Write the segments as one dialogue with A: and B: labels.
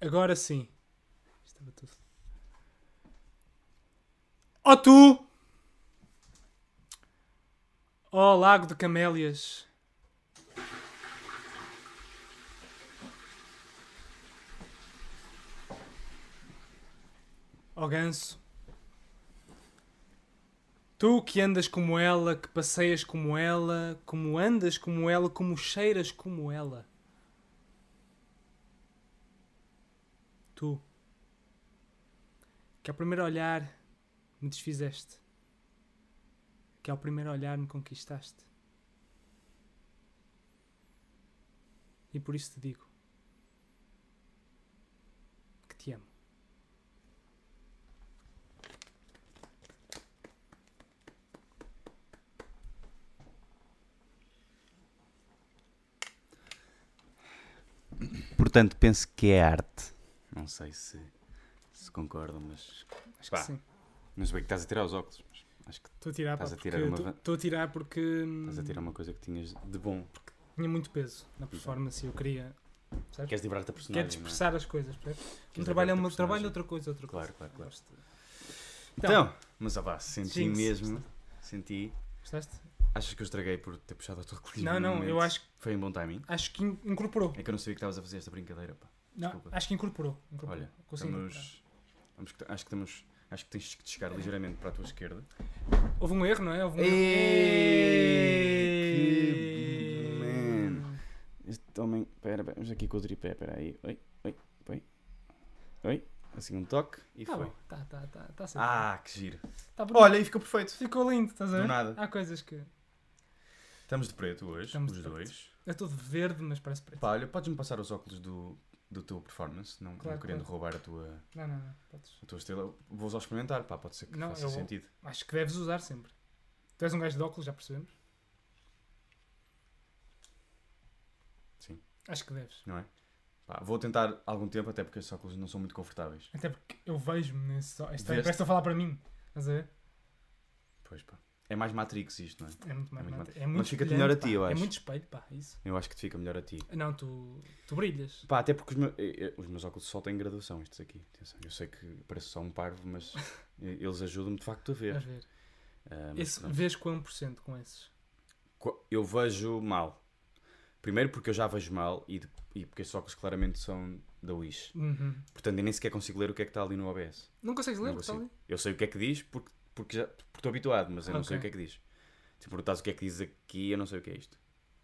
A: Agora sim. Estava tudo. Oh tu! Oh Lago de Camélias. Oh ganso. Tu que andas como ela, que passeias como ela, como andas como ela, como cheiras como ela. Tu que ao primeiro olhar me desfizeste, que ao primeiro olhar me conquistaste. E por isso te digo que te amo.
B: Portanto, penso que é arte. Não sei se, se concordam, mas.
A: Acho
B: Pá.
A: que sim.
B: Mas bem que estás a tirar os óculos. mas Acho que
A: Estou a tirar, pá,
B: Estás a
A: porque
B: tirar uma
A: estou-
B: van-
A: estou a tirar porque hum,
B: estás a tirar uma coisa que tinhas de bom. Porque
A: tinha muito peso na performance e eu queria
B: queres livrar-te da
A: quer
B: personagem. não é?
A: dispersar as coisas. percebes? Um
B: Queres
A: trabalho é
B: libertar
A: um
B: personagem.
A: trabalho, outra coisa, é outra coisa.
B: Claro, claro, claro.
A: Gosto.
B: Então, mas ah, vá, senti
A: Jinx.
B: mesmo. Senti.
A: Gostaste?
B: Achas que eu estraguei por ter puxado autocolismo?
A: Não,
B: no
A: não,
B: momento?
A: eu acho,
B: Foi um bom timing.
A: acho que in- incorporou.
B: É que eu não sabia que estavas a fazer esta brincadeira, pá.
A: Não,
B: Desculpa.
A: acho que incorporou. incorporou.
B: Olha,
A: Consegui incorporar.
B: Vamos, vamos que- acho que estamos. Acho que tens que chegar ligeiramente para a tua esquerda.
A: Houve um erro, não é? Houve um erro.
B: Ei, que man. Este homem. Pera, pera, vamos aqui com o tripé, pera aí. Oi, oi, oi. Oi. Assim um toque e
A: Tá
B: foi.
A: bom, tá, tá, tá, tá certo.
B: Ah, que giro.
A: Tá bonito.
B: Olha, e ficou perfeito.
A: ficou lindo, estás a
B: Do
A: ver?
B: nada.
A: Há coisas que.
B: Estamos de preto hoje,
A: Estamos
B: os
A: de preto.
B: dois.
A: Eu estou de verde, mas parece preto.
B: Pá, olha, podes-me passar os óculos do, do teu performance, não, não
A: Claro,
B: querendo
A: claro.
B: roubar a tua,
A: Não, não, não. Podes.
B: a tua estrela. Vou só experimentar, pá, pode ser que
A: Não,
B: faça
A: eu vou.
B: sentido.
A: Acho que deves usar sempre. Tu és um gajo de óculos, já percebemos?
B: Sim.
A: Acho que deves.
B: é? Pá, vou tentar algum tempo, até porque estes óculos não são muito confortáveis.
A: Até porque eu vejo-me nesse. ó- Este
B: Veste? É
A: parece que estou a falar para mim. Estás a ver?
B: Pois pá. É mais Matrix isto, não é?
A: É muito mais.
B: muito
A: mate-
B: mate-
A: é muito
B: Mas fica-te
A: espelhante,
B: melhor a ti,
A: pá.
B: eu
A: É
B: acho.
A: muito espelho, pá, isso.
B: Eu acho que te fica melhor a ti.
A: Não, tu, tu brilhas.
B: Pá, até porque os meus, eh, os meus óculos de sol têm graduação, estes aqui. Atenção, eu sei que parece só um parvo, mas e- eles ajudam-me de facto a ver.
A: Vais ver.
B: Ah, mas
A: Esse,
B: pronto.
A: vês quão por cento com esses?
B: Co- Eu vejo mal. Primeiro porque eu já vejo mal e, de- e porque estes óculos claramente são da Wish.
A: Uhum.
B: Portanto, eu nem sequer consigo ler o que é que está ali no OBS.
A: Não consegues ler?
B: Não
A: o que está
B: consigo.
A: ali?
B: Eu sei o que é que diz porque, porque, já, porque estou habituado, mas eu não sei o que
A: Ok.
B: é que diz. Se perguntas o que é que diz aqui, eu não sei o que é isto.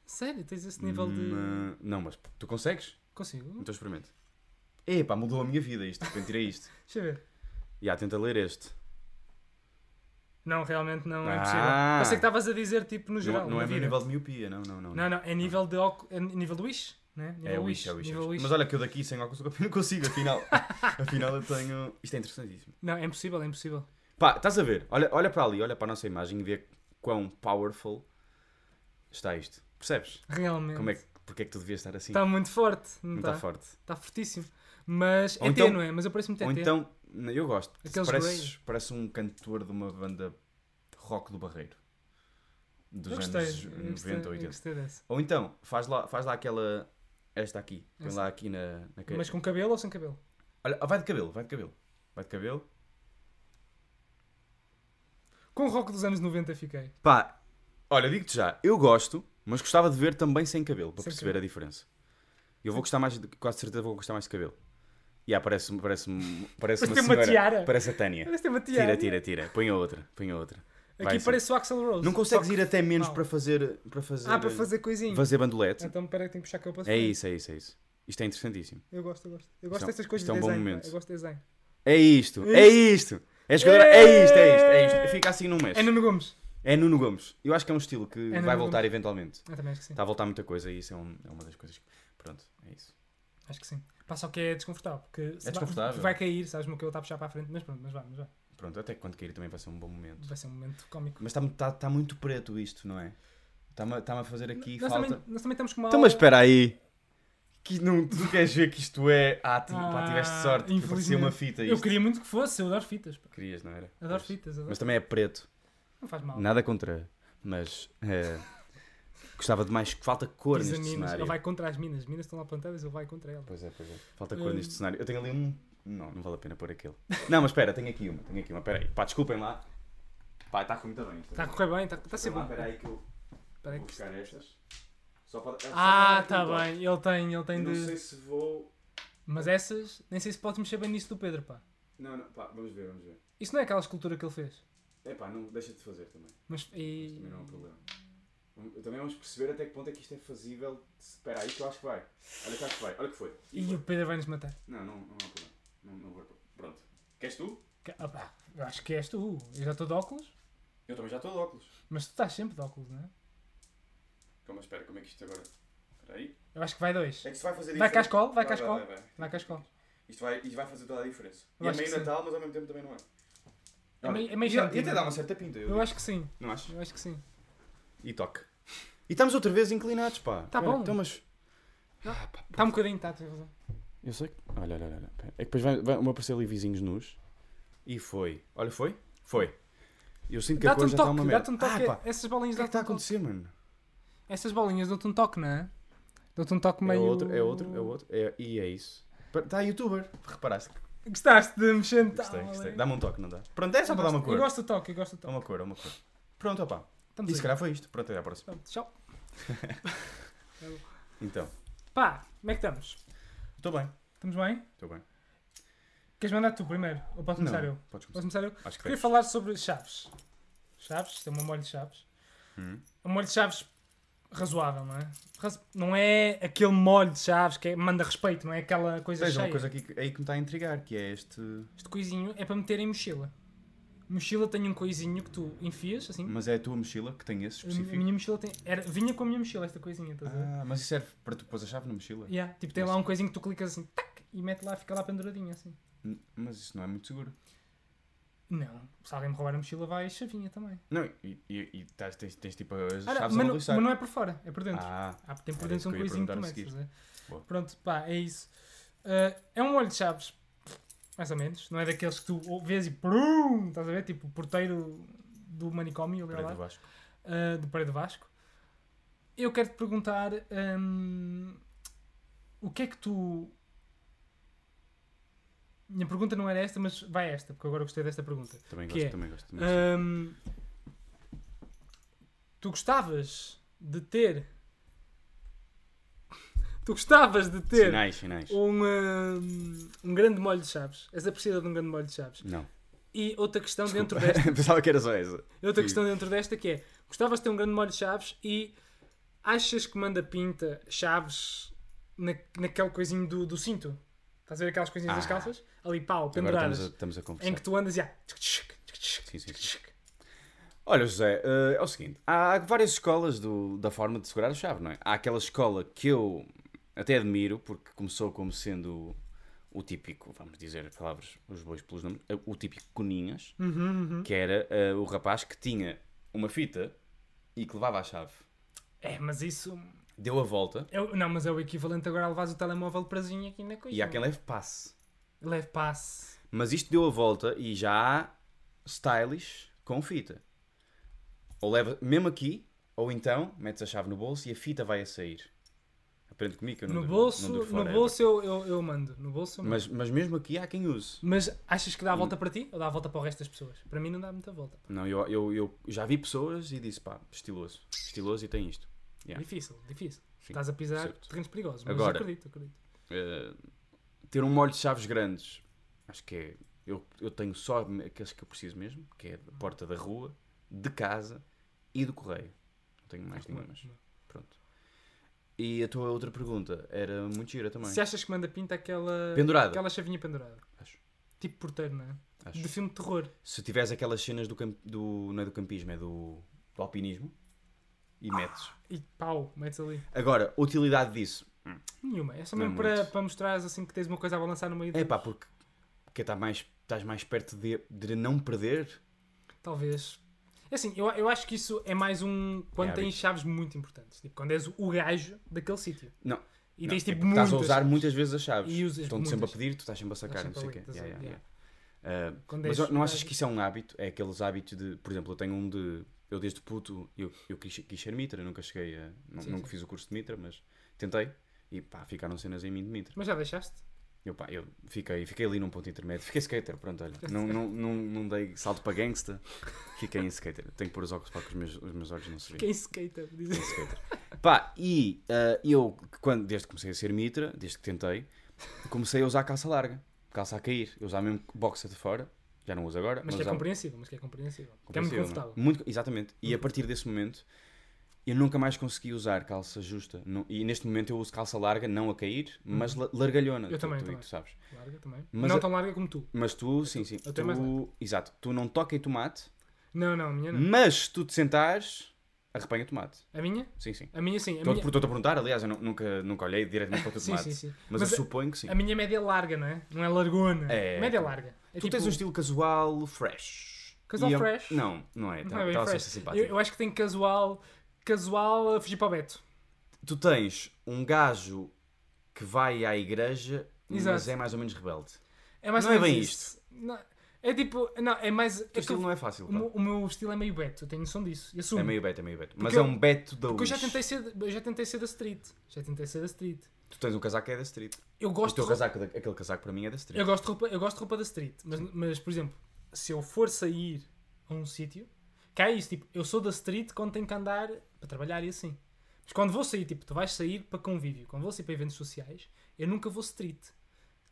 A: Sério, tens esse nível de. Hum.
B: Ma- Não, mas tu consegues?
A: Consigo?
B: Então experimenta. Epá, mudou a minha vida isto. De repente tirei isto.
A: Deixa eu ver.
B: Já, tenta ler este.
A: Não, realmente não é
B: Ah!
A: possível. Pensei que estavas a dizer tipo no
B: Não-
A: geral. na
B: não é meu
A: vida.
B: nível de miopia, não, não, não.
A: Não, não, é nível de óculos. É nível de Wish, né? Nível
B: É o Wish, é o Wish. é
A: nível
B: o
A: wish.
B: Wish. Mas olha que eu daqui sem óculos eu não consigo, afinal. afinal eu tenho. Isto é interessantíssimo.
A: Não, é impossível, é impossível.
B: Pá, estás a ver? Olha, olha para ali, olha para a nossa imagem e vê quão powerful está isto. Percebes?
A: Realmente.
B: Como é que, porque é que tu devias estar assim?
A: Está muito forte, não
B: não está
A: está? Está
B: forte.
A: fortíssimo. Mas
B: Ou
A: é
B: então-
A: não é? Mas eu pareço muito
B: Ou
A: ET.
B: então, eu gosto.
A: Aqueles
B: Parece, parece um cantor de uma banda de rock do Barreiro. Dos
A: eu gostei.
B: anos
A: eu gostei,
B: 90 ou
A: eu
B: 80.
A: gostei dessa.
B: Ou então, faz lá, faz lá aquela. Esta aqui. Põe
A: Essa.
B: lá aqui na, na ca-
A: Mas com cabelo ou sem cabelo?
B: Olha, vai de cabelo, vai de cabelo. Vai de cabelo.
A: Com o rock dos anos 90 fiquei.
B: Pá, olha, digo-te já, eu gosto, mas gostava de ver também sem cabelo, para
A: Sem
B: perceber
A: cabelo.
B: a diferença. Eu vou gostar mais, de, quase certeza vou gostar mais de cabelo. E yeah, parece, parece, parece
A: Mas
B: uma
A: tem uma
B: senhora.
A: tiara.
B: Parece a Tânia.
A: Parece ter uma
B: Tira,
A: tiara.
B: tira, tira. Põe a outra, põe a outra. Vai
A: Aqui
B: ser.
A: parece o Axel Rose.
B: Não consegues
A: Só
B: ir
A: que-
B: até menos
A: Não.
B: para fazer, para fazer,
A: Ah, para fazer coisinhas.
B: fazer bandolete.
A: Então, peraí, tenho que puxar cabelo para
B: É
A: frente.
B: isso, é isso, é isso. Isto é interessantíssimo.
A: Eu gosto, eu gosto. Eu gosto
B: Isto é um-
A: dessas coisas
B: isto é
A: de
B: um bom
A: desenho.
B: momento.
A: Eu gosto de desenho.
B: É isto, é isto. É jogadora, é isto, é isto, é isto. Fica assim num mês.
A: É Nuno Gomes.
B: É Nuno Gomes. Eu acho que é um estilo que
A: Nuno
B: vai voltar
A: Gomes.
B: eventualmente.
A: Eu também acho que sim.
B: Está a voltar muita coisa e isso é, um- é uma das coisas que. Pronto, é isso.
A: Acho que sim. Pá, só que é desconfortável. Porque se
B: É
A: vai-
B: desconfortável.
A: Vai cair, sabes? O meu cabelo está a puxar para a frente. Mas pronto, mas vá, mas vá.
B: Pronto, até que quando cair também vai ser um bom momento.
A: Vai ser um momento cómico.
B: Mas está muito preto isto, não é? Está-me a fazer aqui
A: Nós
B: falta.
A: também, nós também estamos com uma.
B: Então, mas espera aí. Que não, tu não queres ver que isto é. Ah, ti- pá,
A: Ah,
B: tiveste sorte. que Parecia
A: infelizmente.
B: uma fita isto.
A: Eu queria muito que fosse. Eu adoro fitas. pá.
B: Querias, não era?
A: Adoro
B: Pois.
A: fitas. Adoro.
B: Mas também é preto.
A: Não faz mal.
B: Nada contra. Mas. eh, Gostava de mais. Falta cor
A: Diz a
B: neste
A: Minas.
B: cenário.
A: Ele vai contra as minas. As minas estão lá plantadas, ele vai contra elas.
B: Pois é, pois é. Falta cor
A: Hum.
B: neste cenário. Eu tenho ali um. Não, não vale a pena pôr aquele. Não, mas espera, tenho aqui uma, tenho aqui uma. Espera aí. Pá, desculpem lá. Pá, está com muito bem.
A: Está Tá a correr bem, está está a ser
B: Espera lá,
A: bom.
B: espera aí que eu
A: Espera aí
B: vou
A: é que isto-
B: buscar estas. Só para... é só
A: Ah,
B: para dar
A: está
B: aqui um toque.
A: bem. Ele tem, ele tem
B: Não sei
A: de.
B: se vou...
A: Mas essas, nem sei se podes mexer bem nisso do Pedro, pá.
B: Não, não, pá, vamos ver, vamos ver.
A: Isso não é aquela escultura que ele fez.
B: É pá, não, deixa de fazer também.
A: Mas.
B: Mas
A: E...
B: também não é um problema. Vamos- Também vamos perceber até que ponto é que isto é fazível. Espera aí que eu acho que vai. Olha que acho que vai. Olha que foi. E
A: E
B: foi.
A: o Pedro vai nos matar.
B: Não, não, não há problema. Não, não vou... Pronto. Queres tu?
A: Que- ah, pá, eu acho que és tu. Eu já estou de óculos,
B: Eu também já estou de óculos.
A: mas tu estás sempre de óculos, não é?
B: Calma, espera, como é que isto agora... Espera aí.
A: Eu acho que vai dois.
B: É que isto vai fazer
A: Vai cá à
B: diferença.
A: escola, vai cá à escola.
B: vai, vai.
A: Vai cá à escola.
B: Isto vai, isto vai fazer toda a diferença.
A: Eu
B: E é
A: acho que
B: meio
A: sim.
B: Natal, mas ao mesmo tempo também não é.
A: É meio- é meio
B: e, e
A: jantinho.
B: até dá uma certa pinta, eu,
A: Eu acho que sim.
B: Não acho?
A: Eu acho que sim.
B: E toque. E estamos outra vez inclinados, pá.
A: Tá
B: Espera,
A: bom.
B: Então, mas...
A: Está um bocadinho, está, tens razão.
B: Eu sei que... Olha, olha, olha. olha. Espera. É que depois vai, vai vão aparecer ali vizinhos nus. E foi. Olha, foi? Foi. Eu sinto que a
A: Dá-te um
B: coisa já está
A: toque,
B: uma merda.
A: dá-te um toque.
B: Ah, pá.
A: Essas
B: O
A: bolinhas
B: que é que está
A: dão-te
B: a
A: um toque.
B: acontecer, mano?
A: Essas bolinhas dão-te um toque, não é? Dão-te um toque meio.
B: É outro, é outro, é outro. É- e é isso.
A: Tá
B: Está a youtuber. Reparaste?
A: Gostaste de mexer no
B: Gostei,
A: tal,
B: gostei.
A: ali?
B: Dá-me um toque, não dá? Pronto, é só para dar uma
A: Eu
B: cor.
A: gosto do toque, eu gosto do
B: É
A: toque.
B: uma cor, é uma cor. Pronto, opá.
A: Estamos
B: E se
A: aí.
B: calhar foi isto. Pronto, até à próxima.
A: Pronto, tchau.
B: Então,
A: Pá, como é que estamos?
B: estou bem.
A: Estamos bem?
B: Estou bem.
A: Queres mandar tu primeiro? Ou posso começar eu?
B: Podes começar.
A: Posso começar eu?
B: Acho que é.
A: Queria
B: tens.
A: falar sobre chaves. Chaves, tem uma molho de chaves.
B: Hum.
A: Um molho de chaves razoável, não é? Razo- Não é aquele molho de chaves que é- manda respeito, não é aquela coisa
B: Tens
A: cheia.
B: uma coisa aqui que- aí que me está a intrigar, que é este...
A: Este coisinho é para meter em mochila. Mochila tem um coisinho que tu enfias, assim.
B: Mas é a tua mochila que tem esse
A: A mi- a
B: específico?
A: minha mochila tem. Era, vinha com a minha mochila esta coisinha, estás a ver?
B: Ah, mas isso serve para tu pôr a chave na mochila?
A: Yeah, tipo, tem lá um coisinho que tu clicas assim, tac, e mete lá, fica lá penduradinho assim.
B: N- Mas isso não é muito seguro.
A: Não, se alguém me roubar a mochila, vai chavinha também.
B: Não, e, e, e tás- tens, tens tipo as
A: Ah, não, mas,
B: chaves a
A: não,
B: reluçar.
A: mas não é por fora, é por dentro.
B: Ah,
A: Há, tem por
B: Era
A: dentro
B: isso
A: um
B: que eu ia
A: coisinho
B: perguntar
A: também.
B: a seguir.
A: estás a ver?
B: Boa.
A: Pronto, pá, é isso. Ah, é um olho de chaves, mais ou menos. Não é daqueles que tu ou- vês e prum, estás a ver? Tipo o porteiro do manicômio ali
B: peraí
A: lá,
B: do Vasco.
A: ah, do Prédio Vasco. Eu quero te perguntar hum, o que é que tu. Minha pergunta não era esta, mas vai esta, porque eu agora gostei desta pergunta.
B: Também
A: Que
B: gosto,
A: é?
B: também gosto. também gosto.
A: Hum, tu gostavas de ter. Tu gostavas de ter
B: Sinais, sinais.
A: um, hum, um grande molho de chaves. És apreciada de um grande molho de chaves.
B: Não.
A: E outra questão dentro desta.
B: Pensava que era só essa.
A: Outra
B: Sim.
A: questão dentro desta que é: gostavas de ter um grande molho de chaves e achas que manda pinta chaves na, naquele coisinho do, do cinto? Estás a ver aquelas coisinhas das
B: Ah.
A: calças? Ali, pau,
B: Agora estamos
A: penduradas.
B: a, estamos a conversar.
A: Em que tu andas e há.
B: Sim, sim, sim. Olha, José, eh, é o seguinte: há várias escolas do- da forma de segurar a chave, não é? Há aquela escola que eu até admiro, porque começou como sendo o típico, vamos dizer as palavras, os bois pelos nomes, eh, o típico Coninhas, que era eh, o rapaz que tinha uma fita e que levava a chave.
A: É, mas isso.
B: Deu a volta
A: é o- não, mas é o equivalente agora a levares o telemóvel prazinho aqui na coisa.
B: e há quem leve passe.
A: Leve passe.
B: Mas isto deu a volta e já há stylish com fita. Ou leva mesmo aqui, ou então metes a chave no bolso e a fita vai a sair. Aprende comigo que eu não
A: No
B: durmo-
A: bolso,
B: não é durmo
A: no
B: forever.
A: bolso eu, eu, eu mando. No bolso eu mando.
B: Mas, mas mesmo aqui há quem use.
A: Mas... achas
B: Hum.
A: que dá a volta para ti ou dá a volta para o resto das pessoas? Para mim não dá muita volta.
B: Não, eu, eu, eu já vi pessoas e disse pá, estiloso. Estiloso e tem isto. Yeah.
A: Difícil, difícil.
B: Sim,
A: Estás a pisar
B: certo.
A: terrenos perigosos. Mas
B: Agora-
A: acredito, acredito.
B: Eh, ter um molho de chaves grandes, acho que é. Eu, eu tenho só aqueles que eu preciso mesmo, que é a porta da rua, de casa e do correio. Não tenho mais nenhuma, mas pronto. E a tua outra pergunta era muito gira também.
A: Se achas que manda pinta aquela,
B: Pendurada.
A: aquela chavinha pendurada?
B: Acho.
A: Tipo porteiro, não é?
B: Acho.
A: De filme de terror.
B: Se tiveres aquelas cenas do, camp- do. não é do campismo, é do, do alpinismo e metes.
A: E pau, metes ali.
B: Agora, utilidade disso.
A: Nenhuma. É só
B: Não é
A: mesmo para,
B: muito.
A: para mostrares assim que tens uma coisa a balançar no meio
B: É
A: de...
B: pá, porque, porque tá mais, estás mais perto de, de não perder.
A: Talvez. É assim, eu, eu acho que isso é mais um. Quando
B: É
A: tens chaves muito importantes. Tipo, quando és o gajo daquele sítio.
B: Não,
A: E
B: Não,
A: tens
B: é
A: tipo
B: porque Estás a
A: muitas
B: usar
A: chaves.
B: muitas vezes as chaves.
A: E usas
B: Estão-te sempre a
A: muitas.
B: pedir, tu estás sempre a sacar,
A: Estás
B: não sei o
A: sempre ali,
B: quê. Yeah,
A: estás a-
B: yeah, yeah. Ah,
A: Quando
B: mas
A: és-
B: não achas que isso é um hábito? É aqueles hábitos de, por exemplo, eu tenho um de. Eu desde puto, eu, eu quis, quis ser mitra, nunca cheguei a. nu-
A: Sim,
B: nunca
A: sim.
B: fiz o curso de mitra, mas tentei e pá, ficaram cenas em mim de mitra.
A: Mas já deixaste?
B: Eu, pá, eu fiquei, fiquei ali num ponto intermédio, fiquei skater, pronto, olha. Não, não, não, não dei salto para gangsta, fiquei em skater. Tenho que pôr os óculos para que os meus, os meus olhos não se vejam.
A: Quem skater? é Diz...
B: Pá, e ah, eu, quando, desde que comecei a ser mitra, desde que tentei, comecei a usar calça larga, calça a cair. Eu usava mesmo boxer de fora, já não uso agora.
A: Mas que é
B: usava-
A: compreensível, mas que é compreensível. Que é muito
B: Compreensível,
A: confortável. Uhum.
B: não é? Muito- exatamente. E a partir desse momento, eu nunca mais consegui usar calça justa. Não- e neste momento eu uso calça larga, não a cair, mas la- largalhona.
A: Uhum. Eu
B: tu,
A: também,
B: tu,
A: também.
B: tu sabes.
A: Larga também.
B: Mas
A: não
B: a-
A: tão larga como tu.
B: Mas tu, sim, sim.
A: eu
B: tu,
A: tenho mais
B: exato. Tu não toca em tomate,
A: Não, não, a minha não.
B: mas se tu te sentares, arrepanha tomate.
A: A minha?
B: Sim, sim.
A: A minha sim. A
B: Estou-te
A: minha...
B: estou Hum? a perguntar, aliás, eu nu- nunca, nunca olhei diretamente para o teu
A: Sim,
B: tomate.
A: sim, sim.
B: Mas,
A: Mas
B: eu
A: a-
B: suponho que sim.
A: A minha média é larga, não é? Não é largona.
B: É,
A: média
B: tu-
A: larga. É
B: Tu tens um estilo casual fresh.
A: Casual
B: E eu-
A: fresh?
B: Não, não é.
A: Não é bem
B: Estava a ser
A: fresh.
B: simpático.
A: eu, eu acho que tem casual. Casual a fugir para o Beto.
B: tu tens um gajo que vai à igreja, mas
A: Exato.
B: é mais ou menos rebelde.
A: É mais
B: Não
A: ou
B: é
A: menos
B: bem
A: isso. Não, é tipo. Não, é mais. é
B: O
A: que
B: estilo
A: eu-
B: não é fácil,
A: o,
B: pá.
A: meu, o meu estilo é meio Beto. Eu tenho noção disso. Eu assumo.
B: É meio beto, é meio beto. Mas
A: eu-
B: é um beto da
A: Porque eu
B: luz.
A: já tentei, ser, eu já tentei ser da street. Já tentei ser da street.
B: Tu tens um casaco que é da street.
A: Eu
B: o
A: gosto,
B: teu
A: de roupa,
B: casaco, da- aquele casaco para mim é da street.
A: eu, gosto de roupa, eu gosto de roupa da street. Mas, mas, por exemplo, se eu for sair a um sítio, cá é isso. Tipo, eu sou da street quando tenho que andar para trabalhar e assim. Mas quando vou sair, tipo, tu vais sair para convívio. Quando vou sair para eventos sociais, eu nunca vou street.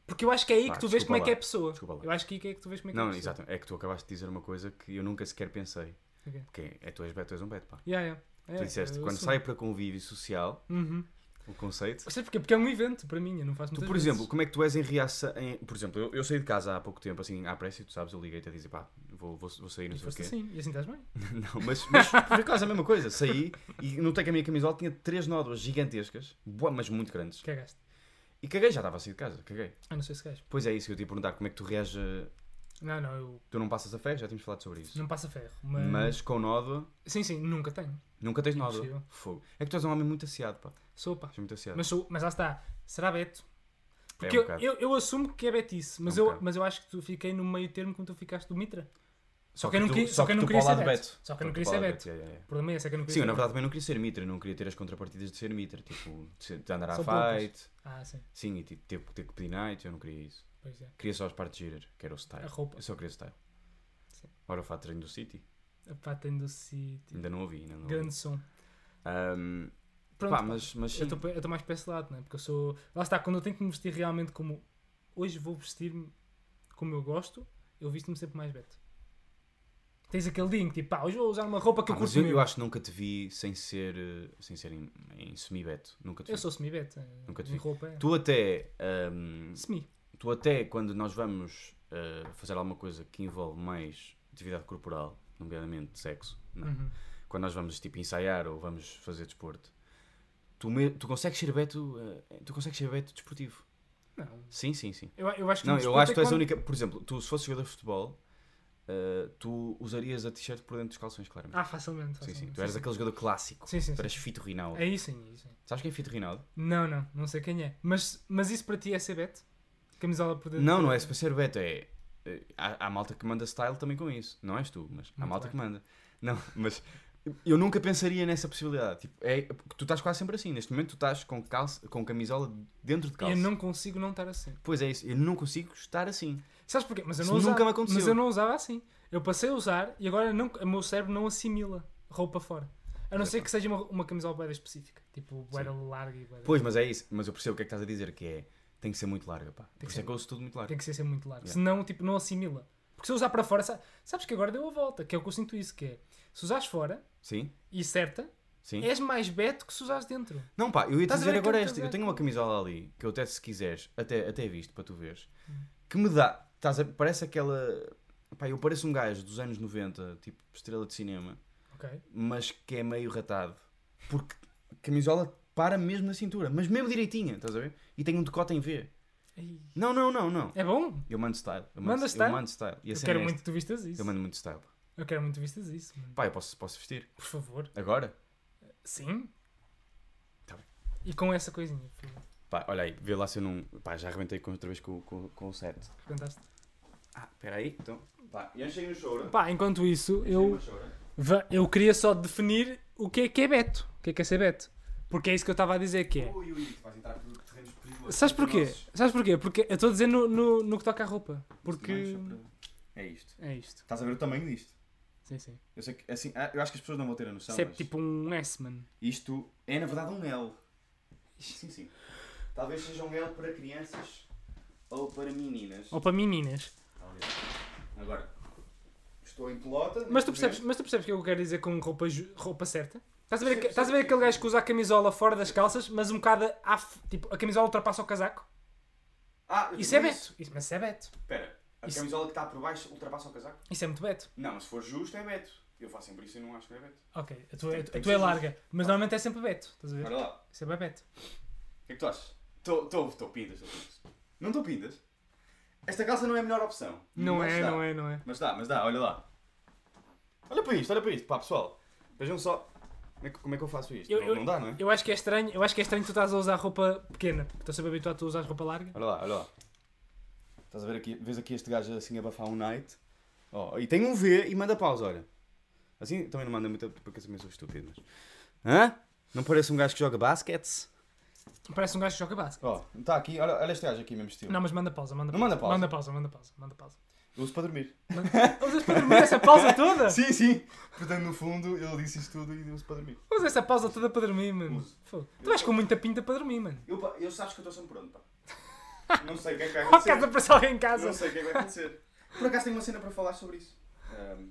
A: Porque eu acho que é aí
B: Pá,
A: que tu vês
B: desculpa
A: como é que é
B: lá.
A: a pessoa.
B: Desculpa lá.
A: Eu acho que aí que é que tu vês como é que é a
B: Não,
A: pessoa.
B: exato. É que tu acabaste de dizer uma coisa que eu nunca sequer pensei.
A: Ok.
B: Que é, é tu és beto, tu és um beto, pá.
A: Yeah, yeah. É,
B: tu disseste,
A: eu
B: quando
A: assumo.
B: saio para convívio social,
A: Uhum.
B: o conceito...
A: Sabes porquê? Porque é um evento para mim, eu não faço
B: Tu,
A: muitas
B: por
A: vezes.
B: exemplo, como é que tu és em reação... em- Por exemplo, eu, eu saí de casa há pouco tempo, assim, à pressa, e tu sabes, eu liguei-te a dizer, pá, vou, vou, vou sair, não
A: E
B: sei o
A: foste
B: quê.
A: assim, e assim estás bem.
B: Não, mas, mas foi quase a mesma coisa. Saí e notei que a minha camisola tinha três nódoas gigantescas, bué, mas muito grandes.
A: Cagaste.
B: E caguei, já estava a sair de casa, caguei.
A: Ah, não sei se gajo.
B: Pois é isso que eu te ia perguntar, como é que tu reages? a-
A: Não, não, eu
B: Tu não passas a ferro, já tínhamos falado sobre isso.
A: não passa ferro. Mas...
B: Mas com nódoa,
A: Sim, sim, nunca tenho.
B: nunca tens nódoa.
A: Impossível.
B: Fogo. É que tu és um homem muito aciado, pá.
A: Sou pá.
B: És muito aciado.
A: Mas, sou, mas lá está. Será Beto?
B: é
A: Porque
B: um
A: eu-
B: bocado.
A: eu, eu, assumo que é Betice, mas,
B: É um
A: eu,
B: bocado.
A: mas eu acho que tu fiquei no meio termo como tu ficaste do Mitra.
B: Só
A: que eu não
B: tu-
A: queria- só que eu
B: tu
A: não queria
B: para o
A: ser
B: lado
A: Beto. Só que eu não
B: tu
A: queria
B: para
A: ser
B: o lado
A: Beto.
B: yeah, yeah, yeah.
A: O problema é esse, é que eu não queria
B: Sim, eu
A: ser
B: na
A: Beto.
B: verdade também não queria ser mitra, eu não queria ter as contrapartidas de ser mitra. Tipo, de ser- de andar à
A: São poucas.
B: fight.
A: Ah, sim.
B: Sim, e tipo, ter, ter que pedir night, eu não queria isso.
A: Pois é.
B: Queria só as partes giras, que era o style.
A: A roupa.
B: Eu só queria style.
A: Sim.
B: Ora, o fato de treino do City.
A: A patem do sítio.
B: Ainda não ouvi, ainda não ouvi.
A: Grande som.
B: Ahm,
A: Pronto.
B: pá,
A: pá.
B: mas, mas sim.
A: Eu estou- eu estou mais para esse lado, não é? Porque eu sou. Lá está, quando eu tenho que me vestir realmente como. Hoje vou vestir-me como eu gosto, eu visto-me sempre mais Beto. Tens aquele dia em que tipo, pá, hoje vou usar uma roupa que
B: Ah,
A: eu
B: mas
A: curto
B: eu,
A: mesmo.
B: eu acho que nunca te vi sem ser, eh, sem ser em, em semi-beto. Nunca te vi.
A: Eu sou semi-Beto.
B: Nunca te
A: Em
B: vi.
A: roupa. é.
B: Tu até, ahm,
A: Semi.
B: tu até quando nós vamos eh, fazer alguma coisa que envolve mais atividade corporal, nomeadamente sexo, não é?
A: Uhum.
B: quando nós vamos tipo ensaiar ou vamos fazer desporto, tu, me- tu consegues ser beto, eh, tu consegues ser beto desportivo.
A: Não.
B: Sim, sim, sim.
A: Eu, eu acho que
B: Não,
A: no
B: eu
A: desporto
B: acho que tu
A: é
B: és a
A: quando-
B: única. Por exemplo, tu se fosses jogador de futebol, eh, tu usarias a t-shirt por dentro dos calções, claramente.
A: Ah, facilmente.
B: sim, sim.
A: facilmente.
B: Tu eras aquele jogador clássico.
A: Sim, sim,
B: tu eras Fito Rinaldo.
A: É isso, é isso. é isso.
B: Sabes quem é Fito Rinaldo?
A: Não, não, não sei quem é. Mas, mas isso para ti é ser Beto? Camisola por dentro?
B: Não, não é para ser Beto, é. eh, Há, há malta que manda style também com isso. Não és tu, mas há
A: Muito
B: malta
A: bem.
B: que manda. Não, mas eu nunca pensaria nessa possibilidade. Tipo, é, tu estás quase sempre assim. Neste momento tu estás com, calça, com camisola dentro de calça.
A: Eu não consigo não estar assim.
B: Pois é isso, eu não consigo estar assim.
A: Sabes porquê? Mas eu
B: Isso
A: não usava,
B: nunca me aconteceu.
A: Mas eu não usava assim. Eu passei a usar e agora não, o meu cérebro não assimila roupa fora. A não
B: é.
A: ser que seja uma, uma camisola bué específica. Tipo, boeda larga e bué-
B: Pois, mas é isso. Mas eu percebo o que é que estás a dizer, que é. Tem que ser muito larga, pá. Por
A: que
B: isso
A: ser
B: é que eu uso tudo muito largo.
A: Tem que ser, ser muito largo.
B: Yeah.
A: Senão, tipo, não assimila. Porque se eu usar para fora... sa- Sabes que agora deu a volta. Que é o que eu sinto isso. Que é, se usares fora
B: Sim,
A: e certa,
B: sim.
A: és mais beto que se usares dentro.
B: Não, pá, eu ia te
A: É- Estás a
B: dizer
A: ver
B: agora
A: aquele
B: esta. Eu tenho
A: casaco?
B: uma camisola ali, que eu até se quiseres, até, até é visto para tu veres,
A: Hum.
B: que me dá. Estás a, parece aquela. Pá, eu pareço um gajo dos anos 90, tipo estrela de cinema,
A: Ok?
B: mas que é meio ratado. Porque a camisola para mesmo na cintura, mas mesmo direitinha, estás a ver? E tem um decote em V.
A: Ei.
B: Não, não, não, não.
A: É bom.
B: Eu mando style. Eu mando,
A: Manda style?
B: Eu mando style. E a
A: Eu
B: cena
A: quero
B: é esta.
A: muito que tu vistas isso.
B: Eu mando muito style.
A: Eu quero muito que vistas isso. mano.
B: Pá, eu posso, posso vestir.
A: Por favor.
B: Agora?
A: Sim.
B: Tá bem.
A: E com essa coisinha. por favor.
B: Pá, olha aí, vê lá se eu não. Pá, já arrebentei com- outra vez com, com, com o set.
A: Perguntaste.
B: Ah, espera aí. Então, pá, enchem o choro.
A: Pá, enquanto isso,
B: Enchem
A: eu,
B: o choro.
A: va- eu queria só definir o que é que é Beto. O que é que é ser Beto? Porque é isso que eu estava a dizer que é.
B: Ui, ui, tu vais entrar por terrenos perigosos.
A: Sabes porquê?
B: Nossos.
A: Sabes porquê? Porque eu estou a dizer no, no, no que toca à roupa. Porque.
B: Não, só para- É isto.
A: É isto.
B: Estás a ver o tamanho disto?
A: Sim, sim.
B: Eu, sei que, assim, ah, eu acho que as pessoas não vão ter a noção.
A: Isso é
B: mas
A: tipo um S-man.
B: Isto é na verdade um L. Sim, sim. Talvez seja um L para crianças ou para meninas.
A: Ou para meninas.
B: Talvez. Agora, estou em pelota.
A: Mas
B: neste
A: tu, percebes,
B: momento.
A: mas tu percebes o que eu quero dizer com roupa, ju- roupa certa? Estás a, ver, aque- estás a ver aquele gajo que usa a camisola fora das calças, mas um bocado à f- tipo, a camisola ultrapassa o casaco?
B: Ah, eu
A: Isso é
B: digo
A: Beto. Isso, mas isso é Beto.
B: Espera, a
A: Isso-
B: camisola que está por baixo ultrapassa o casaco?
A: Isso é muito Beto.
B: Não, mas se for justo é Beto. Eu faço sempre isso e não acho que é Beto.
A: Ok, a tua, a
B: Tem-
A: tua
B: tem que
A: é
B: ser
A: larga, mas normalmente é sempre Beto. Estás a ver?
B: Olha lá,
A: Isso é bem Beto.
B: o que é que tu achas? Estou pindas, estou pindas. Não estou pindas? Esta calça não é a melhor opção.
A: Não é, não é, não é.
B: Mas dá, mas dá, olha lá. Olha para isto, olha para isto. Pá, pessoal, vejam só como é que, como é que eu faço isto.
A: Eu-
B: não,
A: eu-
B: não dá, não é?
A: Eu acho que é estranho, eu acho que é estranho tu estás a usar roupa pequena. porque Estou sempre habituado a tu usar roupa larga.
B: Olha lá, olha lá. Estás a ver aqui, vês aqui este gajo assim a abafar um night. Ó, e tem um V e manda pausa, olha. Assim também não manda muita, porque assim eu sou estúpido, mas... Hã? Não parece um gajo que joga basquete?
A: Parece um gajo que joga basquete.
B: Ó, está aqui, olha, olha este gajo aqui mesmo estilo.
A: Não, mas manda pausa, manda
B: Não
A: pausa.
B: manda pausa.
A: Manda pausa, manda pausa, manda pausa.
B: Eu uso para dormir.
A: Usas para dormir essa pausa toda?
B: Sim, sim. Portanto, no fundo, ele disse isto tudo e eu uso para dormir.
A: Usa essa pausa toda para dormir, mano.
B: Uso.
A: Fogo. Tu vais com muita pinta para dormir, mano.
B: Eu, pá, eu sabes que eu estou sempre pronto, pá. Não sei o que é que vai
A: Ao
B: acontecer.
A: caso de aparecer alguém em
B: Não
A: casa.
B: sei o que é que vai acontecer. Por acaso tenho uma cena para falar sobre isso. Ahm,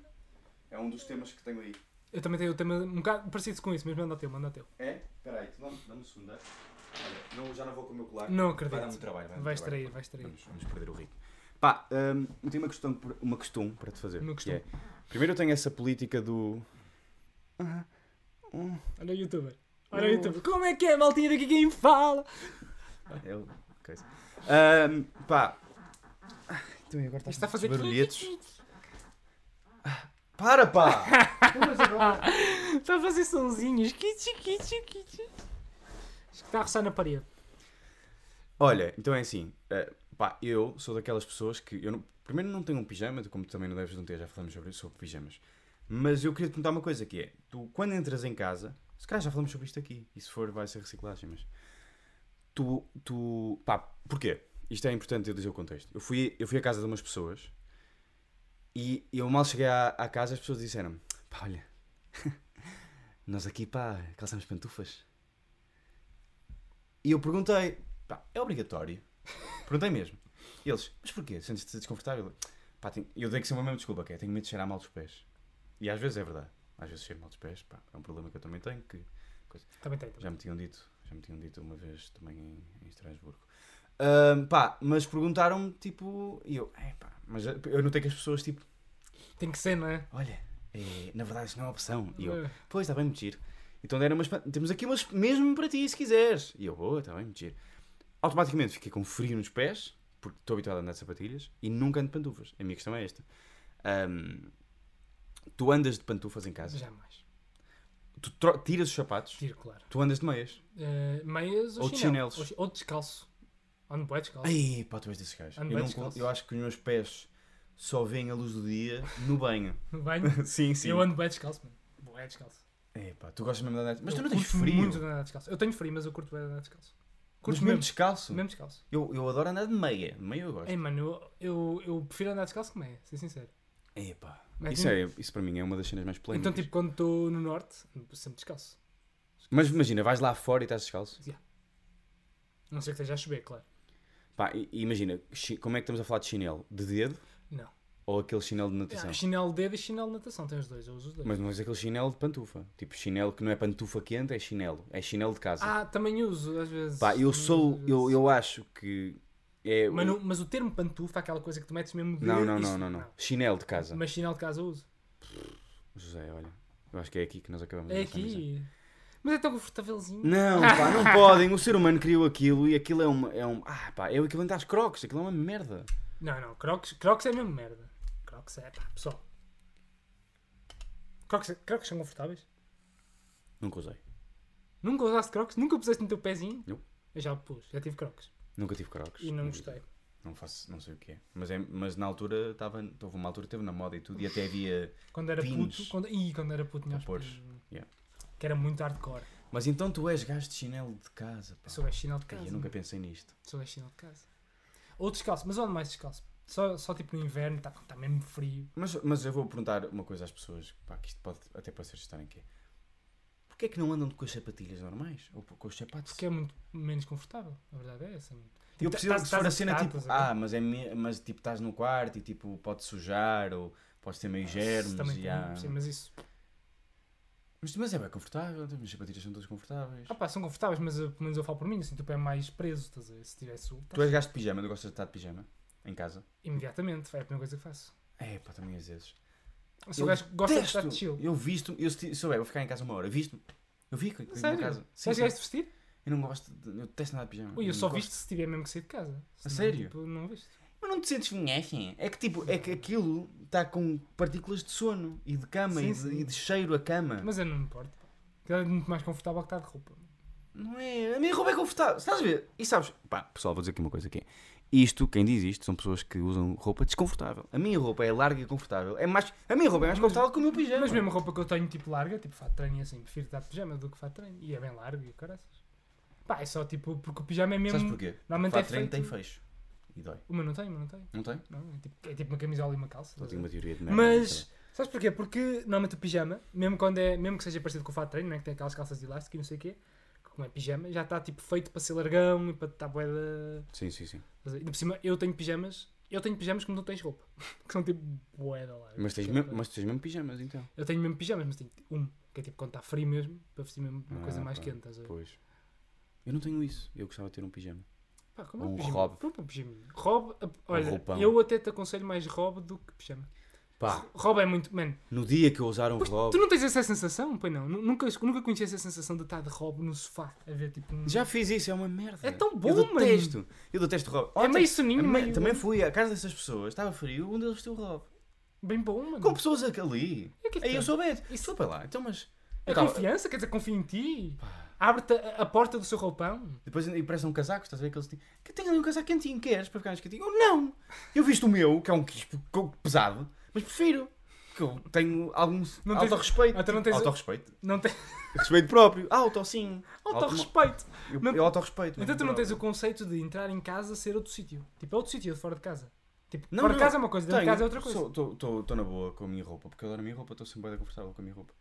B: é um dos temas que tenho aí.
A: Eu também tenho o tema um bocado parecido com isso, mas manda o teu, manda o teu.
B: É? Espera aí, tu dá-me dá-me um segundo. é? Olha, não, já não vou com o meu colar.
A: Não
B: Vai dar muito
A: acredito.
B: trabalho. Vai dar muito
A: Vais
B: trabalho.
A: trair, vais trair.
B: Vamos, vamos perder o ritmo. Pá, hum, eu tenho uma questão, por- uma questão para te fazer.
A: Uma
B: que
A: questão.
B: é, primeiro eu tenho essa política do...
A: Olha o youtuber. Olha o youtuber. Como é que é, maltinha daqui quem fala?
B: É o- coisa. Hum, pá. Ah, Então, e agora
A: Isto está a fazer
B: uns barulhetos. Para, pá! Mas agora-
A: Está a fazer sonzinhos. Kitchi, kitchi, kitchi. Acho que está a roçar na parede.
B: Olha, então é assim, eh, pá, eu sou daquelas pessoas que eu não- primeiro não tenho um pijama, como também não deves não ter, já falamos sobre, sobre pijamas. Mas eu queria te perguntar uma coisa que é, tu quando entras em casa, se calhar já falamos sobre isto aqui, e se for vai ser reciclagem, mas tu, tu, pá, porquê? Isto é importante eu dizer o contexto. Eu fui, eu fui à casa de umas pessoas e eu mal cheguei à, à casa as pessoas disseram-me, pá, olha, nós aqui, pá, calçamos pantufas. E eu perguntei, pá, é obrigatório? Perguntei mesmo. E eles, mas porquê? Sentes-te desconfortável? Pá, tenho- eu dei que ser uma mesma desculpa, que é, tenho medo de cheirar mal dos pés. E às vezes é verdade. Às vezes cheiro mal dos pés, pá, é um problema que eu também tenho, que
A: Também tem. também.
B: já me tinham dito, já me tinham dito uma vez também em, em Estrasburgo. Ahm, pá, mas perguntaram-me, tipo, e eu, é, pá, mas eu notei que as pessoas, tipo,
A: Tem que ser, não é?
B: olha, é, na verdade isso não é uma opção. E eu,
A: É.
B: Pois, está bem, muito giro. Então deram umas. pa- Temos aqui umas mesmo para ti, se quiseres. E eu, oh, está bem, muito giro. Automaticamente fiquei com frio nos pés, porque estou habituado a andar de sapatilhas e nunca ando de pantufas. A minha questão é esta. Ahm, tu andas de pantufas em casa,
A: Jamais.
B: tu tro- tiras os sapatos,
A: Tiro, claro.
B: tu andas de meias.
A: Eh, meias ou,
B: Ou de
A: chinelo.
B: chinelos.
A: Ou chi- Ou descalço. Ando bué descalço.
B: Ai, pá, tu és desses gajos. Eu,
A: Ando bem
B: não
A: descalço.
B: con- eu acho que os meus pés só veem a luz do dia no banho.
A: No banho.
B: sim, sim.
A: Eu ando bué descalço, mano. Bué descalço.
B: É, pá, tu gostas mesmo de andar. Mas tu
A: Eu
B: não tens
A: curto
B: frio.
A: muito de andar descalço. Eu tenho frio, mas eu curto bem andar descalço.
B: Curtes
A: Curto
B: mesmo
A: mesmo,
B: descalço?
A: mesmo descalço.
B: Eu, eu adoro andar de meia. De meia eu gosto.
A: Ei, mano, eu, eu, eu prefiro andar descalço que meia, ser sincero.
B: Epá.
A: Mas
B: Isso, é, isso para mim é uma das cenas mais polémicas.
A: Então, tipo, quando estou no norte, ando sempre descalço.
B: Mas imagina, vais lá fora e estás descalço.
A: A Não sei que esteja a chover, claro.
B: Pá, e, e imagina, chi- como é que estamos a falar de chinelo? De dedo
A: Não.
B: ou aquele chinelo de natação?
A: Ah, chinelo de dedo e chinelo de natação, tem os dois, eu uso os dois.
B: mas não é aquele chinelo de pantufa. Tipo, chinelo que não é pantufa quente, é chinelo. É chinelo de casa.
A: Ah, também uso, às vezes.
B: Pá, eu sou,
A: Às
B: eu,
A: vezes.
B: eu acho que é... o-
A: Mas, não- mas o termo pantufa, aquela coisa que tu metes mesmo de
B: não, não,
A: isso-
B: não, não, não. Chinelo de casa.
A: Mas chinelo de casa eu uso.
B: José, olha, eu acho que é aqui que nós acabamos
A: É
B: a nossa amizade.
A: aqui. Mas é tão confortávelzinho.
B: Não, pá, não podem. O ser humano criou aquilo e aquilo é um... É um ah, pá, é o equivalente às crocs. Aquilo é uma merda.
A: Não, não, Crocs, Crocs é mesmo merda. Crocs é, pá, pessoal. Crocs, crocs são confortáveis?
B: Nunca usei.
A: Nunca usaste Crocs? Nunca puseste no teu pezinho?
B: Não.
A: Eu já pus, já tive Crocs.
B: Nunca tive crocs.
A: E não
B: Nunca
A: gostei.
B: Não faço, não sei o que é. Mas, é, mas na altura estava, houve uma altura que teve na moda e tudo, e até havia.
A: Quando era
B: Pins.
A: puto. Quando... Ih, quando era puto, tinha os
B: Vapores.
A: pins,
B: Yeah.
A: Que era muito hardcore.
B: Mas então tu és gajo de chinelo de casa, pá.
A: Eu sou gajo de sinal de
B: Ei,
A: casa.
B: eu nunca pensei nisto.
A: Sou gajo de sinal de casa. Ou descalço, mas onde mais descalço? Só, só tipo no inverno, está tá mesmo frio.
B: Mas, mas eu vou perguntar uma coisa às pessoas, pá, que isto pode até pode ser estranho que é. Porquê é que não andam com as sapatilhas normais? Ou com os sapatos?
A: Porque é muito menos confortável. A verdade é essa.
B: Eu
A: Tá-
B: preciso
A: tá-
B: que se
A: estás
B: for
A: a
B: a cena
A: tocar,
B: tipo,
A: estás a ver?
B: ah, mas, é me- mas tipo, estás no quarto e tipo, pode sujar ou podes ter meio germes.
A: Ah, Também
B: e
A: tem,
B: há-
A: sim, mas isso.
B: mas, mas é bem confortável, as sapatilhas são todas confortáveis.
A: Ah pá, são confortáveis, mas eu- pelo menos eu falo por mim, assim, tipo, é mais preso, estás a ver? Se tivesse tá. o.
B: tu é- és gajo de pijama, tu gostas de estar de pijama? Em casa?
A: Imediatamente, é a primeira coisa que faço.
B: É, pá, também às vezes.
A: Eu sou um
B: Eu
A: gajo que gosta de
B: Detesto!
A: estar de chill.
B: Eu visto, eu se souber, vou ficar em casa uma hora, visto Eu fico em
A: Sério?
B: casa.
A: Se
B: Sim,
A: és
B: sim.
A: gajo de vestir?
B: Eu não gosto, de, eu detesto nada de pijama.
A: Ui, eu
B: Não
A: só
B: gosto.
A: visto se tiver mesmo que sair de casa. Senão,
B: sério?
A: Tipo, não viste.
B: Mas não te sentes vinhagem? É que tipo, é que aquilo está com partículas de sono e de cama
A: Sim,
B: e, de,
A: sim.
B: e de cheiro a cama.
A: Mas eu não me importo. pá. Aquilo É muito mais confortável que estar de roupa.
B: Não é? A minha roupa é confortável. Estás a ver? E sabes? Pá, pessoal, vou dizer aqui uma coisa que é. Isto, quem diz isto, são pessoas que usam roupa desconfortável. A minha roupa é larga e confortável. É mais, a minha roupa é mais
A: Mas-
B: confortável que o meu pijama.
A: Mas mesmo a roupa que eu tenho, tipo larga, tipo fato de treino e assim, prefiro estar de pijama do que fato de treino. E é bem largo e o caraças. Pá, é só tipo, porque o pijama é mesmo.
B: Sabes porquê?
A: Normalmente
B: Fato
A: é
B: de treino tem
A: feito-
B: fecho. E dói.
A: O meu não tem, o meu não tem.
B: Não tem?
A: Não, é, tipo, é tipo uma camisola e uma calça. estás
B: Eu
A: a
B: tenho
A: ver?
B: uma teoria de merda. então.
A: Mas, sabes porquê? Porque normalmente o pijama, mesmo, quando é, mesmo que seja parecido com o fato de treino, não é? que tem aquelas calças de elástico e não sei o quê, que como é pijama, já está tipo feito para ser largão e para estar bué da...
B: Sim, sim, sim.
A: Mas, Ainda por cima, eu tenho pijamas, eu tenho pijamas que não tens roupa, que são tipo bué da larga.
B: Mas tens,
A: Que é
B: mesmo,
A: para-
B: mas tens mesmo pijamas então.
A: Eu tenho mesmo pijamas, mas tenho um, que é tipo quando está frio mesmo, para vestir mesmo uma
B: Ah,
A: coisa mais
B: pá,
A: quente, estás a ver?
B: Pois. Eu não tenho isso. Eu gostava de ter um pijama.
A: Pá, como é
B: Ou um
A: pijama?
B: robe.
A: Pronto, um pijaminha. Robe, a- olha,
B: roupão.
A: eu até te aconselho mais robe do que pijama.
B: Pá,
A: Robe é muito, mano,
B: no dia que eu usar um
A: Pois,
B: robe.
A: tu não tens essa sensação? Pois não. Nu- Nunca, nunca conheci essa sensação de estar de robe no sofá a ver tipo. um-
B: Já fiz isso, é uma merda.
A: É tão bom,
B: Eu
A: mano.
B: detesto. Eu detesto robe.
A: É
B: Ontem-
A: meio soninho,
B: Também-
A: meio.
B: Também fui à casa dessas pessoas, estava frio, um deles vestiu Rob.
A: Bem bom, mano.
B: Com pessoas ali.
A: E o que Uhum. é que
B: Aí eu
A: tem?
B: sou Beto.
A: Isso-
B: Desculpa lá, então mas.
A: É
B: Eu tava-
A: confiança? Quer dizer, confia em ti? Abre-te a, a porta do seu roupão?
B: Depois e parece um casaco, estás a ver aqueles. ti- Que tem ali um casaco quentinho, queres para ficar mais quentinho? Eu não! Eu visto o meu, que é um quispo co- pesado, mas prefiro. Que eu tenho algum
A: Não tens-
B: autorrespeito.
A: Ah, então não tens-
B: Autorrespeito.
A: Não tem.
B: Respeito próprio. Ah, Auto, sim.
A: Autorrespeito!
B: Eu,
A: Não-
B: eu autorrespeito.
A: Então tu não
B: mesmo
A: tens o conceito de entrar em casa ser outro sítio. Tipo, é outro sítio, é de fora de casa. Tipo,
B: Não,
A: fora de
B: não.
A: casa é uma coisa, dentro de
B: Tenho.
A: casa é outra coisa.
B: Sou- tô- tô- Estou na boa com a minha roupa, porque eu adoro a minha roupa, estou sempre bem confortável com a minha roupa.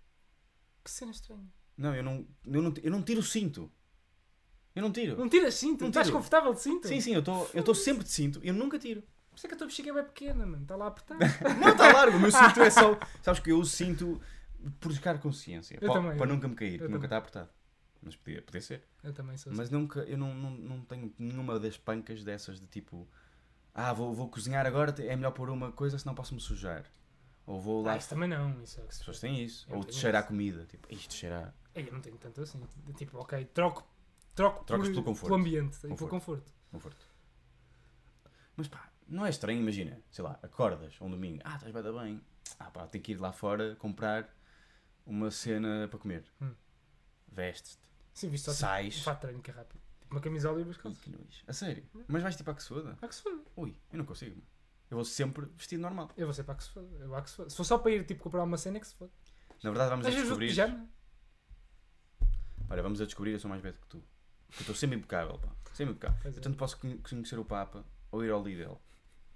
A: Que cena estranha.
B: Não, eu não, eu não, eu não tiro o cinto. Eu não tiro.
A: Não tiras cinto,
B: Não
A: estás
B: tiro.
A: confortável de cinto?
B: Sim, sim, eu tô, estou sempre de cinto e eu nunca tiro.
A: Por isso é que a tua bexiga é bem pequena, mano. Está lá apertada.
B: Não, está largo, o meu cinto é só. Sabes que eu uso cinto por buscar consciência.
A: Eu
B: pa-
A: também,
B: Para
A: eu-
B: nunca me cair,
A: eu
B: que nunca
A: também.
B: está apertado. Mas podia, podia ser.
A: Eu também sou assim.
B: Mas nunca, eu não, não, não tenho nenhuma das pancas dessas de tipo. Ah, vou, vou cozinhar agora, é melhor pôr uma coisa senão posso me sujar. Ou vou lá.
A: Ah,
B: As
A: isso também não. Isso é o que se
B: pessoas têm isso.
A: Eu
B: Ou
A: tenho
B: te cheirar a
A: isso.
B: comida. Tipo, isto cheira. a-
A: Ei, Eu não tenho tanto assim. De Tipo, ok, troco, troco
B: Trocas pelo conforto.
A: ambiente e pelo
B: Conforto.
A: conforto.
B: Conforto. Mas pá, não é estranho, imagina, sei lá, acordas um domingo, ah, estás bem, tá bem, ah pá, tenho que ir lá fora comprar uma cena para comer.
A: Hum.
B: Vestes-te,
A: Sim, visto só tipo, um
B: sais,
A: fato de treino que é rápido. Tipo, uma camisola e umas calças.
B: que nojo. a sério, mas vais tipo à que se foda?
A: Há que se foda.
B: Ui, eu não consigo, eu vou sempre vestido normal.
A: Eu vou ser para que se foda. Eu há que se foda. Se for só para ir tipo, comprar uma cena, é que se foda.
B: Na verdade vamos a
A: Às vezes vou de
B: descobrir,
A: pijama.
B: olha, vamos a descobrir, eu sou mais beto que tu, que eu estou sempre impecável, pá, sempre impecável.
A: Pois é.
B: Eu tanto posso con- conhecer o Papa ou ir ao Lidl,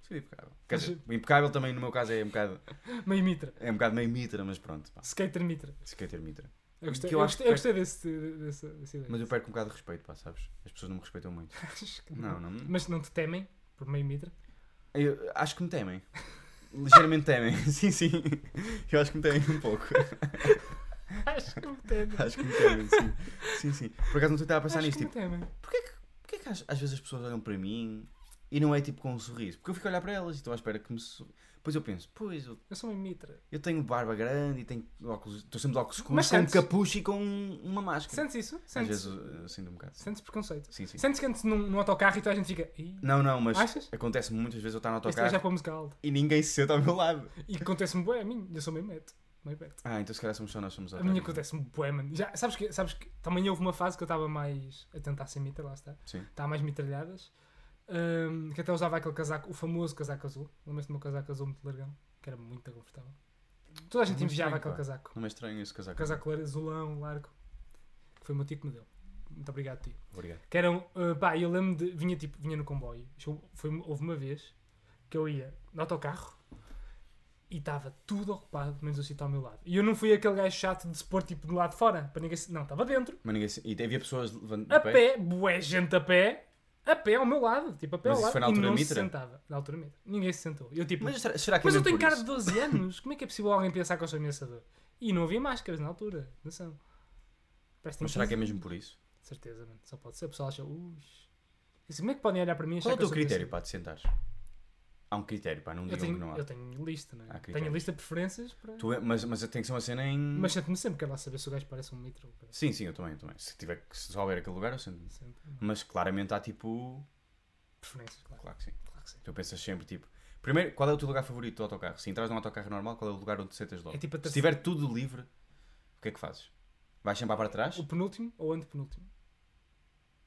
B: sempre impecável. Quer
A: Mas-
B: dizer, impecável também no meu caso é um bocado,
A: Meio mitra.
B: é um bocado meio mitra, mas pronto, pá,
A: Skater mitra.
B: se quer ter mitra.
A: Eu gostei,
B: Que eu
A: eu
B: acho
A: gostei, eu gostei desse, dessa, dessa ideia.
B: Mas eu perco um bocado de respeito, pá, sabes? As pessoas não me respeitam muito.
A: Acho que
B: Não, não.
A: Mas não te temem por meio mitra?
B: Eu acho que me temem. Ligeiramente temem. Sim, sim. Eu acho que me temem um pouco.
A: Acho que me temem.
B: Acho que me temem, sim. Sim, sim. Por acaso não estou a pensar
A: Acho
B: nisto.
A: que me
B: Tipo,
A: temem.
B: porquê que às, às vezes as pessoas olham para mim e não é tipo com um sorriso? Porque eu fico a olhar para elas e estou à espera que me sorri... Pois eu penso, pois eu,
A: Eu sou um meio mitra.
B: eu tenho barba grande e tenho óculos. Estou sempre de
A: Mas
B: óculos escuros, com um
A: sentes-
B: capucho e com uma máscara.
A: Sentes isso?
B: Às
A: Sentes,
B: vezes eu, eu sinto um bocado.
A: sentes preconceito?
B: Sim, sim.
A: Sentes que antes num, num autocarro e toda a gente fica. "Ih,
B: Não, não, mas
A: Achas?
B: acontece muitas vezes eu estar no
A: Este gajo é
B: autocarro
A: para música alta.
B: e ninguém se senta ao meu lado.
A: E acontece-me bué a mim, eu sou meio meto. Meio beto.
B: Ah, então se calhar somos só nós, somos
A: A
B: otários.
A: minha acontece-me bué, mano. Já, sabes, que, sabes que também houve uma fase que eu estava mais a tentar ser mitra, lá está.
B: Sim.
A: Estava mais mitralhadas. Ah, Ahm, que até usava aquele casaco, o famoso casaco azul. Lembra-se do meu casaco azul muito largão, que era muito confortável. Toda a gente
B: Muito
A: invejava
B: bem,
A: aquele
B: pá.
A: casaco.
B: Não é estranho esse casaco.
A: O casaco lar- azulão, largo. Que foi o meu tio que me deu. Muito obrigado, tio.
B: Obrigado.
A: Que eram, eh, pá, eu lembro de, vinha tipo, vinha no comboio, Isto foi, houve uma vez que eu ia no autocarro e estava tudo ocupado, menos o sítio ao meu lado. E eu não fui aquele gajo chato de se pôr tipo do lado de fora, para ninguém se... Não, estava dentro,
B: Mas ninguém... se- E havia pessoas levando
A: a pé, bué gente a pé, a pé ao meu lado, tipo a pé
B: Mas
A: ao
B: isso
A: lado,
B: foi na
A: e
B: altura
A: não se
B: Mitra?
A: sentava. Na altura Mitra. Ninguém se sentou. Eu tipo, mas,
B: Mas será- será que é
A: eu
B: mesmo
A: tenho
B: por
A: cara
B: isso?
A: de 12 anos, como é que é possível alguém pensar que eu sou ameaçador? E não havia máscaras na altura, atenção. Parece que
B: Mas
A: tem
B: será que é
A: 15
B: mesmo por isso?
A: Certeza, mano. Só pode ser. O pessoal acha, ui. Assim, como é que podem olhar para mim e achar
B: Qual é o
A: que eu sou
B: teu critério
A: desse?
B: para te sentares? Há um critério, pá, não
A: Eu
B: digam que não
A: tenho,
B: há.
A: eu tenho lista, não
B: Há
A: é? Tenho
B: critérios.
A: lista de preferências para.
B: Tu é- mas, mas tem que ser uma cena em.
A: Mas sento-me sempre, quero lá saber se o gajo parece um mitro. ou caralho.
B: Sim, sim, eu também, eu também. Se, tiver, que- se só houver aquele lugar, eu sento-me.
A: Sempre.
B: Mas claramente há tipo.
A: Preferências, claro.
B: Claro que sim.
A: claro que sim.
B: Tu pensas sempre tipo. Primeiro, qual é o teu lugar favorito do autocarro? Se entras num autocarro normal, qual é o lugar onde te sentas logo?
A: É tipo a
B: Se
A: terceira-
B: tiver tudo livre, o que é que fazes? Vais sempre para trás?
A: O penúltimo ou o antepenúltimo?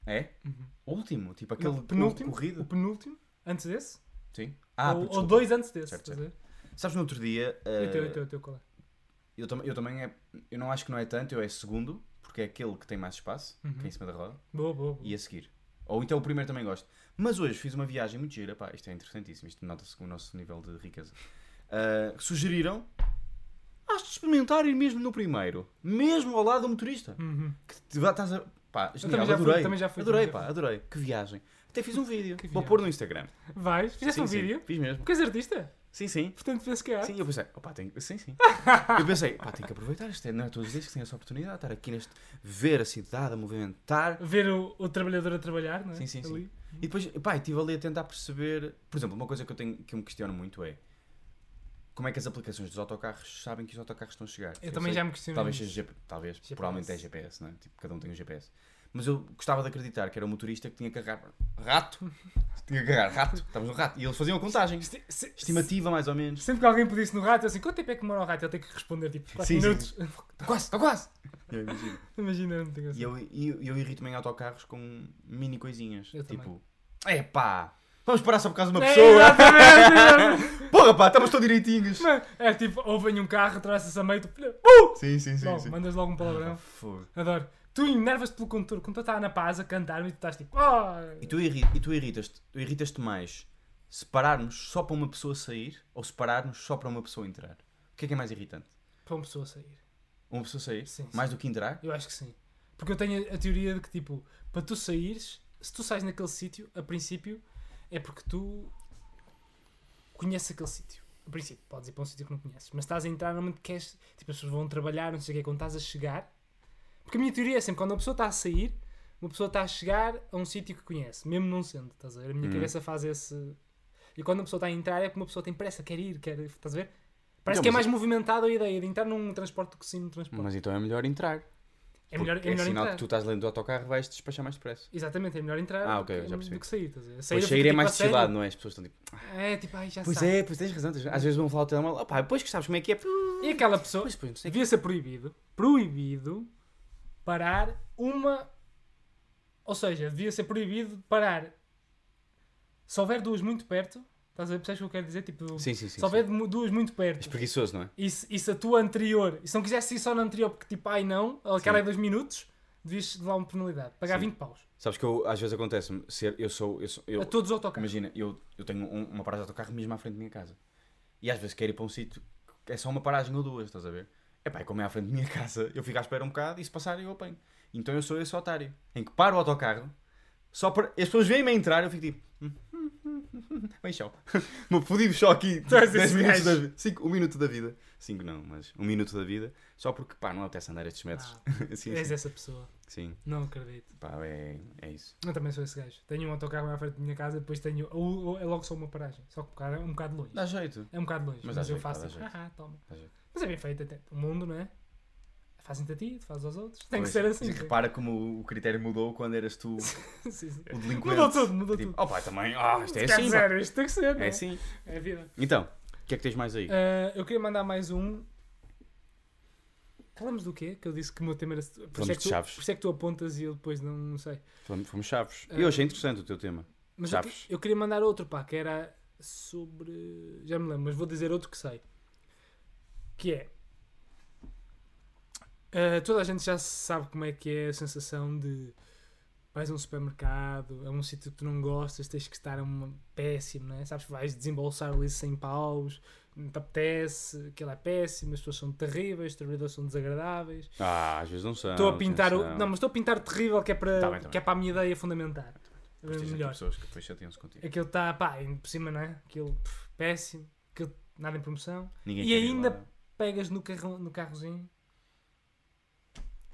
B: É?
A: Uhum.
B: Último? Tipo aquele
A: Não, penúltimo,
B: corrido?
A: O penúltimo, antes desse?
B: Sim. Ah,
A: ou,
B: puto,
A: ou
B: desculpa.
A: dois antes desse.
B: Certo,
A: estás a ver?
B: Sabes, no outro dia.
A: E o teu,
B: eh,
A: o teu, o teu, qual é?
B: Eu, tam eu também é, eu não acho que não é tanto, eu é segundo, porque é aquele que tem mais espaço,
A: Uhum.
B: que é em cima da roda,
A: Boa, boa, boa.
B: e a seguir. Ou então o primeiro também gosto. Mas hoje fiz uma viagem muito gira, pá, isto é interessantíssimo, isto nota-se com o nosso nível de riqueza. Ah, sugeriram, "Ah, acho de experimentar ir mesmo no primeiro, mesmo ao lado do motorista.
A: Uhum.
B: Que te vá- estás a... Pá, genial,
A: também já fui,
B: adorei,
A: também já fui,
B: adorei,
A: também já
B: pá, adorei, que viagem. Até fiz um vídeo,
A: Que
B: vou
A: viagem.
B: pôr no Instagram.
A: Vais? Fizeste
B: Sim,
A: um
B: sim,
A: vídeo?
B: Fiz mesmo,
A: Porque és artista?
B: sim, sim.
A: Portanto, penso que é.
B: Sim, eu pensei, opá, tenho... sim, sim. Eu pensei, pá, tenho que aproveitar, isto é- não é todos os dias que tenho essa oportunidade, estar aqui neste, ver a cidade a movimentar.
A: Ver o, o trabalhador a trabalhar, não é?
B: Sim, sim, sim.
A: Ali.
B: E depois, pá, estive ali a tentar perceber, por exemplo, uma coisa que eu tenho, que eu me questiono muito é, como é que as aplicações dos autocarros sabem que os autocarros estão a chegar?
A: Eu, também
B: sei-
A: já me questionei.
B: Talvez
A: nisso.
B: seja GP, talvez,
A: GPS.
B: provavelmente é GPS, não é? Tipo, cada um tem um GPS. Mas eu gostava de acreditar que era o motorista que tinha que agarrar rato, tinha que agarrar rato, estávamos no rato, e eles faziam a contagem,
A: Se- se-
B: estimativa mais ou menos.
A: Sempre que alguém pedisse no rato, eu assim, quanto tempo é que demora o rato? Eu tenho que responder tipo 4
B: Sim, sim.
A: minutos.
B: Está quase, está quase! Eu imagino.
A: Imagina, era muito engraçado.
B: E é eu, e eu, eu irrito-me em autocarros com mini coisinhas.
A: Eu também.
B: tipo, é pá, vamos parar só por causa de uma
A: É,
B: pessoa.
A: exatamente, exatamente.
B: Porra, pá, estamos tão direitinhos.
A: Mano, é tipo, ou vem um carro, atravessa-se a meio, tu
B: Sim, sim, sim.
A: Logo,
B: sim.
A: mandas logo um
B: Ah,
A: palavrão.
B: fogo.
A: Adoro. Tu enervas-te pelo condutor, quando tu está na paz a cantar-me e tu estás tipo, oh!
B: E tu, irri- e tu irritas-te tu irritas-te mais se pararmos só para uma pessoa sair ou se pararmos só para uma pessoa entrar? O que é que é mais irritante?
A: Para uma pessoa sair.
B: Uma pessoa sair?
A: Sim, sim.
B: mais do que entrar?
A: Eu acho que sim. Porque eu tenho a- a teoria de que tipo, para tu saíres, se tu sais naquele sítio, a princípio, é porque tu conheces aquele sítio. A princípio, podes ir para um sítio que não conheces, mas estás a entrar normalmente queres. Tipo, as pessoas vão trabalhar, não sei o que, quando estás a chegar. Porque a minha teoria é sempre quando uma pessoa está a sair, uma pessoa está a chegar a um sítio que conhece, mesmo não sendo, estás a ver? A minha
B: Uhum.
A: cabeça faz esse. E quando uma pessoa está a entrar é porque uma pessoa tem pressa, quer ir, quer. Estás a ver? Parece
B: Então,
A: que é mais
B: mas-
A: movimentada a ideia de entrar num transporte do que sim num transporte.
B: Mas então é melhor entrar.
A: é melhor,
B: Porque
A: é melhor
B: sinal
A: entrar.
B: que tu estás dentro do autocarro e vais despachar mais depressa.
A: Exatamente, é melhor entrar
B: Ah,
A: do
B: ok,
A: que-
B: já percebi.
A: do que sair. Estás a ver?
B: Pois
A: eu
B: sair
A: fico
B: é
A: tipo
B: mais
A: a sério.
B: destilado, não é? As pessoas estão tipo,
A: É, tipo, ai, já
B: pois
A: sabe.
B: é, pois tens razão. tens razão. Às vezes vão falar o telemóvel, opá, depois que sabes como é que é.
A: E aquela pessoa,
B: Pois, pois, não sei
A: devia ser proibido, proibido parar uma. Ou seja, devia ser proibido parar. Se houver duas muito perto, estás a ver? Percebes o que eu quero dizer? Tipo,
B: Sim, sim, sim.
A: se houver mu- duas muito
B: És
A: perto
B: preguiçoso, não é?
A: e se, e se a tua anterior, e se não quisesse ir só na anterior porque tipo, ai não, aquela é
B: Sim.
A: dois minutos, devias dar uma penalidade, pagar
B: Sim.
A: 20 paus
B: Sabes que eu, às vezes acontece-me ser. Eu sou. Eu sou eu,
A: a todos os autocarros.
B: imagina, eu, eu tenho um- uma paragem de autocarro mesmo à frente da minha casa. E às vezes quero ir para um sítio que é só uma paragem ou duas, estás a ver? É pá, como é à frente da minha casa, eu fico à espera um bocado e se passar eu apanho. Então eu sou esse otário em que paro o autocarro. Só para. As pessoas vêm-me a entrar, eu fico tipo. hum, hum, hum, hum, hum, Bem, tchau. Meu fodido só aqui.
A: Tu és
B: 10
A: esse
B: minutos da
A: gajo.
B: vida. 5, um minuto da vida. 5 não, mas um minuto da vida. Só porque, pá, não apetece andar estes metros. sim,
A: És
B: sim.
A: essa pessoa,
B: sim.
A: não acredito.
B: Pá, é, é isso.
A: Eu também sou esse gajo. Tenho um autocarro à frente da minha casa, depois tenho. Ou, ou é logo só uma paragem. Só que um bocado, é um bocado longe.
B: Dá jeito.
A: É um bocado longe. Mas,
B: Mas dá
A: eu
B: jeito,
A: faço
B: dá
A: tipo,
B: jeito.
A: haha, toma.
B: Dá jeito.
A: Mas é bem feito até. O mundo, não é? Fazem-te a ti, tu fazes aos outros. Tem
B: Pois,
A: que ser assim.
B: mas
A: sim.
B: Repara como o critério mudou quando eras tu
A: Sim, sim.
B: o delinquente.
A: Mudou tudo, mudou
B: Tipo,
A: tudo.
B: oh pá, também, ah, isto é
A: Quer
B: assim, pá.
A: dizer, isto tem que ser. não
B: É
A: É,
B: assim.
A: é a vida.
B: Então, o que é que tens mais aí?
A: Ah, eu queria mandar mais um. Falamos do quê? Que eu disse que o meu tema era. Por isso é
B: Falamos
A: que
B: de
A: tu-
B: chaves.
A: Por isso é que tu apontas e eu depois não, não sei.
B: Fomos, fomos chaves.
A: ah,
B: Eu achei interessante o teu tema.
A: Mas eu, que-
B: Sabes?
A: eu queria mandar outro, pá, que era sobre. Já me lembro, mas vou dizer outro que sei. Que é. eh, toda a gente já sabe como é que é a sensação de. Vais a um supermercado, é um sítio que tu não gostas, tens que estar a uma péssimo, né? Sabes? Vais desembolsar ali 100 paus, não te apetece, aquilo é péssimo, as pessoas são terríveis, os trabalhadores são desagradáveis.
B: Ah, às vezes não são.
A: Estou a pintar o...
B: atenção.
A: Não, mas estou a pintar terrível que é para,
B: Tá bem, tá
A: que é
B: bem.
A: para a minha ideia fundamentar.
B: Depois tens aqui
A: Melhor.
B: é pessoas que depois chateiam-se contigo.
A: Aquilo está, pá, indo por cima, não é? Aquilo pff, péssimo, aquilo nada em promoção.
B: Ninguém
A: E
B: quer ir
A: ainda-
B: lá. né?
A: Pegas no, carro, no carrozinho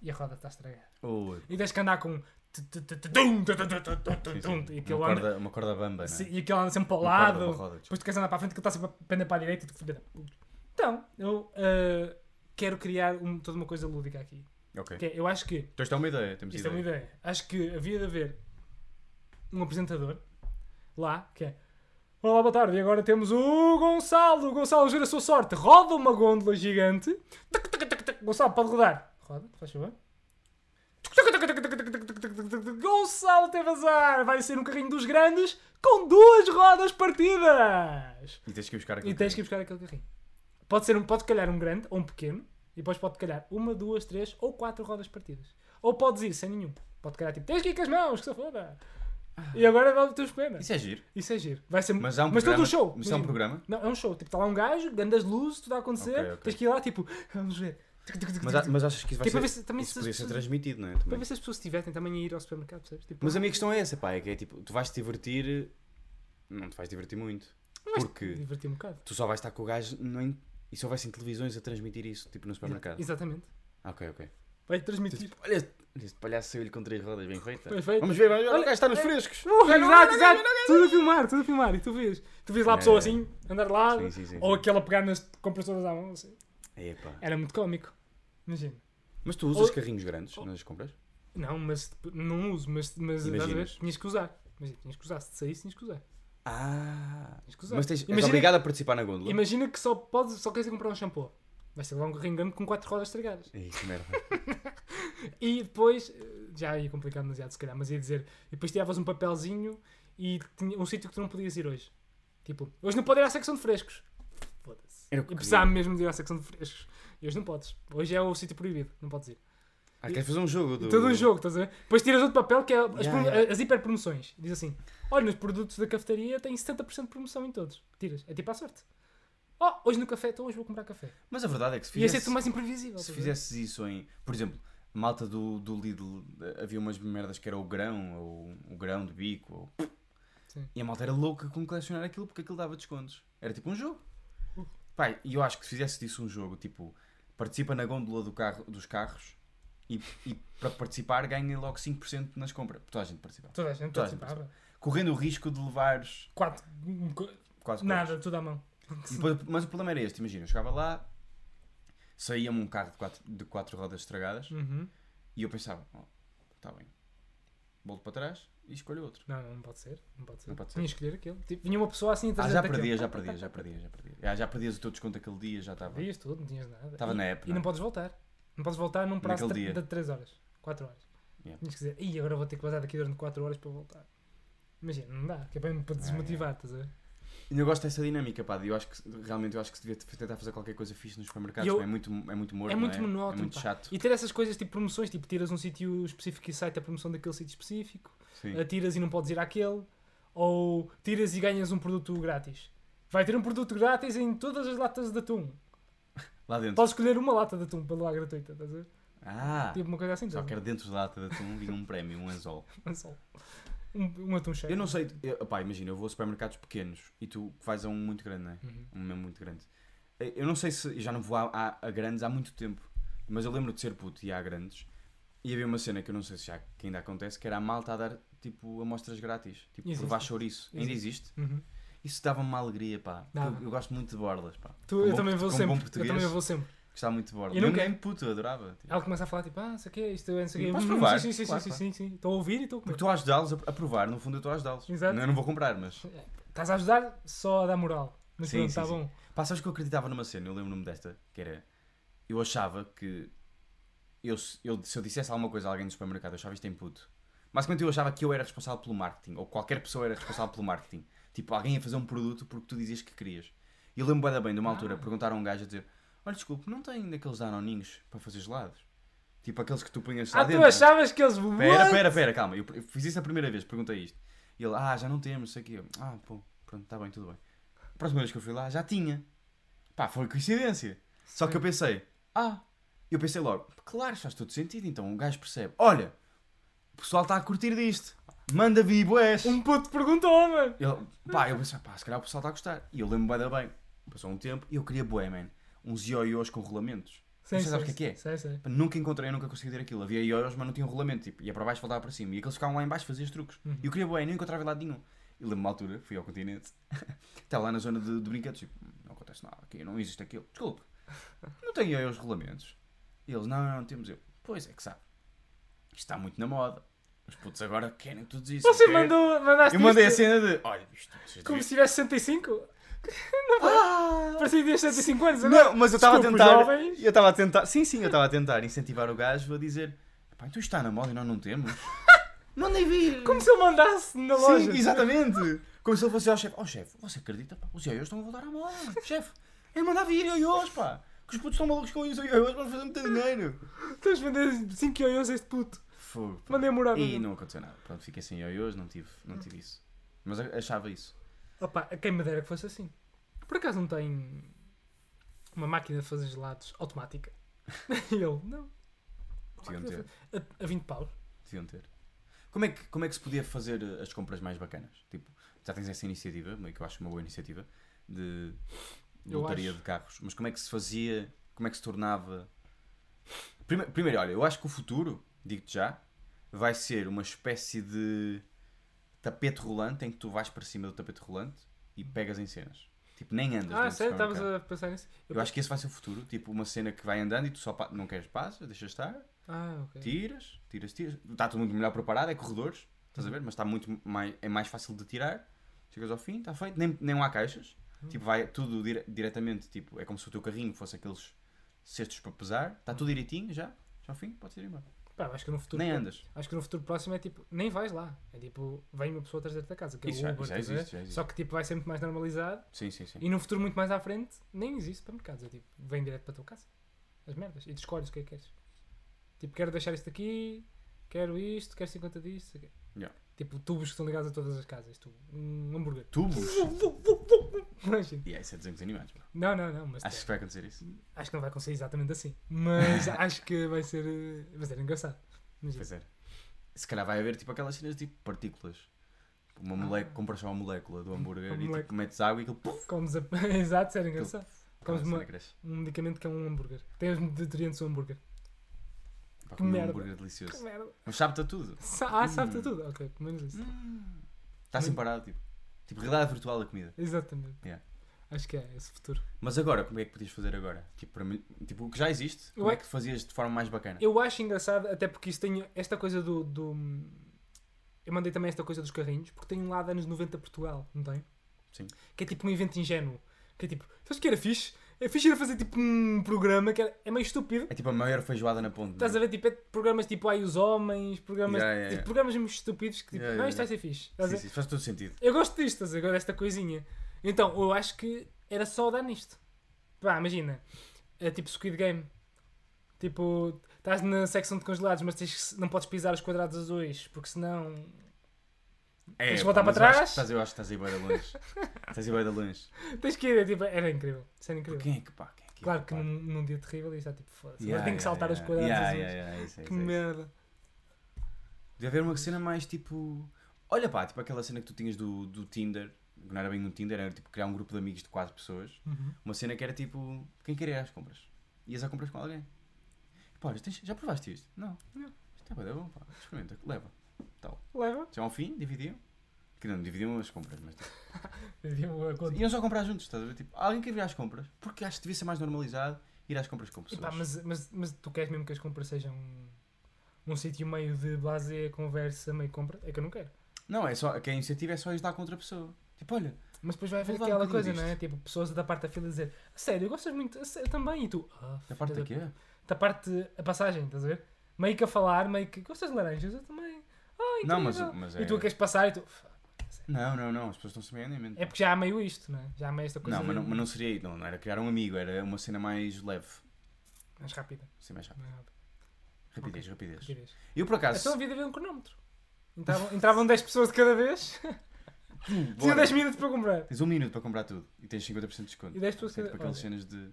A: e a roda está estragada.
B: Ui,
A: Oh, E tens que andar com. um tu, tu, tu, tu, tum, tu, tu, tu, tu, tu, tu,
B: sim,
A: tum,
B: sim.
A: E
B: uma,
A: aquilo anda.
B: corda, uma corda bamba, não é?
A: Sim, E aquilo anda sempre para o
B: Uma corda, uma
A: lado.
B: roda, tipo. desculpa.
A: Depois tu queres andar para a frente, que ele está sempre a pender para a direita e tu filho da puta. Então, eu ah, quero criar um- toda uma coisa lúdica aqui.
B: Ok.
A: Que é, eu acho que
B: Então isto é uma ideia, temos
A: Isto é
B: ideia.
A: uma ideia. Acho que havia de haver um apresentador lá que é. Olá, boa tarde. E agora temos o Gonçalo. O Gonçalo gira a sua sorte. Roda uma gôndola gigante. Tac, tac, tac, tac. Gonçalo, pode rodar. Roda, faz favor. Tuc, tuc, tuc, tuc, tuc, tuc, tuc, tuc, tuc, tuc, tuc. Gonçalo teve azar. Vai ser um carrinho dos grandes com duas rodas partidas.
B: E tens que ir buscar aqui.
A: E tens que ir buscar aquele carrinho. Pode ser um, pode calhar um grande ou um pequeno, e depois pode calhar uma, duas, três ou quatro rodas partidas. Ou podes ir sem nenhum. Pode calhar tipo, tens que ir com as mãos, que se foda. E agora vale teus penas.
B: Ah. Isso é giro.
A: Isso é giro. Vai ser
B: Mas há um
A: todo
B: programa.
A: um show.
B: Mas há um
A: imagina.
B: programa.
A: Não, é um show. Tipo, está lá um gajo, grandes luzes, tudo a acontecer.
B: Ok, ok.
A: Tens que ir lá, tipo, vamos ver.
B: Mas, há- mas achas que isso vai
A: Que é para
B: ser.
A: ver se- também
B: isso
A: se-
B: podia
A: se-
B: ser transmitido, não é?
A: Para
B: Também.
A: ver se as pessoas estiverem também a ir ao supermercado, percebes? Tipo,
B: Mas a minha questão é essa, pá. É que é tipo, tu vais te divertir. Não te vais divertir muito. Porque
A: divertir um bocado.
B: tu só vais estar com o gajo não é- e só vais em televisões a transmitir isso, tipo no supermercado.
A: Exatamente.
B: Ah, Ok, ok. Tipo,
A: Vai transmitir.
B: Olha, este palhaço saiu-lhe com três rodas bem feita.
A: Tipo, Bem feita.
B: Vamos ver, vamos ver. Olha,
A: Olha, é.
B: o gajo está nos frescos.
A: exato, exato. Tudo a filmar, tudo a filmar. E tu vês. Tu vês lá a
B: É.
A: pessoa assim, andar de lado.
B: Sim, sim, sim.
A: Ou
B: sim.
A: aquele a pegar nas compras todas à mão. Assim.
B: Epá.
A: Era muito cómico. Imagina.
B: Mas tu usas
A: Ou-
B: carrinhos grandes nas compras?
A: Não, mas tipo, não uso, mas, mas estás a ver?
B: Imaginas.
A: Tinhas que usar. Imagina, tinhas que usar. Se te saísse, tinhas que usar.
B: Ah.
A: Tens que usar.
B: Mas tens, és
A: Imagina-
B: obrigado a participar na gôndola.
A: Imagina que só podes, só queres ir comprar um shampoo. Vai ser lá um carrinho grande com quatro rodas estragadas.
B: Ei, que merda.
A: E depois, eh, já ia complicar demasiado se calhar, mas ia dizer, e depois tiravas um papelzinho e tinha um sítio que tu não podias ir hoje. Tipo, hoje não pode ir à secção de frescos. Foda-se.
B: Era
A: E
B: o que
A: precisava
B: queria.
A: mesmo de ir à secção de frescos. E hoje não podes. Hoje é o sítio proibido, não podes ir.
B: Ah, queres fazer um jogo do.
A: Todo um jogo, estás a ver? Depois tiras outro papel que é as,
B: Ya,
A: pro-
B: ya.
A: as hiperpromoções. Diz assim: olha, nos produtos da cafetaria tem 70% de promoção em todos. Tiras. É tipo à sorte. Oh, hoje no café, então hoje vou comprar café.
B: Mas a verdade é que se
A: Ia ser
B: fizesse,
A: tudo mais imprevisível.
B: se
A: estás a ver?
B: fizesses isso em. Por exemplo, malta do, do Lidl, eh, havia umas merdas que era o grão, ou o grão de bico, ou.
A: Sim.
B: E a malta era louca com colecionar aquilo porque aquilo dava descontos. Era tipo um jogo.
A: Uh.
B: Pai, e eu acho que se fizesse disso um jogo, tipo, participa na gôndola do carro, dos carros e, e para participar ganha logo 5% nas compras. Toda a gente participava.
A: Toda a gente
B: Toda a gente
A: participava.
B: Correndo o risco de levares
A: Quatro. um co-
B: quase
A: Nada, tudo à mão.
B: E depois- mas o problema era este, imagina, eu chegava lá, saía-me um carro de quatro, de quatro rodas estragadas
A: Uhum.
B: e eu pensava, oh, está bem, volto para trás e escolho outro.
A: Não, não pode ser. Não pode ser.
B: Não pode ser.
A: Tinha que escolher aquele. Tipo, vinha uma pessoa assim
B: Ah,
A: atrás
B: já perdia, já perdia, já perdia, já perdia. Ah, já perdias o teu desconto aquele dia, já estava.
A: Perdias tudo, não tinhas nada.
B: Estava
A: e,
B: na app,
A: E não
B: não? é?
A: podes voltar. Não podes voltar num prazo
B: Naquele
A: de
B: dia.
A: 3 horas. 4 horas.
B: Yeah.
A: Tinhas que dizer, e agora vou ter que vazar daqui durante 4 horas para voltar. Imagina, não dá. Que é bem para desmotivar, estás a ver?
B: E Eu gosto dessa dinâmica, pá, e eu acho que realmente eu acho que se devia t- tentar fazer qualquer coisa fixe nos supermercados,
A: Eu-
B: pá, é muito, é muito morno,
A: é muito
B: não
A: monótono.
B: é muito
A: pá.
B: chato.
A: E ter essas coisas tipo promoções, tipo tiras um sítio específico e sai a promoção daquele sítio específico.
B: Sim.
A: tiras e não podes ir àquele, ou tiras e ganhas um produto grátis. Vai ter um produto grátis em todas as latas de atum.
B: Lá dentro.
A: Podes escolher uma lata de atum pela gratuita, estás a ver?
B: Ah,
A: Tipo uma coisa assim,
B: só
A: estás a ver?
B: quero dentro da lata de atum e um prémio, um anzol.
A: Um sol. Um, um atum cheio.
B: Eu não sei, eu, pá, imagina, eu vou a supermercados pequenos e tu vais a um muito grande, não é?
A: Uhum.
B: Um mesmo muito grande. Eh, Eu não sei se. eu Já não vou a, a- a grandes há muito tempo. Mas eu lembro de ser puto e há grandes. E havia uma cena que eu não sei se já que ainda acontece, que era a malta a dar tipo amostras grátis. Tipo,
A: Existe.
B: provar chouriço. Ainda existe.
A: Uhum.
B: Isso dava-me uma alegria, pá. porque
A: Dava.
B: Eu, eu gosto muito de borlas, pá.
A: Tu-
B: Com
A: eu,
B: bom
A: também
B: port-
A: vou
B: com
A: sempre.
B: Bom
A: eu
B: português,
A: também vou sempre.
B: Gostava muito de borlas.
A: Eu
B: Eu
A: nunca-
B: nunca... puto, eu adorava. tipo.
A: Ela começa a falar tipo, ah, isso aqui é isto, não sei o quê.
B: Podes
A: Hum,
B: provar,
A: Sim, sim, sim,
B: claro, Então-
A: sim,
B: claro.
A: sim, sim. Estou a ouvir e estou a
B: Porque
A: comer.
B: estou a ajudá-los a, a provar, no fundo eu estou a ajudá-los.
A: Exato.
B: Não, é, Eu não vou comprar, mas.
A: Estás a ajudar só a dar moral. Mas
B: Sim,
A: pronto,
B: sim,
A: está
B: sim.
A: bom.
B: Pá, sabes que eu acreditava numa cena, eu lembro-me desta, que era. Eu achava que. Eu, se- eu, se eu dissesse alguma coisa a alguém no supermercado, eu achava isto em puto. Basicamente eu achava que eu era responsável pelo marketing, ou qualquer pessoa era responsável pelo marketing. Tipo, alguém ia fazer um produto porque tu dizias que querias. E eu lembro bem de uma
A: Ah.
B: altura, perguntaram a um gajo a dizer: Olha, desculpe, não tem daqueles danoninhos para fazer gelados? Tipo aqueles que tu punhas lá
A: Ah, tu
B: dentro. né?
A: achavas que eles
B: Pera,
A: What?
B: pera, pera, calma. Eu eu fiz isso a primeira vez, perguntei isto. E ele, ah, já não temos, sei o quê. Ah, pô, pronto, está bem, tudo bem. A próxima vez que eu fui lá, já tinha. Pá, foi coincidência. Só que eu pensei, ah, eu pensei logo, claro, faz todo sentido, então o gajo percebe. Olha, o pessoal está a curtir disto. Manda vir boés.
A: Um puto perguntou, mano.
B: Ele, pá, eu pensei, pá, se calhar o pessoal está a gostar. E eu lembro-me bué da bem. Passou um tempo e eu queria bué, man. Uns ioiôs com rolamentos.
A: Sim,
B: Não sei sabes o
A: sim,
B: que é que é.
A: Sei, sei.
B: Pá, Nunca encontrei, eu nunca consegui ter aquilo. Havia ioiôs, mas não tinha um rolamento. Tipo, ia para baixo, voltava para cima. E aqueles ficavam lá em baixo, faziam os truques.
A: Uhum.
B: E eu queria bué, não encontrava em lado nenhum. E lembro-me uma altura, fui ao continente. Estava lá na zona de, de brinquedos. Tipo, não acontece nada aqui, não existe aquilo. Desculpe, não tem ioiôs rolamentos. E eles, não, não, não temos eu. Pois é que sabe. Isto está muito na moda. Os putos agora querem tudo isso.
A: Você
B: querem-
A: mandou, mandaste
B: é? Eu mandei assim. a
A: isto
B: cena de, olha, isto, isto
A: como se tivesse 65?
B: Ah!
A: Parecia que tinha 65 anos agora.
B: Não, mas eu estava a
A: Desculpa,
B: tentar.
A: jovens.
B: Eu estava a tentar. Sim, sim, eu estava a tentar incentivar o gajo a dizer: pá, então isto está na moda e nós não temos. Mandem vir!
A: Como se eu mandasse na
B: Sim,
A: loja.
B: exatamente! Como se ele fosse ao chefe: Ó chefe, você acredita? Pá, os ioiôs estão a voltar à moda, chefe! É mandar vir ioiôs, pá! Que os putos estão malucos com os ioiôs, vamos fazer muito dinheiro!
A: Estás a vender assim 5 euros a este puto.
B: Fogo, pá.
A: Mandei a morada.
B: E
A: dele.
B: não aconteceu nada. Pronto, fiquei sem ioiôs, não tive, não tive isso. Mas a- achava isso.
A: Opa, quem me dera que fosse assim. Por acaso não tem uma máquina de fazer gelados automática? E ele, não. Máquina
B: Podiam
A: de
B: ter.
A: fazer- A, a 20 paus.
B: Deviam ter. Como é, que, como é que se podia fazer eh, as compras mais bacanas? Tipo, já tens essa iniciativa, meio que eu acho uma boa iniciativa, de
A: Eu
B: lotaria
A: acho.
B: de carros, mas como é que se fazia, como é que se tornava. Prime- primeiro, olha, eu acho que o futuro, digo-te já, vai ser uma espécie de tapete rolante em que tu vais para cima do tapete rolante e pegas em cenas. Tipo, nem andas.
A: Ah,
B: dentro do
A: sério? Estavas
B: supermercado.
A: a pensar nisso?
B: Eu acho que esse vai ser o futuro, tipo, uma cena que vai andando e tu só pa- não queres passas, deixas estar.
A: Ah, ok.
B: Tiras, tiras, tiras. Está tudo muito melhor preparado, é corredores, estás a ver? Mas está muito mais, é mais fácil de tirar. Chegas ao fim, está feito, nem, nem há caixas.
A: Uhum.
B: Tipo, vai tudo dire, diretamente, tipo, é como se o teu carrinho fosse aqueles cestos para pesar. Está tudo direitinho já, já ao fim, podes ir embora.
A: Pá, acho que no futuro.
B: nem andas.
A: Acho que no futuro próximo é tipo, nem vais lá. É tipo, vem uma pessoa atrás da tua casa, que é
B: Isso
A: o
B: já-
A: Uber.
B: isso já
A: estás a ver?
B: existe, já existe.
A: Só que tipo, vai ser muito mais normalizado
B: Sim, sim, sim.
A: e no futuro muito mais à frente nem existe supermercados. É tipo, vem direto para a tua casa. As merdas. E tu escolhes o que é que queres. Tipo, quero deixar isto aqui, quero isto, quero 50 disto. sei o quê.
B: Yeah.
A: Tipo, tubos que são ligados a todas as casas. Tu, um hambúrguer.
B: Tubos.
A: Imagina.
B: E aí, isso é desenhos animados. pá.
A: Não, não, não. Mas
B: Achas que vai acontecer isso?
A: acho que não vai acontecer exatamente assim. Mas acho que vai ser, eh, vai ser engraçado. Imagina.
B: Pois é. Se calhar vai haver tipo aquelas cenas tipo partículas. Uma molécula, compras só uma molécula do hambúrguer
A: Ah. Uma
B: e tipo,
A: molécula.
B: metes água e aquilo. Puf,
A: Comes a... Exato, sério, engraçado.
B: a
A: Comes
B: cena
A: uma-
B: cresce.
A: um medicamento que é um hambúrguer. Tem os nutrientes do hambúrguer.
B: Pá, comer um
A: merda.
B: hambúrguer delicioso.
A: Que merda.
B: Mas sabe-te a tudo.
A: Sa ah,
B: Hum.
A: sabe-te tudo. Ok, pelo menos isso.
B: Está assim parado, tipo. Tipo, realidade virtual da comida.
A: Exatamente.
B: Yeah.
A: Acho que é esse futuro.
B: é Tipo,
A: um é tipo tipo um é
B: É
A: Tipo, tipo,
B: tipo
A: Então, É tipo
B: É,
A: é tipo,
B: é
A: é tipo, um, É é? Tipo, "Ah, "Ah, incrível. E tu queres passar
B: é, tipo, um tipo, é um tipo, é Tipo, é. Não, mas- mas é-
A: e tu...
B: Não, não, não, as pessoas estão-se bem a mente.
A: É porque já há meio isto, não é? Já há meio esta coisa
B: Não, mas não, mas não seria não, não era criar um amigo, era uma cena mais leve.
A: mais rápida.
B: Assim mais rápido.
A: mais rápida,
B: Rapidez, rapidez.
A: rapidez.
B: Eu por acaso.
A: Então a vida havia um cronómetro. Entravam, entravam 10 pessoas de cada vez, tinha
B: bora.
A: 10 minutos para comprar.
B: Tens um minuto para comprar tudo e tens 50% de desconto.
A: E 10 pessoas
B: Sempre
A: cada
B: para aquelas
A: vez.
B: cenas de.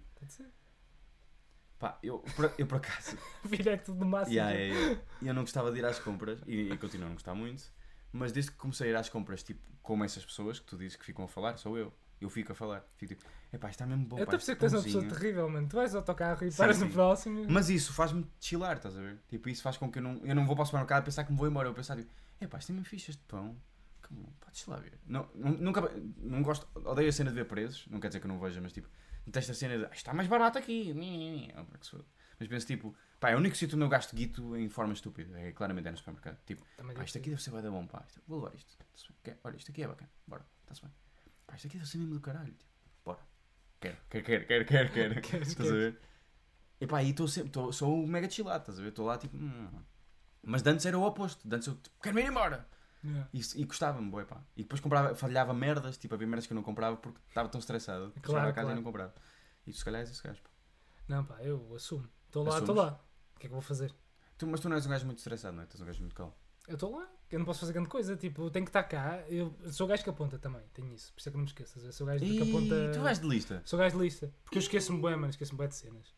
B: Pá, eu por, eu por acaso.
A: Vira tudo no máximo.
B: Ya, ya, ya. Eu não gostava de ir às compras e, e continuo a não gostar muito, mas desde que comecei a ir às compras, tipo, como essas pessoas que tu dizes que ficam a falar, sou eu. Eu fico a falar. Fico tipo, epá, está mesmo bom.
A: Eu
B: pá,
A: estou
B: é
A: a perceber
B: este
A: que tens uma pessoa
B: pãozinho."
A: terrível, mano. Tu vais ao autocarro e
B: Sim,
A: paras no
B: sim.
A: próximo.
B: Mas isso faz-me chilar, estás a ver? Tipo, isso faz com que eu não, eu não vou para o supermercado a pensar que me vou embora. Eu pensar, tipo, epá, isto tem mesmo fichas de pão. Que bom, podes lá ver. Não, nu- nunca, não gosto, odeio a cena de ver preços. Não quer dizer que eu não veja, mas tipo, detesto a cena de, "Ah, está mais barato aqui. Ni, ni, ni. Ah, pá, que se foda. Mas penso, tipo, pá, é o único sítio onde eu gasto guito em forma estúpida. É, claramente é no supermercado. Tipo,
A: Também
B: pá,
A: digo
B: isto aqui deve ser bem bom, pá. Isto- Vou levar isto. Tá-se bem. Quer- Olha, isto aqui é bacana. Bora, está-se bem. Pá, isto aqui deve ser mesmo do caralho. Tipo, bora. Quero, quero, quero, quero, quero, quero.
A: Queres,
B: Estás a ver? E pá, aí estou sempre, tô, sou o mega chilado, estás a ver? Estou lá tipo. hum. Mas de antes era o oposto. De antes eu tipo, quero-me ir embora.
A: Yeah.
B: E, isso- e custava-me, boi, pá. E depois comprava, falhava merdas, tipo, havia merdas que eu não comprava porque estava tão estressado. que
A: Claro,
B: Chegava a casa
A: claro.
B: e não comprava. E tu, se calhar és esse gajo, pá.
A: Não, pá, eu assumo. Estou lá, estou
B: Assumes?
A: lá. O que é que eu vou fazer?
B: Tu- mas tu não és um gajo muito estressado, não é? Tu és um gajo muito calmo.
A: Eu estou lá, eu não posso fazer grande coisa. Tipo, eu tenho que estar cá. Eu sou gajo que aponta também, tenho isso. Por isso é que não me esqueças. Eu sou gajo que aponta.
B: E tu vais de lista.
A: Sou gajo de lista. Porque eu esqueço-me bem, mano. Esqueço-me bem de cenas.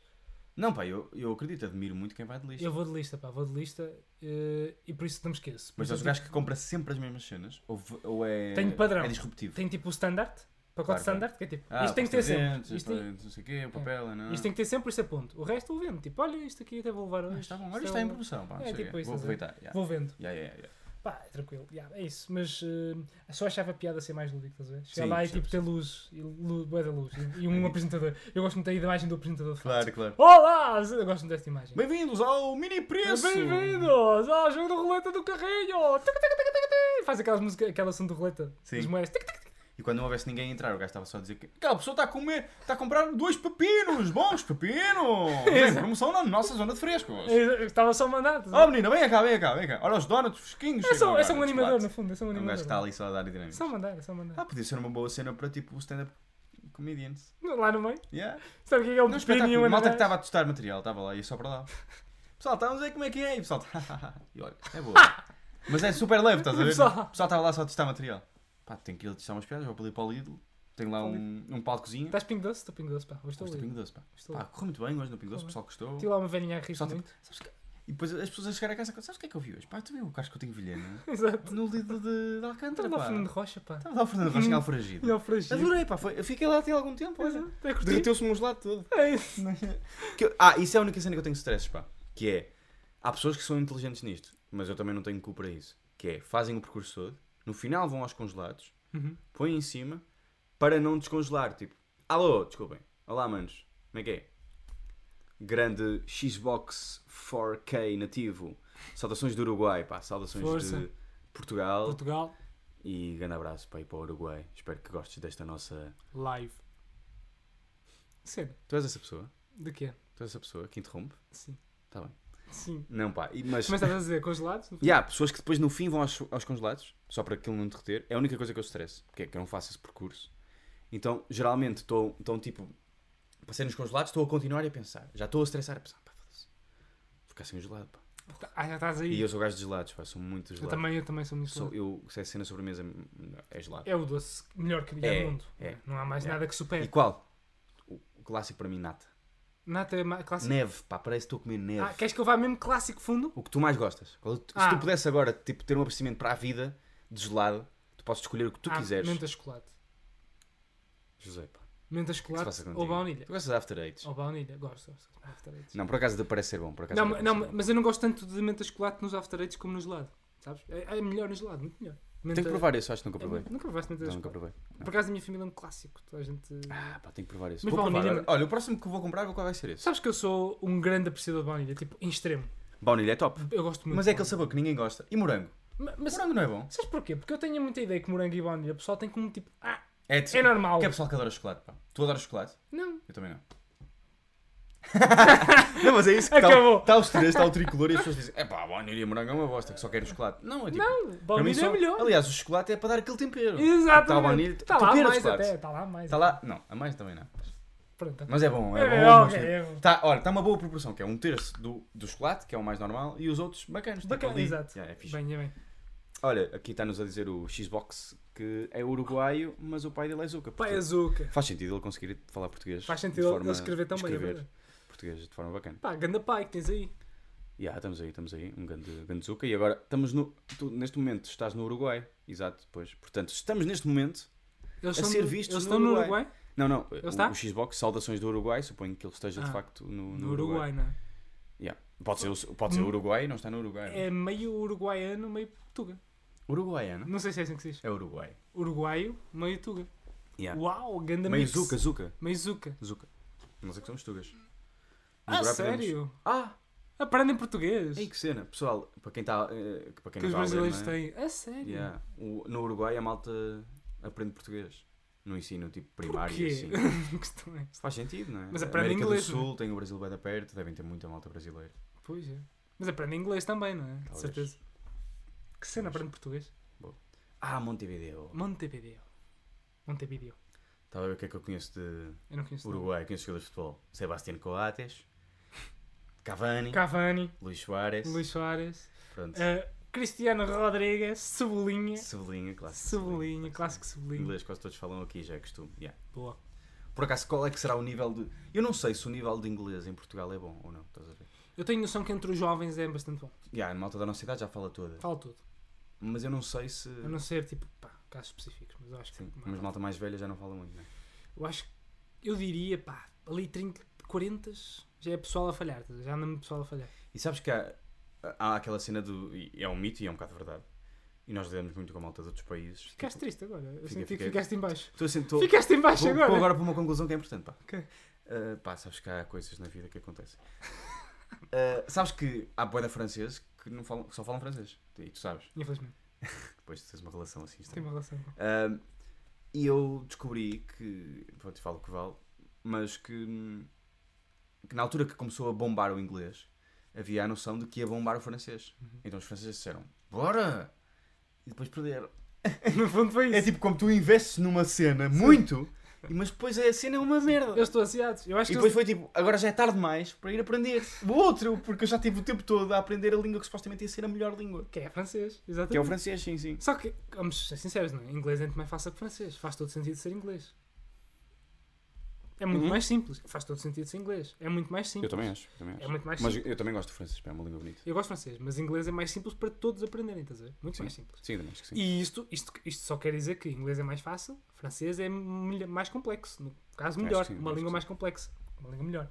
B: Não, pá, eu, eu acredito, admiro muito quem vai de lista.
A: Eu vou de lista, pá, vou de lista eh, e por isso não me esqueço. Por
B: Mas
A: isso é tipo,
B: és um
A: eu
B: gajo que compra sempre as mesmas cenas? Ou, v- ou é.
A: Tenho padrão.
B: É disruptivo.
A: tipo- Tenho tipo o standard, pacote
B: Claro,
A: standard, que é tipo,
B: Ah, tipo,
A: isto tem que ter
B: pasta
A: sempre.
B: de
A: Isto tem, É.
B: dentes, Não sei o quê, o papel, não.
A: isto tem que ter sempre, por isso é ponto. O resto eu vendo, tipo, olha isto aqui, até vou levar hoje.
B: ah. Ah, está bom, olha,
A: Isto
B: isto
A: é
B: está em
A: um-
B: promoção, pá. não
A: é,
B: sei o quê.
A: tipo isso,
B: Vou
A: estás a ver?
B: aproveitar. já.
A: Vou vendo.
B: Ya, ya, ya.
A: Pá, tranquilo, ya, é isso. Mas eh, só achava piada ser mais lúdico, estás a ver? Chegar
B: Sim,
A: lá e
B: percebo,
A: tipo ter luz, e lu- bué da luz, e, e um apresentador. Eu gosto muito da imagem do apresentador. de
B: Claro, claro.
A: fato. Olá! Eu gosto muito desta imagem.
B: Bem-vindos ao Mini Preço!
A: Bem-vindos ao jogo da roleta do carrinho! Tuc, tuc, tuc, tuc, tuc. Faz aquelas músicas, aquela som de roleta.
B: Sim.
A: As moedas. Tuc, tuc, tuc.
B: E quando não houvesse ninguém a entrar, o gajo estava só a dizer que aquela pessoa está a comer, está a comprar dois pepinos, bons pepinos! Tem promoção na nossa zona de frescos!
A: Eu- eu Estava só mandado.
B: Oh menina, vem cá, vem cá, vem cá. Olha os donuts fresquinhos.
A: é, só,
B: chegam
A: é só um
B: agora,
A: animador, no
B: chocolate.
A: fundo. É só um
B: É um
A: animador.
B: gajo que está ali só a dar dinâmica.
A: Só mandar, é só mandar.
B: Ah, podia ser uma boa cena para tipo o stand-up comedians.
A: Lá no meio.
B: Yeah.
A: Sabe o que é que é um
B: Não,
A: pepino e um
B: espetáculo. Malta
A: ananás?
B: que estava a testar material, estava lá, ia só para lá. Pessoal, estávamos a ver como é que é. E o pessoal, e olha, é boa. Mas é super leve, estás a ver? O
A: Pessoal.
B: pessoal estava lá só a testar material. Pá, tenho que ir testar umas piadas, vou ali para o Lidl. Tenho lá um, um pau de cozinha.
A: Estás pingo doce? Estou pingo doce, pá. Hoje estou
B: Hoje no Pingo
A: ali.
B: Doce, pá.
A: Estou
B: Pá,
A: ali.
B: correu muito bem hoje no Pingo Doce,
A: Correu
B: o pessoal gostou.
A: Tive lá uma velhinha a rir
B: Só tipo-
A: muito.
B: Sabes que- E depois as pessoas a chegar a casa, sabes o que é que eu vi hoje? Pá, tu viu o Casco Coutinho Vilhena?
A: Exato.
B: No Lidl de, de Alcântara,
A: Estava lá o
B: pá.
A: Fernando Rocha, pá.
B: Estava lá o Fernando Rocha em Alfragido.
A: E ao frangir.
B: Adorei, pá, foi- eu fiquei lá até algum tempo, olha.
A: É curtir.
B: Derreteu-se o meu gelado todo.
A: É isso.
B: Que eu- ah, isso é a única cena que eu tenho stress, pá. Que é, há pessoas que são inteligentes nisto, mas eu também não tenho culpa para isso. Que é, fazem o percurso todo, no final vão aos congelados,
A: Uhum.
B: põem em cima, para não descongelar. Tipo, alô, desculpem. Olá, manos. Como é que é? Grande Xbox 4K nativo. Saudações do Uruguai, pá. Saudações
A: Força.
B: de Portugal.
A: Portugal,
B: E grande abraço para ir para o Uruguai. Espero que gostes desta nossa...
A: live. Cena.
B: Tu és essa pessoa?
A: De quê?
B: Tu és essa pessoa que interrompe?
A: Sim.
B: Tá bem.
A: Sim.
B: Não, pá. e-
A: Mas estás a dizer congelados?
B: E há pessoas que depois no fim vão aos, aos congelados, só para aquilo não derreter. É a única coisa que eu estresso, porque é que eu não faço esse percurso. Então, geralmente, estou então, tipo, passei nos congelados, estou a continuar e a pensar. Já estou a estressar, a pensar, pá, foda-se. Vou Ficar sem o gelado, pá.
A: Ah, já estás aí.
B: E eu sou gajo de gelados, pá, sou muito
A: Eu
B: gelado.
A: também, eu também sou muito
B: Sou, eu, se é cena sobremesa, é gelado.
A: É o doce melhor que é
B: É,
A: do mundo.
B: é.
A: Não há mais
B: É.
A: nada que supere.
B: E qual? O, o clássico para mim, nata.
A: Nata é ma- clássico.
B: Neve, pá, parece que estou a comer neve.
A: Ah, queres que eu vá mesmo clássico fundo?
B: O que tu mais gostas? Qual- Se
A: Ah.
B: tu pudesse agora, tipo, ter um abastecimento para a vida de gelado, tu podes escolher o que tu
A: Ah,
B: quiseres.
A: Menta chocolate.
B: José, pá.
A: Menta
B: que se
A: chocolate
B: passa contigo?
A: ou baunilha.
B: Tu gostas de After Eights?
A: Ou baunilha. Gosto. gosto. After Eights.
B: Não, por acaso de- parece ser bom. Por acaso
A: Não,
B: parece
A: ma- não,
B: ser
A: ma-
B: bom.
A: mas eu não gosto tanto de menta chocolate nos after eights como no gelado. Sabes? É, é melhor no gelado, muito melhor. Menta...
B: Tenho que provar isso, acho que nunca
A: É,
B: provei.
A: nunca provaste menta
B: Não, nunca
A: chocolate.
B: provei.
A: Por acaso a minha família é um clássico. Toda a gente...
B: Ah, pá, tenho que provar isso.
A: Mas
B: Vou provar.
A: baunilha-
B: Olha, olha, o próximo que vou comprar, qual vai ser esse?
A: Sabes que eu sou um grande apreciador de baunilha, tipo, em extremo.
B: Baunilha é top.
A: Eu gosto muito.
B: Mas
A: de
B: é aquele sabor que ninguém gosta. E morango?
A: baunilha. Ma- Mas,
B: Morango não é bom?
A: sabes porquê? Porque eu tenho muita ideia que morango e baunilha, o pessoal tem como tipo, ah,
B: É, de...
A: é normal.
B: Que é pessoal que adora chocolate, pá. Tu adoras chocolate?
A: Não,
B: Eu também não. Não, mas é isso que está
A: Acabou.
B: tá os três, está o tricolor e as pessoas dizem: é pá, baunilha e morango é uma bosta, que só quero chocolate. Não, é tipo.
A: Não,
B: para mim
A: baunilha é
B: só-
A: melhor.
B: Aliás, o chocolate é para dar aquele tempero.
A: Exatamente.
B: Está a baunilha,
A: Tá
B: tu
A: lá
B: queres
A: mais
B: chocolate.
A: até. Está lá mais.
B: Está Tá lá, não, a mais também não.
A: Pronto.
B: Mas é bom, é,
A: É,
B: bom. mas
A: ok,
B: tipo,
A: é bom.
B: Tá, olha, está uma boa proporção, que é um terço do, do chocolate, que é o mais normal, e os outros bacanas. tipo
A: Bacana,
B: ali.
A: exato.
B: Yeah, é fixe.
A: bem, é bem.
B: Olha, aqui está-nos a dizer o Xbox que é uruguaio, mas o pai dele é Zuca.
A: Pai
B: portanto,
A: Azuca.
B: Faz sentido ele conseguir falar português.
A: Faz
B: de
A: sentido ele-
B: forma-
A: ele escrever tão bem, é
B: escrever
A: verdade.
B: português de forma bacana.
A: Pá, ganda pai que tens aí.
B: Yeah, estamos aí, estamos aí, um grande, grande Zuca. E agora estamos no. tu, neste momento estás no Uruguai, exato, pois. Portanto, estamos neste momento.
A: Eles
B: A
A: estão
B: ser
A: no-
B: vistos
A: eles
B: no
A: estão no
B: Uruguai.
A: Uruguai?
B: Não, não, o,
A: está?
B: o Xbox, saudações do Uruguai, suponho que ele esteja de
A: Ah,
B: facto no, no
A: No
B: Uruguai.
A: Uruguai, não é?
B: Yeah. Pode ser, o- pode ser
A: Hum.
B: o Uruguai e não está no Uruguai. não é?
A: É meio uruguaiano, meio tuga.
B: Uruguaiano?
A: Não sei se é assim que se diz.
B: É Uruguai.
A: Uruguaio, meio tuga.
B: Yeah.
A: Uau, ganda
B: Meio
A: mix.
B: Zuca, Zuca.
A: Meio Zuca.
B: Zuca. Nós é que somos tugas. No
A: Ah,
B: Uruguai podemos-
A: sério?
B: Ah,
A: Aprendem português.
B: ei, que cena. Pessoal, para quem está. eh, para quem
A: que
B: não
A: os
B: está a ler,
A: brasileiros
B: não é?
A: têm. A sério?
B: Yeah. O- no Uruguai a malta aprende português. No ensino tipo primário e
A: Porquê?
B: assim.
A: Questão é essa.
B: Faz sentido, não é?
A: Mas
B: A
A: aprende
B: América
A: inglês,
B: do
A: não é?
B: Sul tem o Brasil bem da perto, devem ter muita malta brasileira.
A: Pois é. Mas aprendem inglês também, não é? De
B: Talvez.
A: certeza. Que cena aprende
B: Talvez.
A: português?
B: Ah, Montevideo.
A: Montevideo. Montevideo.
B: Estava a ver o que é que eu conheço de
A: Eu não conheço. nada.
B: Uruguai. Conheço jogadores de futebol. Sebastián Coates, Cavani,
A: Cavani,
B: Luís Soares.
A: Luís Soares,
B: Pronto.
A: ah, Cristiano Rodrigues, Cebolinha.
B: Cebolinha, clássico.
A: É. Cebolinha, clássico
B: Em
A: Cebolinha.
B: inglês quase todos falam aqui, já é costume. Yeah.
A: Boa.
B: Por acaso, qual é que será o nível de. Eu não sei se o nível de inglês em Portugal é bom ou não, estás a ver?
A: Eu tenho noção que entre os jovens é bastante bom.
B: Yeah, a malta da nossa idade já fala toda.
A: Falo tudo.
B: Mas eu não sei se.
A: A não ser, tipo, pá, casos específicos. Mas eu acho que.
B: Sim, mas malta mais velha já não fala muito, né?
A: Eu acho que. Eu diria, pá, ali 30, 40 já é pessoal a falhar. estás a ver? Já anda-me pessoal a falhar.
B: E sabes que há, há aquela cena do. e É um mito e é um bocado verdade. E nós lidamos muito com a malta de outros países.
A: Ficaste triste agora. Eu
B: Fiquei,
A: senti que
B: fiquei.
A: ficaste em baixo.
B: Estou assim, estou.
A: Ficaste em baixo
B: Vou vou
A: agora.
B: agora. para uma conclusão que é importante, pá.
A: Ok.
B: Uh, pá, sabes que há coisas na vida que acontecem. Uh, sabes que há boeda francês que, não falam, que só falam francês. E tu sabes.
A: Infelizmente.
B: Depois tens uma relação assim.
A: Isto tem uma relação. com-
B: Um, e eu descobri que, pronto, falo o que vale, mas que, que na altura que começou a bombar o inglês, havia a noção de que ia bombar o francês. Então os franceses disseram, bora! E depois perderam.
A: no fundo foi isso.
B: É tipo como tu investes numa cena muito, e- mas depois a cena é uma merda.
A: tipo, Eles estão ansiados. Eu acho
B: E
A: que
B: depois
A: eles...
B: foi tipo, agora já é tarde demais para ir aprender o outro, porque eu já tive o tempo todo a aprender a língua que supostamente ia ser a melhor língua.
A: Que é francês.
B: Que é o
A: Exatamente.
B: francês, sim, sim.
A: Só que, vamos ser sinceros, não é? Inglês é muito mais fácil que francês. Faz todo sentido ser inglês. É muito
B: Uhum.
A: mais simples. Faz todo sentido ser inglês. É muito mais simples.
B: acho, também
A: É muito mais
B: Mas
A: simples.
B: eu também gosto do francês, pá, é uma língua bonita.
A: Eu gosto de francês, mas inglês é mais simples para todos aprenderem, estás a ver? Muito mais simples.
B: Sim, também acho que sim.
A: E isto, isto, isto só quer dizer que inglês é mais fácil, francês é melho- mais complexo. No caso,
B: Acho
A: melhor.
B: que sim,
A: uma
B: acho
A: língua
B: que
A: mais complexa. Uma língua melhor.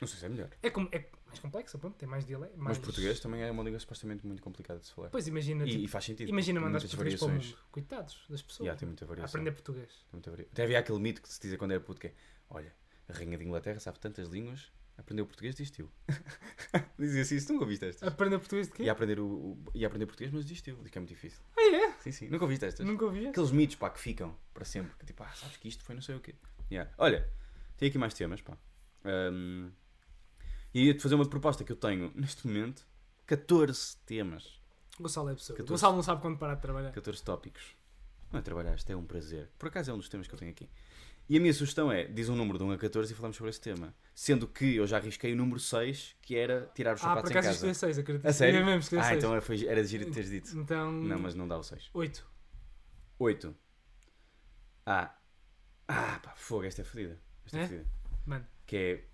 B: Não sei se é melhor.
A: É, como, é mais complexa, pronto, tem mais dialeto.
B: Mas
A: Mais...
B: português também é uma língua supostamente muito complicada de se falar.
A: Pois imagina,
B: E, e
A: tipo,
B: faz sentido.
A: imagina
B: Tem
A: mandar
B: muitas
A: português para o
B: variações.
A: mundo. Coitados das pessoas.
B: Yeah, tem muita
A: a
B: variação.
A: aprender português.
B: Tem muita varia- Até havia aquele mito que se dizia quando era puto que é, olha, a rainha de Inglaterra sabe tantas línguas, aprendeu português desistiu. Dizia-se isso, nunca ouviste estas?
A: Aprender português de quê?
B: Ia aprender, o, o- ia aprender português, mas desistiu. Diz que é muito difícil.
A: Ah,
B: Sim, sim. Nunca ouviste
A: é?
B: estas?
A: Nunca ouvi.
B: Aqueles mitos, pá, que ficam para sempre. Que tipo, ah, sabes que isto foi não sei o quê. Yeah. Olha, tem aqui mais temas, pá. Ahm, e ia-te fazer uma proposta que eu tenho, neste momento, 14 temas.
A: Gonçalo é absurdo.
B: 14.
A: Gonçalo não sabe quando parar de trabalhar.
B: 14 tópicos. Não é trabalhar, isto é um prazer. Por acaso é um dos temas que eu tenho aqui. E a minha sugestão é, diz um número de 1 a 14 e falamos sobre esse tema. Sendo que eu já arrisquei o número 6, que era tirar os
A: Ah, por
B: sapatos em
A: acaso
B: casa.
A: escolhi 6, acredito.
B: A sério?
A: Eu mesmo escolhi
B: ah,
A: seis.
B: então foi- era de giro de teres dito.
A: Então,
B: Não, mas não dá o 6.
A: 8.
B: 8. Ah. Ah, pá, fogo, esta é fodida. Esta é,
A: É?
B: fodida.
A: Mano,
B: Que é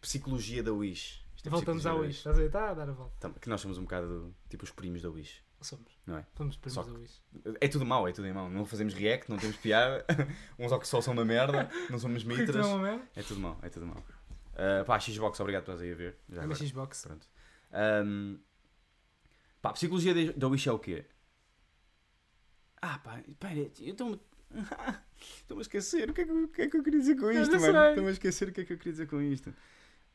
B: Psicologia da Wish. Isto é
A: voltamos
B: Psicologia
A: ao
B: da
A: Wish. Estás a ver? Está a dar a volta.
B: Tam- Que nós somos um bocado tipo os primos da Wish.
A: Somos.
B: Não é?
A: Somos primos
B: Só
A: ao Wish.
B: É tudo mau, é tudo em mau. Não fazemos react, não temos piada. Uns ao que só são uma merda, não somos
A: Por que que
B: mitras.
A: não é mesmo?
B: É tudo mau, é tudo mau. Ah, pá, Xbox, obrigado por estás aí a ver. Já
A: É uma
B: agora.
A: Xbox.
B: Pronto. Ahm, pá, psicologia de- da Wish é o quê? Ah, pá, pera, eu estou-me. Estou-me a esquecer, o que, é que, eu- o que é que eu queria dizer com
A: Eu
B: isto,
A: não
B: mano?
A: sei.
B: Estou-me a esquecer o que é que eu queria dizer com isto.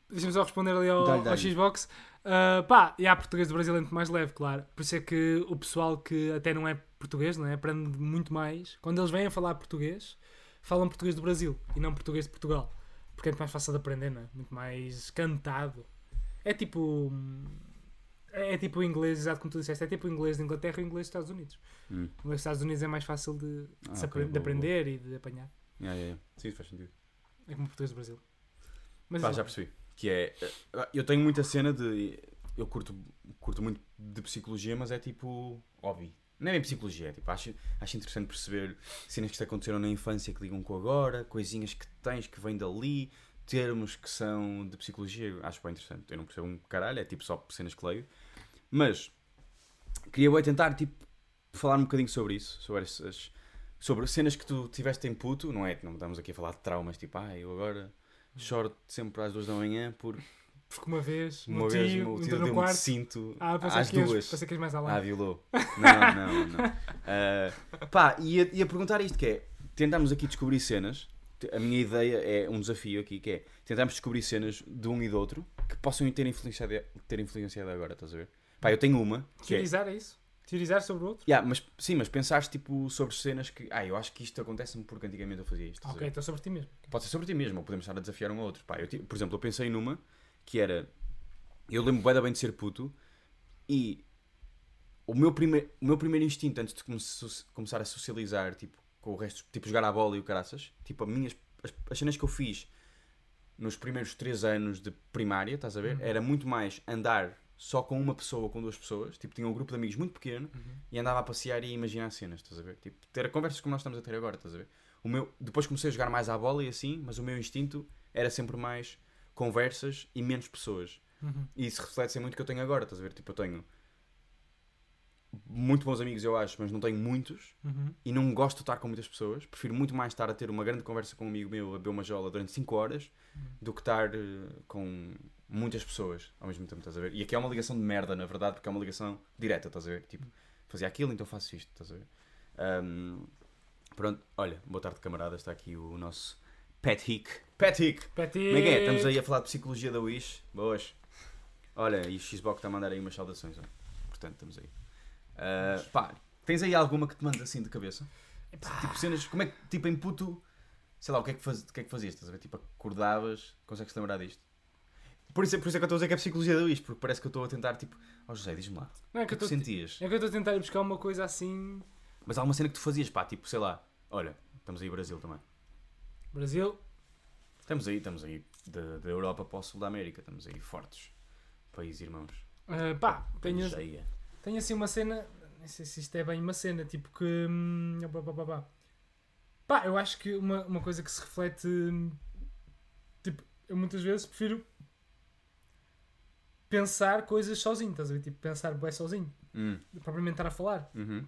A: Deixa-me só responder ali ao,
B: Dá-lhe,
A: ao
B: dá-lhe.
A: Xbox. Ah, pá, e há português do Brasil é muito mais leve, claro. Por isso é que o pessoal que até não é português, não é? Aprende muito mais. Quando eles vêm a falar português, falam português do Brasil e não português de Portugal. Porque Porque é muito mais fácil de aprender, não é? Muito mais cantado. É tipo. hum, É tipo o inglês, exato como tu disseste, é tipo o inglês da Inglaterra e o inglês dos Estados Unidos.
B: Hum.
A: O inglês dos Estados Unidos é mais fácil de, de
B: Ah,
A: se
B: ok,
A: apre- de
B: boa, boa.
A: aprender e de apanhar.
B: Yeah, yeah, yeah. Sim, faz sentido.
A: É como o português do Brasil. Mas assim,
B: Pá,
A: isso-
B: já percebi. Que é. eh, Eu tenho muita cena de. Eu curto, curto muito de psicologia, mas é tipo. hobby. Não é bem psicologia, é tipo. Acho, acho interessante perceber cenas que te aconteceram na infância que ligam com agora, coisinhas que tens que vêm dali, termos que são de psicologia. Acho bem interessante. Eu não percebo um caralho, é tipo só cenas que leio. Mas. Queria bué tentar, tipo, falar um bocadinho sobre isso, sobre essas. Sobre cenas que tu tiveste em puto, não é? Não estamos aqui a falar de traumas, tipo, ah, eu agora choro sempre às duas da manhã porque
A: Porque uma vez,
B: uma
A: um
B: vez
A: tio,
B: o meu
A: um
B: tio
A: tio no
B: deu-me de
A: quarto.
B: cinto
A: Ah, pensei
B: às
A: que és-
B: duas.
A: pensei que és mais além.
B: Ah, violou. Não, não, não. Ah, pá, e a, e a perguntar isto que é, tentarmos aqui descobrir cenas, te- a minha ideia é um desafio aqui que é, tentarmos descobrir cenas de um e do outro que possam ter influenciado, ter influenciado agora, estás a ver? Pá, eu tenho uma, que é,
A: Teorizar é isso? Teorizar sobre o outro?
B: Yeah, mas, sim, mas pensaste tipo, sobre cenas que, ah, eu acho que isto acontece-me porque antigamente eu fazia isto. estás a
A: Ok,
B: ver?
A: estou sobre ti mesmo.
B: Pode ser sobre ti mesmo, ou podemos estar a desafiar um ao outro. Pá, eu ti- por exemplo, eu pensei numa que era. Eu lembro bué da bem de ser puto e o meu, primeir, o meu primeiro instinto antes de come- so- começar a socializar, tipo, com o resto, tipo, jogar à bola e o caraças, tipo, a minhas, as, as cenas que eu fiz nos primeiros 3 anos de primária, estás a ver? Era muito mais andar só com uma pessoa ou com duas pessoas, tipo, tinha um grupo de amigos muito pequeno e andava a passear e a imaginar cenas, estás a ver? Tipo, ter conversas como nós estamos a ter agora, estás a ver? O meu, depois comecei a jogar mais à bola e assim, mas o meu instinto era sempre mais conversas e menos pessoas.
A: Uhum.
B: E isso reflete-se em muito que eu tenho agora, estás a ver? Tipo, eu tenho muito bons amigos, eu acho, mas não tenho muitos
A: Uhum.
B: e não gosto de estar com muitas pessoas. Prefiro muito mais estar a ter uma grande conversa com um amigo meu a beber uma jola durante 5 horas do que estar eh, com muitas pessoas ao mesmo tempo, estás a ver? E aqui é uma ligação de merda, na verdade, porque é uma ligação direta, estás a ver? Tipo, fazia aquilo, então faço isto, estás a ver? Ahm, pronto, olha, boa tarde, camaradas, está aqui o nosso Pat Hick. Pat Hick!
A: Peti!
B: Como é que é? Estamos aí a falar de psicologia da Wish. Boas. Olha, e o Xbox está a mandar aí umas saudações. ó. Portanto, estamos aí. Ah, pá, tens aí alguma que te mandas assim de cabeça? Tipo, cenas, como é que, tipo, em puto, sei lá, o que é que, faz, o que, é que fazias? Estás a ver? Tipo, acordavas, consegues-te lembrar disto? Por isso, é- por isso é que eu estou a dizer que é psicologia da Wish, porque parece que eu estou a tentar, tipo, ó José, diz-me lá,
A: Não, é
B: o
A: que
B: que é
A: eu
B: que
A: estou
B: sentias?
A: é que eu estou a tentar ir buscar uma coisa assim.
B: Mas há uma cena que tu fazias, pá, tipo, sei lá, olha, estamos aí Brasil também.
A: Brasil,
B: Estamos aí, estamos aí, da da Europa para o Sul da América, estamos aí fortes, países irmãos.
A: Ah, pá, tenho,
B: Cheia.
A: tenho assim uma cena. Não sei se isto é bem uma cena, tipo que. hum, pá, pá, pá, pá. Pá, eu acho que uma, uma coisa que se reflete. hum, Tipo, eu muitas vezes prefiro pensar coisas sozinho, estás a ver? Tipo, pensar bué sozinho,
B: Hum,
A: propriamente estar a falar.
B: uhum.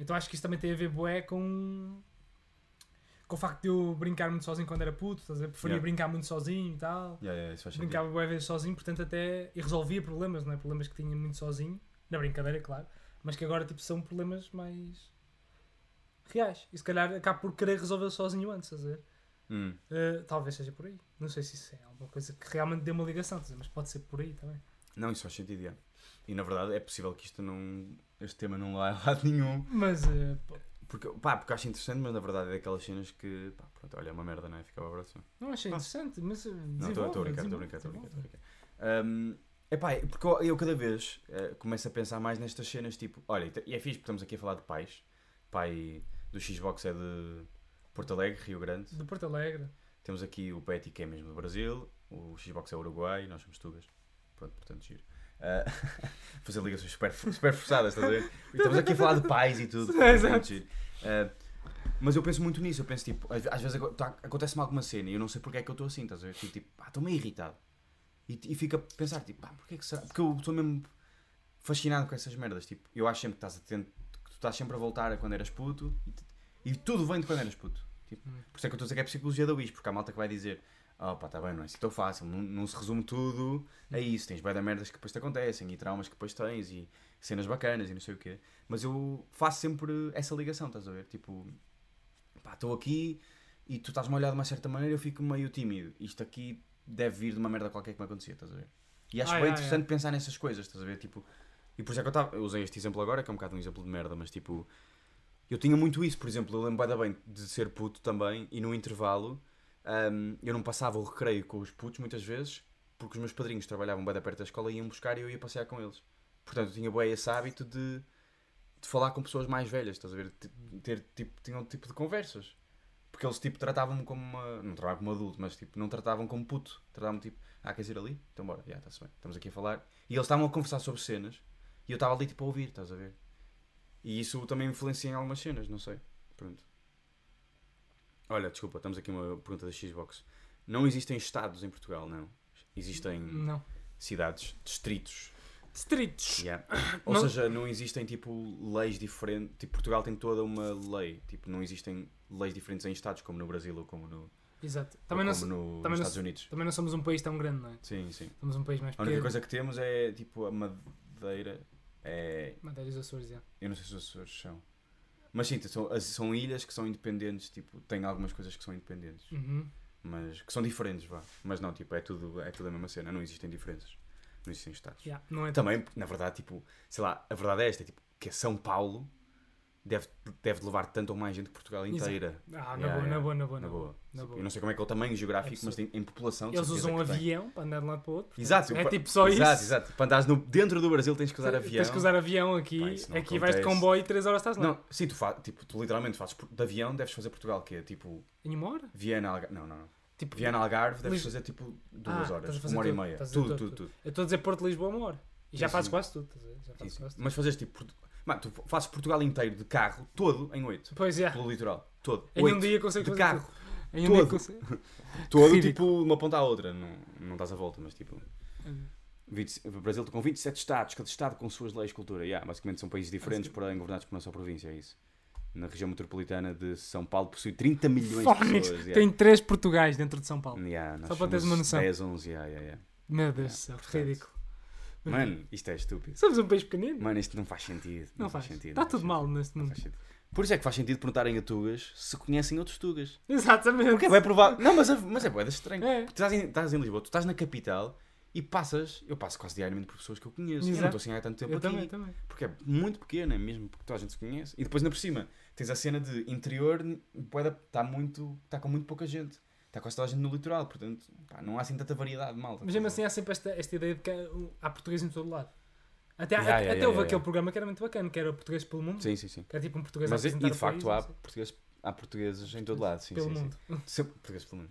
A: Então acho que isso também tem a ver bué com com o facto de eu brincar muito sozinho quando era puto, estás a ver? Preferia
B: Yeah.
A: brincar muito sozinho e tal.
B: Yeah, yeah, isso faz sentido.
A: Brincava bué vezes sozinho, portanto até e resolvia problemas, não é? Problemas que tinha muito sozinho, na brincadeira, claro, mas que agora tipo são problemas mais reais. E se calhar acabo por querer resolver sozinho antes, estás a ver?
B: Hum.
A: Eh, talvez seja por aí. Não sei se isso é alguma coisa que realmente dê uma ligação, estás a ver? mas pode ser por aí também.
B: Não, isso faz sentido, yeah. E na verdade é possível que isto não. Este tema não lá a lado nenhum.
A: Mas eh, pô,
B: Porque, pá, porque acho interessante, mas na verdade é daquelas cenas que. Pá, pronto, olha, é uma merda, não é? Ficava a próxima.
A: não achei
B: Ah.
A: interessante, mas eh,
B: Não, estou estou
A: desenvolve,
B: a brincar, estou a
A: desenvolve,
B: brincar, estou a brincar.
A: desenvolve.
B: estou a brincar. Hum, epá, é porque eu, eu cada vez eh, começo a pensar mais nestas cenas tipo. Olha, e te- e é fixe porque estamos aqui a falar de pais. Pai do Xbox é de Porto Alegre, Rio Grande.
A: De Porto Alegre.
B: Temos aqui o Petty, que é mesmo do Brasil, o Xbox é Uruguai, nós somos tugas. Pronto, portanto, giro. Ah, fazer ligações super, super forçadas, estás a ver? E Estamos aqui a falar de pais e tudo. portanto,
A: Exato.
B: giro. Ah, mas eu penso muito nisso, eu penso tipo, às, às vezes aco- tá- acontece-me alguma cena e eu não sei porque é que eu estou assim, estás a ver? Fico, Tipo, pá, estou meio irritado. E, e fico a pensar, tipo, pá, porquê que será? Porque eu estou mesmo fascinado com essas merdas, tipo, eu acho sempre que estás atento, que tu estás sempre a voltar a quando eras puto e, te- e tudo vem de quando eras puto. Tipo, Por isso é que eu estou a dizer que é psicologia da Wish, porque há malta que vai dizer, oh pá, está bem, não é assim tão fácil, não, não se resume tudo a isso, tens bué da merdas que depois te acontecem e traumas que depois tens e cenas bacanas e não sei o quê, mas eu faço sempre essa ligação, estás a ver? Tipo, pá, estou aqui e tu estás-me a olhar de uma certa maneira eu fico meio tímido, isto aqui deve vir de uma merda qualquer que me acontecia, estás a ver? E acho
A: Ah,
B: bem
A: é,
B: interessante pensar nessas coisas, estás a ver? Tipo, e por isso é que eu, tava, eu usei este exemplo agora, que é um bocado um exemplo de merda, mas tipo, eu tinha muito isso, por exemplo, eu lembro bué da bem de ser puto também e no intervalo Ahm, eu não passava o recreio com os putos muitas vezes, porque os meus padrinhos trabalhavam bem da perto da escola e iam buscar e eu ia passear com eles. Portanto, eu tinha bem esse hábito de, de falar com pessoas mais velhas, estás a ver? Ti- Ter, tipo, tinham outro tipo de conversas. Porque eles tipo tratavam-me como uma. Não tratavam como adulto, mas tipo, não tratavam como puto. Tratavam-me tipo, ah, queres ir ali? Então bora, já está-se bem. Estamos aqui a falar. E eles estavam a conversar sobre cenas e eu estava ali tipo a ouvir, estás a ver? E isso também influencia em algumas cenas, não sei. Pronto. Olha, desculpa, estamos aqui uma pergunta da Xbox. Não existem estados em Portugal, não. Existem
A: Não.
B: cidades, distritos.
A: Distritos.
B: Yeah. Ou
A: Não-
B: seja, não existem tipo leis diferentes. Tipo, Portugal tem toda uma lei. Tipo, não existem leis diferentes em estados, como no Brasil ou como, no,
A: Exato.
B: ou
A: Também não,
B: como
A: so-
B: no-
A: também
B: nos
A: não
B: Estados
A: se-
B: Unidos.
A: também não somos um país tão grande, não é?
B: Sim, sim.
A: Somos um país mais
B: A única
A: pequeno.
B: coisa que temos é tipo a Madeira. É...
A: Madeira dos Açores, é.
B: Eu não sei se os Açores são. Mas sim, são, as- são ilhas que são independentes. Tipo, tem algumas coisas que são independentes.
A: Uhum.
B: mas que são diferentes, vá. Mas não, tipo, é tudo, é tudo a mesma cena, não existem diferenças, não existem estados.
A: Yeah, Não é
B: Também, porque, na verdade, tipo, sei lá, a verdade é esta, tipo, que São Paulo deve, deve levar tanto ou mais gente que Portugal
A: Exato.
B: inteira.
A: Ah, na,
B: Yeah,
A: boa,
B: yeah.
A: na boa, na boa,
B: Na boa.
A: na
B: Tipo,
A: boa.
B: Eu não sei como é que é o tamanho geográfico,
A: É
B: mas tem, em população. de
A: Eles
B: certeza
A: usam um
B: que tem.
A: avião para andar de um lado para o outro. portanto,
B: Exato,
A: É
B: pa-
A: tipo só
B: Exato,
A: isso.
B: exato. Para andares no, dentro do Brasil tens que usar avião.
A: Tens que usar avião aqui.
B: Pá, isso não
A: aqui vais de
B: acontece.
A: comboio e 3 horas estás lá.
B: Não, sim, tu, fa... tipo, tu literalmente fazes por- de avião, deves fazer Portugal, que é tipo
A: Em uma hora?
B: Viena Algarve. Não, não, não.
A: Tipo,
B: Viena Algarve deves
A: Lis-
B: fazer tipo duas
A: Ah, estás a
B: horas,
A: fazer
B: uma hora e
A: tudo,
B: meia.
A: estás a
B: Tudo,
A: fazer
B: tudo,
A: tudo,
B: tudo.
A: eu estou a dizer Porto Lisboa uma hora. E já
B: Sim,
A: faço
B: sim.
A: quase tudo. estás a ver? Já
B: Sim,
A: faço
B: sim.
A: quase tudo.
B: Mas fazes tipo. Portu- Mano, tu fazes Portugal inteiro de carro, todo em 8.
A: Pois é.
B: Pelo litoral. Todo.
A: Em
B: Oito.
A: um dia consegues
B: De
A: fazer
B: carro.
A: tudo. Em um dia
B: todo.
A: consegues.
B: Todo
A: Ridículo.
B: tipo uma ponta à outra. Não, não estás à volta, mas tipo. 20 o Brasil com 27 estados, cada estado com suas leis e cultura. Yeah, basicamente são países diferentes, porém governados por uma só província, é isso. Na região metropolitana de São Paulo possui 30 milhões de
A: Fónix.
B: pessoas.
A: Tem 3 Portugais dentro de São Paulo.
B: Yeah, nós
A: Só para teres
B: somos
A: uma noção.
B: 10, 11, yeah, yeah, yeah.
A: Meu Deus do céu,
B: portanto.
A: ridículo. Uhum.
B: Mano, isto é estúpido.
A: Somos um país pequenino.
B: Mano, isto não faz sentido.
A: não faz.
B: sentido.
A: Está
B: não faz
A: tudo mal neste mundo.
B: sentido, não faz sentido. Por isso é que faz sentido perguntarem a tugas se conhecem outros tugas.
A: Exatamente.
B: É bem provável. Não, mas, é- mas é boeda estranho.
A: É.
B: Porque estás em, estás em Lisboa, tu estás na capital e passas. Eu passo quase diariamente por pessoas que eu conheço. Eu não
A: Exato.
B: estou assim há tanto tempo
A: Eu
B: aqui.
A: também, também.
B: Porque é muito pequena, mesmo porque toda a gente se conhece. E depois, na por cima, tens a cena de interior, boeda está muito. está com muito pouca gente. Está quase toda a gente no litoral, portanto, pá, não há assim tanta variedade de malta.
A: Mas mesmo assim há sempre esta, esta ideia de que há- há português em todo lado. Até, há-
B: Yeah, yeah,
A: até
B: yeah,
A: houve
B: yeah,
A: aquele
B: yeah.
A: programa que era muito bacana, que era o Português pelo Mundo.
B: Sim, sim, sim.
A: Que era tipo um português
B: Mas, é,
A: a
B: e
A: apresentar
B: de
A: o
B: facto há
A: país, não
B: portugueses, há portugueses em todo lado. Sim,
A: sei, assim, pelo
B: sim, sim.
A: mundo.
B: Sempre português pelo mundo.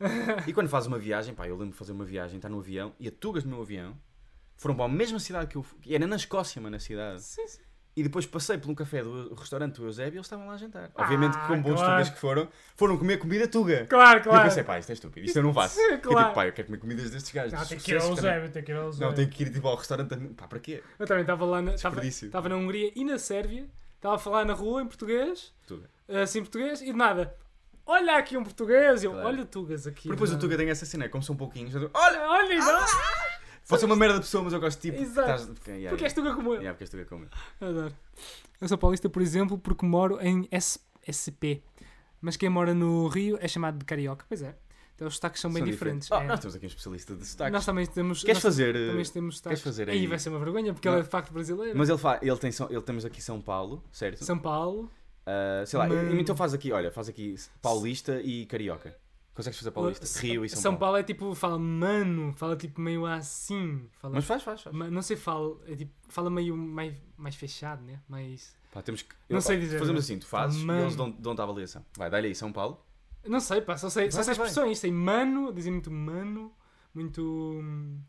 B: E quando fazes uma viagem, pá, eu lembro de fazer uma viagem, estar no avião, e a tugas do meu avião foram para a mesma cidade que eu fui, que era na Escócia, mano, na cidade.
A: Sim, sim.
B: E depois passei por um café do restaurante do Eusébio e eles estavam lá a jantar. Obviamente que, como bons
A: Ah, claro.
B: tugas que foram, foram comer comida tuga.
A: Claro,
B: E eu
A: claro.
B: pensei, pá, isto é estúpido, isto eu não faço.
A: Sim,
B: Fiquei
A: claro.
B: tipo, pá, eu quero comer comidas destes gajos.
A: Não,
B: de
A: Ah, tem que ir ao
B: sucesso também.
A: Eusébio, tem que ir ao
B: Não,
A: Eusébio.
B: tenho que ir tipo, ao restaurante. da- Pá, para quê?
A: Eu também estava lá na, estava,
B: Desperdício.
A: estava na Hungria e na Sérvia, estava a falar na rua em português,
B: Tuga.
A: assim em português, e de nada. Olha aqui um português, eu,
B: Claro.
A: olha Tugas aqui.
B: Porque depois o Ah!
A: mano.
B: Tuga tem essa cena, como são pouquinhos. eu digo, Olha!
A: Olha, não,
B: Pode ser uma merda de pessoa, mas eu gosto tipo.
A: Exato.
B: Porque yeah,
A: porque és Tuga como eu.
B: yeah, porque és Tuga como eu.
A: Adoro. Eu sou paulista, por exemplo, porque moro em S- SP. Mas quem mora no Rio é chamado de carioca. Pois é. Então os sotaques são bem
B: São
A: diferentes.
B: Ah,
A: É.
B: Nós temos aqui um especialista de sotaques.
A: Nós também temos.
B: Queres
A: nós
B: fazer? eh,
A: também temos sotaques.
B: fazer
A: aí?
B: aí?
A: vai ser uma vergonha, porque
B: Não.
A: ele é de facto brasileiro.
B: Mas ele, fa... ele, tem São... ele temos aqui São Paulo, certo?
A: São Paulo.
B: Ah, sei lá,
A: Mano.
B: então faz aqui, olha, faz aqui paulista e carioca. Consegues fazer paulista?
A: Sa-
B: Rio e São, Paulo.
A: é tipo, fala mano, fala tipo meio assim. Fala,
B: Mas faz, faz, faz.
A: ma- não sei, fala, é tipo, fala meio mais, mais fechado, né? Mais.
B: Pá, temos que...
A: Não
B: eu-
A: sei
B: pá,
A: dizer,
B: Fazemos
A: mas- tá
B: assim, tu fazes
A: Mano.
B: e eles dão- dão-te a avaliação. Vai, dá-lhe aí São Paulo.
A: Não sei, pá, só sei, só
B: Vai,
A: sei
B: vai.
A: expressões. Sei mano, dizem muito mano, muito. hum,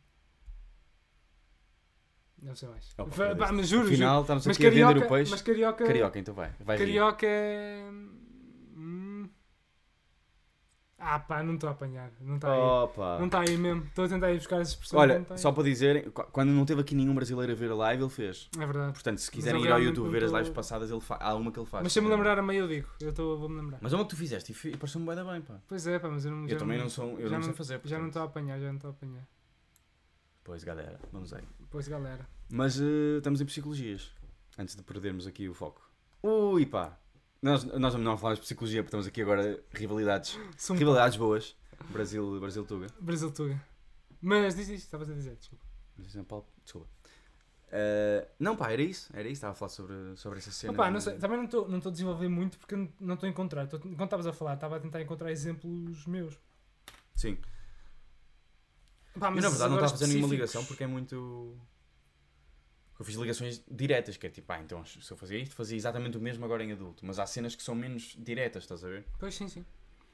A: Não sei mais.
B: Oh,
A: Vá-
B: meu
A: pá,
B: Deus.
A: mas juro,
B: Afinal,
A: juro.
B: estamos
A: Mas
B: aqui a
A: carioca,
B: vender tá, o peixe.
A: mas carioca.
B: Carioca, então vai. Vai Rio.
A: Carioca é. hum, Ah, pá, não estou a apanhar. Não está tá aí.
B: Opa.
A: Não está aí mesmo. Estou a tentar ir buscar as expressões.
B: Oh. Olha,
A: não tá aí.
B: só para dizer, qu- quando não teve aqui nenhum brasileiro a ver a live, ele fez.
A: É verdade.
B: Portanto, se
A: Mas
B: quiserem
A: eu
B: ir ao
A: realmente
B: YouTube
A: não
B: ver as
A: tô-
B: lives passadas, ele fa- há uma que ele faz.
A: Mas se eu me lembrar a meio, eu digo. Eu tô, vou-me lembrar.
B: Mas é uma que tu fizeste e fi- e pareceu-me bué da bem, pá.
A: Pois é, pá, mas eu não. já
B: Eu também não sou, um- eu
A: já
B: não sei fazer.
A: Já tá- não
B: portanto.
A: estou a apanhar, já não estou a apanhar.
B: Pois, galera, vamos aí.
A: Pois, galera.
B: Mas eh, estamos em psicologias, antes de perdermos aqui o foco. Ui, pá. Nós, nós não falamos de psicologia, porque estamos aqui agora rivalidades,
A: Sou um
B: rivalidades boas. Brasil, Brasil Tuga.
A: Brasil Tuga. Mas diz isto, estavas a dizer, desculpa.
B: Mas São Paulo, desculpa. Eh, não, pá, era isso, era isso, estava a falar sobre, sobre essa cena.
A: Opa, não
B: de-
A: sei, tá- também não estou não estou a desenvolver muito porque eu não estou a encontrar. Tô- Enquanto estavas a falar, estava a tentar encontrar exemplos meus.
B: Sim.
A: Pá,
B: Eu, na verdade, não
A: agora
B: estava a fazer nenhuma
A: específicos.
B: ligação porque é muito. Eu fiz ligações diretas, que é tipo, ah, então se eu fazia isto, fazia exatamente o mesmo agora em adulto. Mas há cenas que são menos diretas, estás a ver?
A: Pois sim, sim.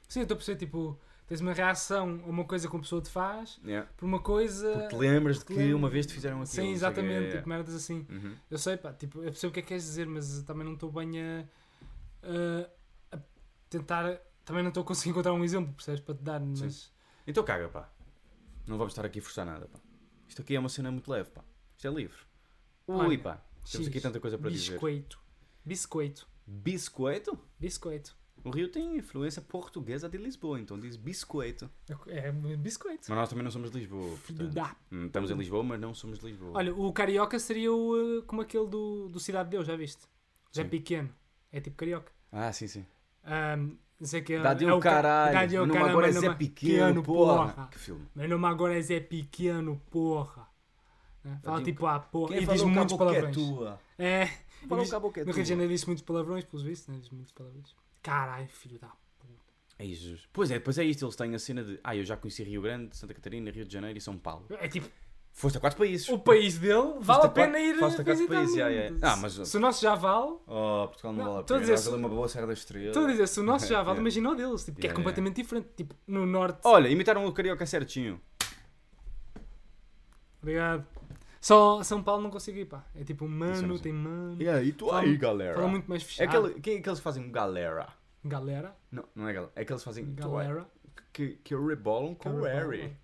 A: Sim, eu estou a perceber, tipo, tens uma reação a uma coisa que uma pessoa te faz
B: Yeah.
A: por uma coisa.
B: Porque te lembras de
A: Eh, porque
B: que
A: lembro-
B: uma vez te fizeram aquilo.
A: Sim,
B: não sei o quê,
A: exatamente,
B: yeah.
A: tipo, merdas assim.
B: Uhum.
A: Eu sei, pá, tipo, eu percebo o que é que queres dizer, mas também não estou bem a, a- a tentar. Também não estou a conseguir encontrar um exemplo, percebes? Para te dar, mas.
B: Então caga, pá. Não vamos estar aqui a forçar nada, pá. Isto aqui é uma cena muito leve, pá. Isto é livre. Ui,
A: Olha,
B: pá. Temos aqui
A: X.
B: tanta coisa para dizer.
A: Biscoito. Biscoito.
B: Biscoito?
A: Biscoito.
B: O Rio tem influência portuguesa de Lisboa, então diz biscoito.
A: É biscoito.
B: Mas nós também não somos de Lisboa,
A: Filho
B: portanto.
A: da.
B: Hum, Estamos em Lisboa, mas não somos de Lisboa.
A: Olha, o carioca seria o, eh, como aquele do, do Cidade de Deus, já viste? Já é
B: Sim.
A: pequeno. É tipo carioca.
B: Ah, sim, sim.
A: Ahm, não sei que é,
B: Dá-lhe
A: é
B: o
A: ca-
B: caralho.
A: dá-lhe o
B: Meu nome
A: caralho,
B: agora é
A: meu
B: Zé
A: nome
B: Pequeno, porra. Que filme.
A: Meu nome agora é Zé Pequeno, porra. Né? Fala
B: digo,
A: tipo ah, porra.
B: Quem
A: e
B: fala
A: diz
B: um
A: muitos
B: caboclo é
A: palavrões.
B: tua?
A: É.
B: Fala
A: E
B: um
A: diz-
B: caboclo
A: No
B: é
A: Rio de
B: tua.
A: Janeiro disse muitos palavrões, pelos vistos, né? Diz muitos palavrões. Caralho, filho da puta.
B: Ai, Jesus. Pois é, depois é isto. Eles têm a cena de. Ah, eu já conheci Rio Grande, Santa Catarina, Rio de Janeiro e São Paulo.
A: É tipo,
B: Foste a quatro países.
A: o país dele vale a
B: Foste a
A: pena
B: quatro-
A: ir eh,
B: foste a quatro
A: visitar.
B: países, yeah, yeah. Ah, mas-
A: Se o nosso já vale,
B: Oh, Portugal não,
A: Não,
B: vale a
A: estou a
B: pena.
A: dizer,
B: Nós
A: se-
B: ali uma boa Serra da Estrela.
A: estou a dizer, se o nosso já vale,
B: Yeah.
A: imagina o deles, tipo, que é
B: Yeah, yeah.
A: completamente diferente. Tipo, no norte.
B: Olha, imitaram o Carioca certinho.
A: Obrigado. tá Só São Paulo não consigo ir, pá. É tipo,
B: Isso é
A: mano,
B: mesmo.
A: tem mano.
B: aí, tu
A: Fala- aí,
B: galera?
A: Fala muito mais
B: É
A: fechado.
B: aquele, quem é que eles fazem galera?
A: Galera.
B: Não, não é galera. É que eles fazem. tu é-
A: Galera.
B: Que, que rebolam com o Harry.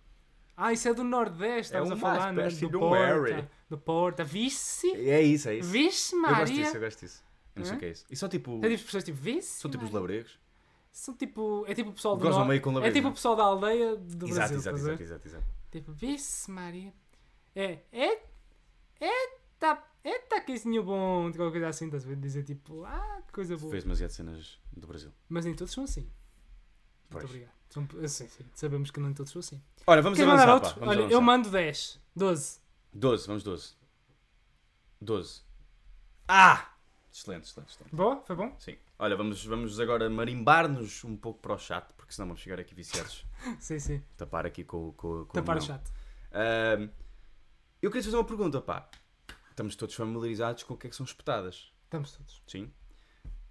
A: Ah, isso é do Nordeste,
B: É
A: estamos a
B: uma
A: falar, né?
B: espécie
A: Do
B: de um Harry.
A: Porta. Do Porta. Vice?
B: É isso, é isso.
A: Vice,
B: Eu gosto disso, eu
A: Maria?
B: gosto disso. Eu não sei
A: Hã?
B: o que é isso. E são tipo.
A: É tipo pessoas tipo, vice?
B: São tipo os
A: Maria?
B: labregos.
A: São tipo. É tipo o pessoal do
B: Gozam
A: Norte.
B: meio com
A: É
B: labregos.
A: tipo o
B: não
A: pessoal da aldeia do
B: é?
A: Brasil.
B: exato,
A: estás a ver?
B: exato, exato, exato.
A: Tipo, vice, Maria. É, é, eita, eita, quezinho bom, de qualquer coisa assim, estás a ver? Dizer tipo, ah, que coisa boa.
B: Fez demasiadas cenas do Brasil.
A: Mas nem todos são assim.
B: Pois.
A: Muito obrigado. São, eu sei, sim, sabemos que nem todos são assim.
B: Ora, vamos
A: Quer mandar
B: avançar. Pá.
A: outro?
B: Vamos
A: Olha,
B: avançar.
A: eu mando 10, 12.
B: 12, vamos 12. 12. Ah! Excelente, excelente, excelente.
A: Boa? Foi bom?
B: Sim. Olha, vamos, vamos agora marimbar-nos um pouco para o chat, porque senão vamos chegar aqui viciados.
A: Sim, sim.
B: Tapar aqui com, com, com
A: Tapar o
B: não.
A: chato.
B: Ahm, eu queria te fazer uma pergunta, pá. Estamos todos familiarizados com o que é que são espetadas.
A: Estamos todos.
B: Sim.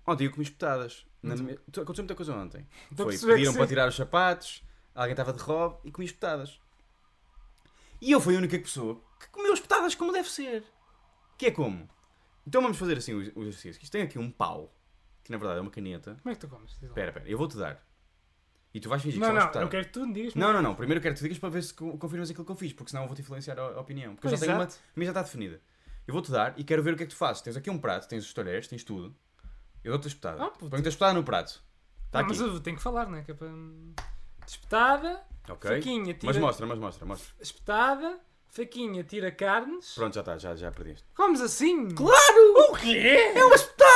B: Ontem eu comi espetadas. Na
A: Muito
B: me- Tu- Aconteceu muita coisa ontem.
A: Estou a
B: Foi,
A: perceber
B: pediram
A: que
B: para
A: sim.
B: tirar os sapatos, alguém estava de robe e comi espetadas. E eu fui a única pessoa que comeu espetadas como deve ser. Que é como? Então vamos fazer assim o o exercício. Isto tem aqui um pau, que na verdade é uma caneta.
A: Como é que tu comes? Diz lá.
B: Espera, espera, eu vou-te dar. E tu vais fingir que
A: Não,
B: são
A: não,
B: espetadas.
A: não quero que tu me digas.
B: Não, não, não. Primeiro quero que tu digas para ver se co- confirmas aquilo que eu fiz, porque senão eu vou-te influenciar a a opinião. Porque eu já
A: Pois,
B: tenho uma.
A: exato.
B: A minha já está definida. Eu vou-te dar e quero ver o que é que tu fazes. Tens aqui um prato, tens os talheres, tens tudo. Eu dou-te a espetada.
A: Ah, puto.
B: Põe-te a espetada no prato. Está
A: Ah,
B: aqui.
A: mas eu tenho que falar, não é? Que é para... Espetada,
B: Ok.
A: faquinha, tira...
B: Mas mostra, mas mostra, mostra.
A: Espetada, faquinha, tira carnes.
B: Pronto, já está, já, já perdeste.
A: Comes assim?
B: Claro! O quê? É uma espetada!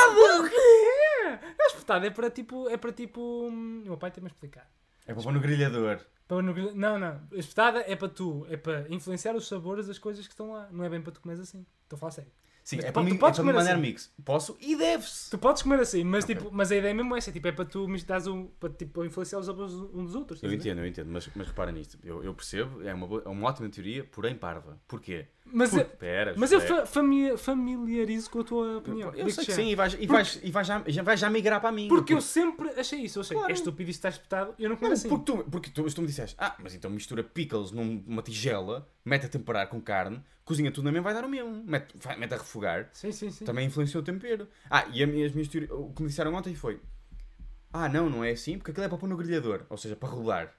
A: É espetado, é para tipo. É para tipo. hum, O meu pai tem-me a explicar.
B: É para pôr no grilhador.
A: Para no gril- Não, não. A espetada é para tu. É para influenciar os sabores das coisas que estão lá. Não é bem para tu comeres assim. Estou a falar sério.
B: Sim,
A: Mas
B: é
A: tu
B: para
A: po-
B: mim,
A: tu
B: é
A: podes
B: para me
A: comer
B: mandar
A: assim.
B: mix. Posso e deve-se.
A: Tu podes comer assim, mas,
B: Ok.
A: tipo, mas a ideia mesmo é essa. Tipo, é para tu misturar um, para, tipo, para influenciar os sabores um dos outros. estás
B: Eu
A: a ver?
B: entendo, eu entendo, mas, mas repara nisto. Eu, eu percebo, é uma, boa- é uma ótima teoria, porém parva. Porquê?
A: Mas, eu,
B: Pera,
A: mas eu fa-
B: espera.
A: fami- familiarizo com a tua opinião.
B: é. Eu
A: Digo-te
B: sei que
A: já.
B: sim, e vais, e vais, e vais, já, já, vais já migrar para mim.
A: Porque eu sempre achei isso. Eu achei,
B: Claro.
A: é estúpido isto está espetado. Eu não como
B: Não,
A: assim.
B: porque, tu, porque tu, se tu me disseste, ah, mas então mistura pickles num- numa tigela, mete a temperar com carne, cozinha tudo na mesma, vai dar o mesmo. Mete, vai- mete a refogar,
A: Sim, sim, sim.
B: também influenciou o tempero. Ah, e a minha- as minhas teorias, o que me disseram ontem foi, ah, não, não é assim, porque aquilo é para pôr no grelhador, ou seja, para rolar.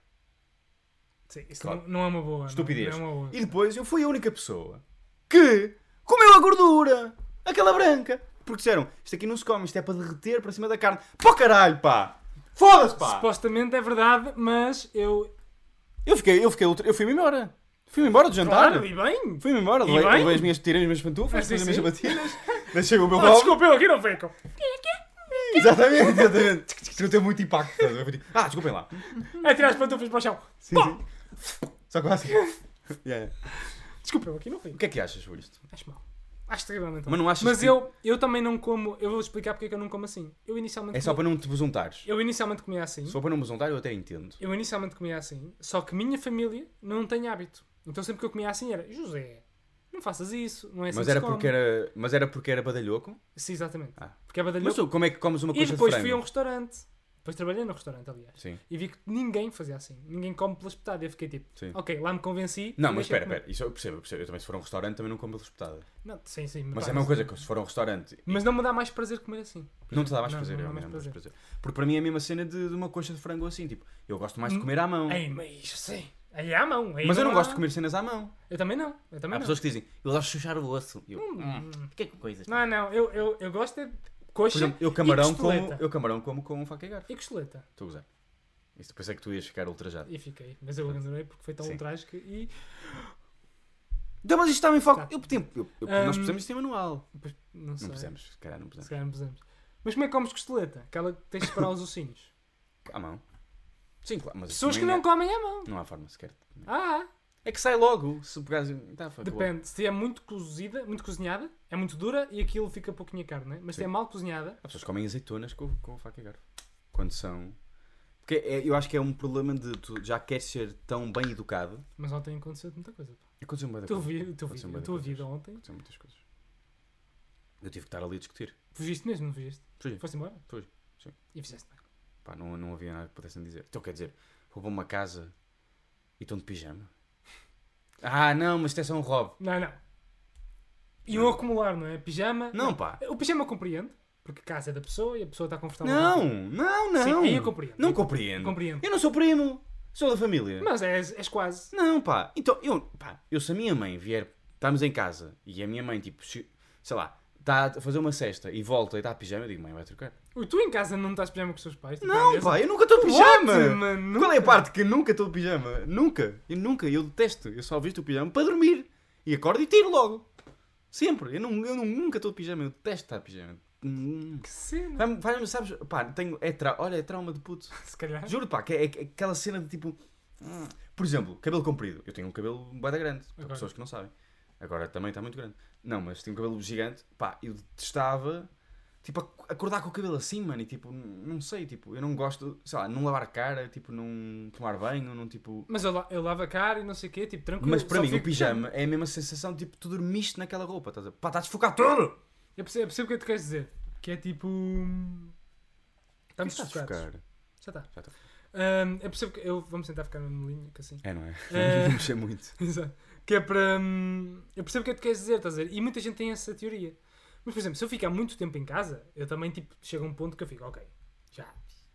A: Sim, isso
B: Claro.
A: não, não é uma boa. não-
B: Estupidez.
A: Não, é uma boa.
B: E depois eu fui a única pessoa que comeu a gordura, aquela branca. Porque disseram, isto aqui não se come, isto é para derreter para cima da carne. Pô caralho, pá! Foda-se, pá!
A: Supostamente é verdade, mas eu.
B: Eu fiquei, eu fiquei, outra- eu fui-me embora. Fui-me embora do jantar.
A: Claro, e bem.
B: Fui-me embora,
A: E
B: levei,
A: bem?
B: levei as minhas, tirei as minhas
A: Ah,
B: pantufas,
A: sim,
B: tirei as minhas
A: sim.
B: batidas, deixei o meu
A: Oh,
B: copo.
A: desculpa, eu aqui não fico.
B: Exatamente, exatamente. Isto não teve muito impacto. estás a ver? Ah, desculpem lá.
A: É tirar as pantufas para o chão.
B: Sim, sim. Só quase. Yeah, yeah.
A: Desculpa, eu aqui não fico.
B: O que é que achas sobre isto?
A: Acho mal. Acho terrivelmente
B: Mas
A: mal.
B: não achas
A: Mas
B: que-
A: eu, eu também não como. Eu vou explicar porque é que eu não como assim. Eu inicialmente.
B: É só
A: comia-
B: para não te besuntares.
A: Eu inicialmente comia assim.
B: Se for para não besuntar, eu até entendo.
A: Eu inicialmente comia assim, só que minha família não tem hábito. Então sempre que eu comia assim era, José, não faças isso, não é assim
B: Mas
A: que
B: era,
A: se come."
B: porque era, mas era porque era badalhoco?
A: Sim, exatamente.
B: Ah.
A: Porque é
B: Mas
A: badalhoco.
B: tu, como é que comes uma
A: E
B: coisa
A: depois
B: de
A: fui a um
B: frango?
A: restaurante. Depois trabalhei no restaurante, aliás.
B: Sim.
A: E vi que ninguém fazia assim. Ninguém come pela espetada. Eu fiquei tipo,
B: Sim.
A: ok, lá me convenci.
B: Não,
A: e
B: mas
A: deixei
B: espera,
A: de comer."
B: espera. Isso eu percebo, eu percebo. Eu também, se for a um restaurante, também não como pela espetada.
A: Não, sim, sim.
B: Mas
A: pá,
B: é a mesma coisa que se for a um restaurante. e
A: Mas não me dá mais prazer comer assim.
B: Não te dá mais
A: Não,
B: prazer,
A: não
B: eu
A: dá mais
B: mesmo mais prazer. Porque para mim é a mesma cena de, de uma coxa de frango assim, tipo, eu gosto mais de comer à mão.
A: Ei, mas sim. Aí é à mão. Hum? aí
B: Mas eu não
A: há-
B: gosto de comer cenas à mão.
A: Eu também não. Eu também
B: Há
A: não.
B: pessoas que dizem, eu gosto de chuchar o osso. Eu, hum, que é que coisas?
A: Não, não. Eu, eu, eu gosto é de
B: Por
A: coxa
B: exemplo, eu
A: e
B: camarão,
A: costeleta.
B: como, eu camarão como com faca e garfo.
A: E costeleta.
B: Estou a gozar. Isso pensei que tu ias ficar ultrajado.
A: E fiquei. Mas eu abandonei porque foi tão
B: Sim.
A: trágico e.
B: Não, mas isto estava em foco.
A: Tá.
B: Eu, tempo, eu, eu,
A: Ahm,
B: nós pusemos isto em manual.
A: Pois, Hum. não sei.
B: Não pusemos, se calhar não
A: Se
B: pusemos.
A: calhar não pusemos. Mas como é que comes costeleta? Aquela que tens de separar os ossinhos.
B: À mão. Sim, claro. Mas
A: Pessoas que
B: também
A: não comem à mão.
B: é- Não há forma sequer.
A: Ah,
B: É que sai logo. Se pegares. Tá, foi, acabou.
A: depende. Se é muito cozida, muito cozinhada, é muito dura e aquilo fica pouquinha carne. né? Mas se é
B: Sim.
A: mal cozinhada,
B: Há pessoas que comem azeitonas com, com faca e garfo. Quando são. Porque é- eu acho que é um problema de tu já queres ser tão bem educado.
A: mas ontem aconteceu muita coisa. pá.
B: Aconteceu uma
A: O teu vi- o teu vídeo, a tua vida ontem,
B: Aconteceu muitas coisas. Eu tive que estar ali a discutir.
A: fugiste mesmo, não fugiste?
B: Fugi.
A: Foste embora?
B: Fugi, sim.
A: E fizeste bem.
B: Pá, não, não havia nada que pudessem dizer. Então quer dizer, roubou uma casa e estão de pijama. Ah, não, mas isto é só um roubo.
A: Não, não. Iam acumular, não é? Pijama.
B: Não, pá.
A: O pijama eu compreendo, porque casa é da pessoa e a pessoa está confortável.
B: Não, não, não.
A: Sim, aí eu compreendo.
B: Não
A: Eu
B: compreendo.
A: compreendo.
B: Eu não sou primo. Sou da família.
A: Mas és, és quase.
B: Não, pá. Então, eu, pá, eu se a minha mãe vier, estamos em casa, e a minha mãe, tipo, se- sei lá, está a fazer uma cesta e volta e está a pijama, eu digo, mãe, vai trocar.
A: Ui, tu em casa não estás de pijama com os teus pais? Tipo, à
B: Não, é
A: mesa?
B: pá, eu nunca estou de pijama.
A: What, mano?
B: Qual é a parte que nunca estou de pijama? Nunca. Eu nunca. Eu detesto. Eu só visto o pijama para dormir. E acordo e tiro logo. Sempre. Eu, não, eu não- nunca estou de pijama. Eu detesto estar de pijama. Hum.
A: Que cena.
B: Vai-me, vai-me, sabes? Pá, tenho, é tra... Olha, é trauma de puto.
A: Se calhar.
B: Juro, pá, que é, é aquela cena de tipo. Por exemplo, cabelo comprido. Eu tenho um cabelo bada grande, para
A: Agora.
B: pessoas que não sabem. Agora também está muito grande. Não, mas tenho um cabelo gigante, pá, eu detestava. Tipo, ac- acordar com o cabelo assim, mano, e tipo, n- não sei, tipo, eu não gosto, sei lá, não lavar a cara, tipo, não tomar banho, não tipo.
A: Mas eu, la- eu lavo a cara e não sei o quê, tipo, tranquilo.
B: Mas para
A: só
B: mim, o
A: fico-
B: pijama é a mesma sensação, tipo, tu dormiste naquela roupa, estás a. Pá, estás a desfocar tudo!
A: Eu percebo, eu percebo o que é que tu queres dizer. Que é tipo. Estamos
B: Estás a
A: focados.
B: desfocar.
A: Já está.
B: Já está.
A: Ahm, eu percebo que. Eu, vamos tentar ficar no linha, que assim.
B: É, não é?
A: É.
B: Não mexer muito.
A: Exato. Que é para. hum, Eu percebo o que é que tu queres dizer, estás a dizer? E muita gente tem essa teoria. Mas, por exemplo, se eu ficar muito tempo em casa, eu também, tipo, chega um ponto que eu fico, ok, já.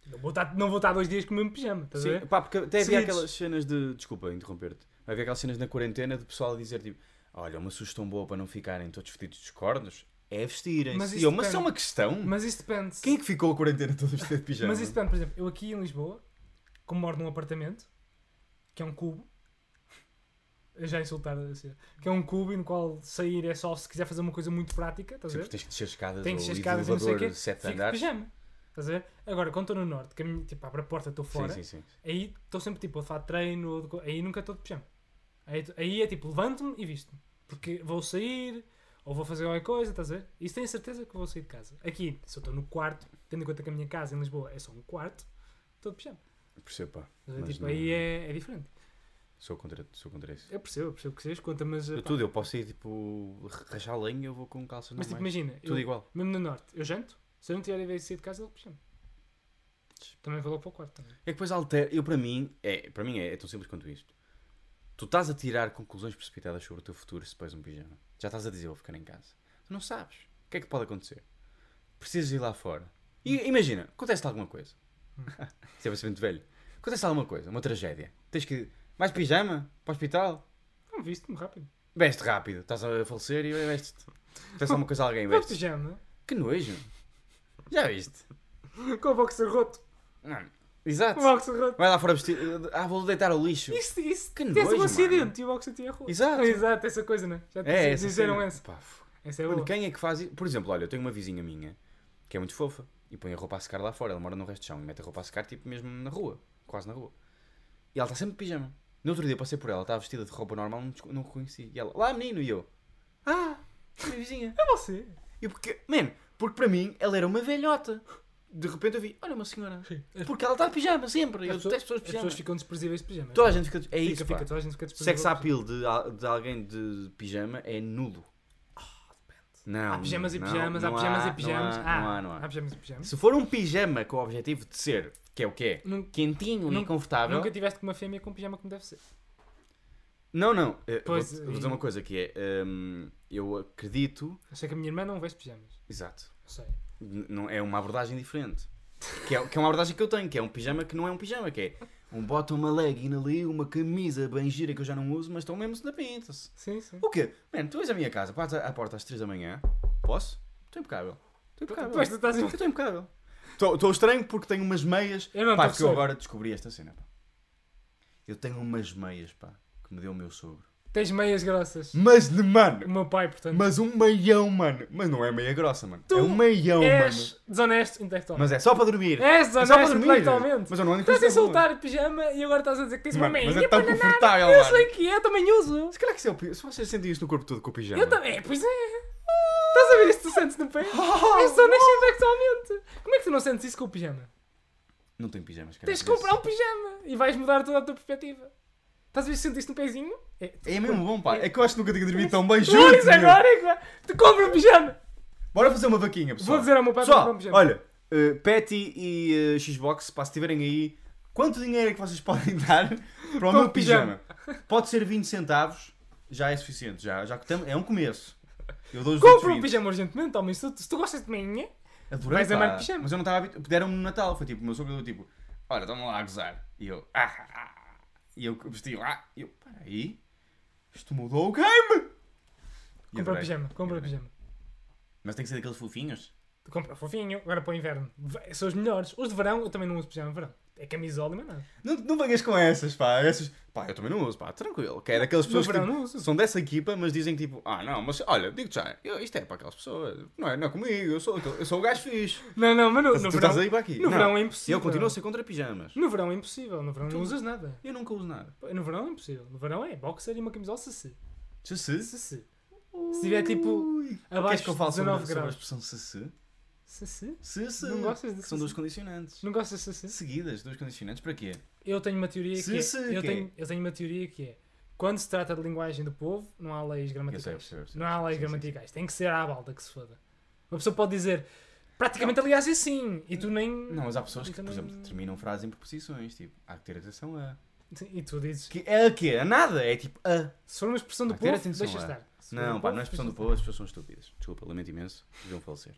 A: Não vou estar, não vou estar dois dias com o mesmo pijama, estás a
B: Sim,
A: ver?
B: pá, porque até havia
A: Seguidos.
B: aquelas cenas de. Desculpa interromper-te. Havia aquelas cenas na quarentena de pessoal a dizer tipo: Olha, uma sugestão boa para não ficarem todos vestidos de cornos é vestirem.
A: Mas
B: Mas
A: isso
B: e eu, mas
A: depende.
B: é uma questão.
A: Mas isso depende.
B: Quem é que ficou a quarentena todo vestido de pijama?
A: Mas isso depende, por exemplo, eu aqui em Lisboa, como moro num apartamento, que é um cubo, eu já insultar a ser, que é um cubo e no qual sair é só se quiser fazer uma coisa muito prática, estás a ver?
B: Sempre Tipo, tens que descer escadas
A: Tem
B: Tem
A: que ser
B: ou
A: escadas e não sei o
B: elevador
A: quê,
B: de sete
A: fico de
B: andares.
A: pijama, estás a ver? Agora, quando estou no Norte, que a minha, tipo, abre a porta, estou fora,
B: Sim, sim, sim.
A: aí estou sempre tipo a falar de treino, ou de co- aí nunca estou de pijama. Aí, aí é tipo, levanto-me e visto-me, porque vou sair... Ou vou fazer qualquer coisa, estás a ver? Isso tenho certeza que vou sair de casa. Aqui, se eu estou no quarto, tendo em conta que a minha casa em Lisboa é só um quarto, estou de pijama.
B: Percebo, pá.
A: Mas, é
B: Mas
A: tipo,
B: não-
A: aí é, é diferente.
B: Sou contra, sou contra isso.
A: Eu percebo, eu percebo que vocês conta, mas. pá,
B: Eu tudo, eu posso ir tipo rachar lenha eu vou com calças
A: mas tipo,
B: normais.
A: imagina,
B: Tudo
A: eu-
B: igual.
A: mesmo no norte, eu janto, se eu não tiver a ver sair de casa, ele puxa-me. Também vou logo para o quarto. Também.
B: É que depois altera. Eu, para mim, é, para mim é, é tão simples quanto isto. Tu estás a tirar conclusões precipitadas sobre o teu futuro se pões um pijama. Já estás a dizer, vou ficar em casa. Tu não sabes. O que é que pode acontecer? Precisas ir lá fora. E imagina, acontece alguma coisa. Isto é ser muito velho. Acontece alguma coisa, uma tragédia. Tens que. Vais de pijama? Para o hospital?
A: Não viste-me rápido.
B: Veste rápido. Estás a falecer e veste-te. Acontece alguma coisa a alguém,
A: Não de
B: veste
A: pijama,
B: Que nojo. Já viste?
A: com o boxer roto.
B: Não.
A: Com
B: Exato.
A: o boxer roto.
B: Vai lá fora vestir. Ah, vou deitar ao lixo.
A: Isso, isso.
B: Que
A: Tivesse um
B: nojo,
A: acidente e o boxer tinha roto.
B: Exato.
A: Exato, essa coisa, né? Já te
B: É, essa
A: disseram
B: cena.
A: essa.
B: Pá, f-
A: Essa é
B: Mano,
A: boa.
B: quem é que faz isso? Por exemplo, olha, eu tenho uma vizinha minha que é muito fofa e põe a roupa a secar lá fora. Ela mora no resto de chão e mete a roupa a secar, tipo, mesmo na rua, quase na rua. E ela está sempre de pijama. No outro dia passei por ela, estava vestida de roupa normal, não, desco- não reconheci. E ela, lá menino, e eu, ah, Minha vizinha.
A: É você.
B: E porque, man, porque para mim ela era uma velhota. De repente eu vi, olha uma senhora. Porque ela está de pijama sempre.
A: As
B: Eu
A: pessoas-
B: detesto
A: As
B: pessoas de pijama.
A: pessoas ficam desprezíveis de pijama.
B: Toda a gente fica. É
A: fica,
B: isso,
A: fica,
B: pá.
A: toda a gente fica desprezível.
B: Sex appeal de, al- de alguém de pijama é nulo. Não,
A: Ah, Há pijamas e
B: não,
A: pijamas, há
B: não
A: pijamas e
B: não
A: pijamas.
B: há,
A: Ah,
B: não há, não há.
A: Há pijamas e pijamas.
B: Se for um pijama com o objetivo de ser, que é o que é,
A: Nunca-
B: quentinho e
A: nunca-
B: confortável.
A: Nunca tiveste com uma fêmea com um pijama como deve ser.
B: Não, não. eh,
A: Pois,
B: vou, vou dizer
A: e-
B: uma coisa que é. hum, eu acredito.
A: Eu sei que a minha irmã não veste pijamas.
B: Exato.
A: Eu sei.
B: N- Não, é uma abordagem diferente. Que é, que é uma abordagem que eu tenho, que é um pijama que não é um pijama, que é um bota uma legging ali, uma camisa bem gira que eu já não uso, mas estão mesmo na pinta-se.
A: Sim, sim.
B: O quê? Mano, tu és a minha casa, bates à à porta às 3 da manhã. Posso? Estou impecável. Estou impecável.
A: Pois, tu estás-
B: Eu Estou impecável. Estou estou estranho porque tenho umas meias.
A: Eu não
B: pá,
A: estou
B: porque eu
A: sobre.
B: agora descobri esta cena, pá. Eu tenho umas meias, pá, que me deu o meu sogro.
A: Tens meias grossas.
B: Mas, de-
A: O
B: mano,
A: meu pai, portanto.
B: mas um meião, mano. Mas não é meia grossa, mano.
A: Tu
B: é um meião, mano.
A: És desonesto intelectualmente.
B: Mas é só para dormir.
A: És
B: É só para
A: desonesto
B: dormir.
A: intelectualmente.
B: Mas eu não ando com
A: Estás a
B: isso na rua.
A: insultar o pijama e agora estás a dizer que tens uma
B: Mano,
A: meia.
B: mas é tão
A: banana.
B: confortável,
A: Eu
B: mano.
A: sei que é, também uso.
B: Se calhar que se, eu, se vocês sentem isto no corpo todo com o pijama.
A: Eu também, pois é. Estás a ver isso que tu sentes no pé?
B: Oh,
A: É És desonesto intelectualmente. Como é que tu não sentes isso com o pijama?
B: É Não tenho pijamas, é cara.
A: Tens de comprar um pijama e vais mudar toda a tua perspectiva. Estás a ver se sentes isto no pezinho? É,
B: É mesmo bom, pá. É que eu acho que nunca tinha dormido tão bem
A: Tu
B: juntos.
A: isso agora, é que- tu compra um pijama.
B: Bora fazer uma vaquinha, pessoal.
A: Vou dizer ao meu pai para
B: pessoal,
A: comprar um pijama.
B: olha, eh, Patty e eh, Xbox, pá, se tiverem aí, quanto dinheiro é que vocês podem dar para o
A: Para
B: meu
A: o pijama.
B: pijama? Pode ser 20 centavos, já é suficiente, já, já que tam- é um começo. Eu dou os
A: Compra um
B: outros 20.
A: pijama urgentemente, homem. Se tu, se tu gostas de manhã,
B: Adorei,
A: Vais
B: pá.
A: amar pijama.
B: Mas eu não estava habituado. Deram-me no Natal, foi tipo, o meu sogro deu tipo, olha, estão lá a gozar. E eu, ah, ah, ah. E eu vesti, ah, e eu, peraí, isto mudou o game! E
A: compra um
B: adorei.
A: pijama. Compra um
B: Adorei.
A: pijama.
B: Mas tem que ser daqueles fofinhos.
A: Tu compra fofinho, agora para o inverno. V- São os melhores. Os de verão, eu também não uso pijama de verão. É camisola, mas nada.
B: Não, não venhas com essas, pá. Essas... Pá, eu também não uso, pá, tranquilo. Que é daquelas
A: No
B: pessoas que
A: verão
B: tipo,
A: não uso.
B: são dessa equipa, mas dizem que tipo, ah, não, mas olha, digo já, eu- isto é para aquelas pessoas, não é, não é comigo, eu sou, eu sou o gajo fixe.
A: Não, não, mas no,
B: tu
A: no verão.
B: estás aí para aqui.
A: No
B: Não,
A: verão é impossível.
B: Eu continuo a ser contra pijamas.
A: No verão é impossível. No verão não usas nada.
B: Eu nunca uso nada.
A: Pô, No verão é impossível. No verão é boxer e uma camisola se
B: Se se.
A: se. Se Se tiver, tipo,
B: Ui. Queres
A: abaixo
B: que eu
A: de
B: fale sobre,
A: 19
B: sobre a
A: graus.
B: expressão se se?
A: Se se.
B: Se se.
A: Não gostas de
B: Que São
A: se,
B: dois
A: se?
B: condicionantes.
A: Não gostas de se se?
B: Seguidas, dois condicionantes, para quê?
A: Eu tenho uma teoria
B: Se
A: que
B: se
A: é, eu
B: quê?
A: tenho, eu tenho uma teoria que é quando se trata de linguagem do povo, não há leis
B: Eu
A: gramaticais.
B: sei, eu sei, eu sei.
A: não há leis
B: Sim, sim,
A: gramaticais. Tem que ser à balda que se foda. Uma pessoa pode dizer praticamente aliás é sim e tu nem
B: Não, mas há pessoas que, por
A: Também-
B: exemplo, terminam frases em preposições, tipo, há que ter atenção a.
A: e tu dizes
B: Que é a quê? A nada? É tipo a.
A: se for uma expressão do
B: Há que ter
A: povo,
B: atenção,
A: deixa
B: é.
A: estar. Se for do
B: Não, pá,
A: povo,
B: não é expressão do
A: deixa
B: povo, as pessoas são estúpidas. Desculpa, lamento imenso, deviam falecer.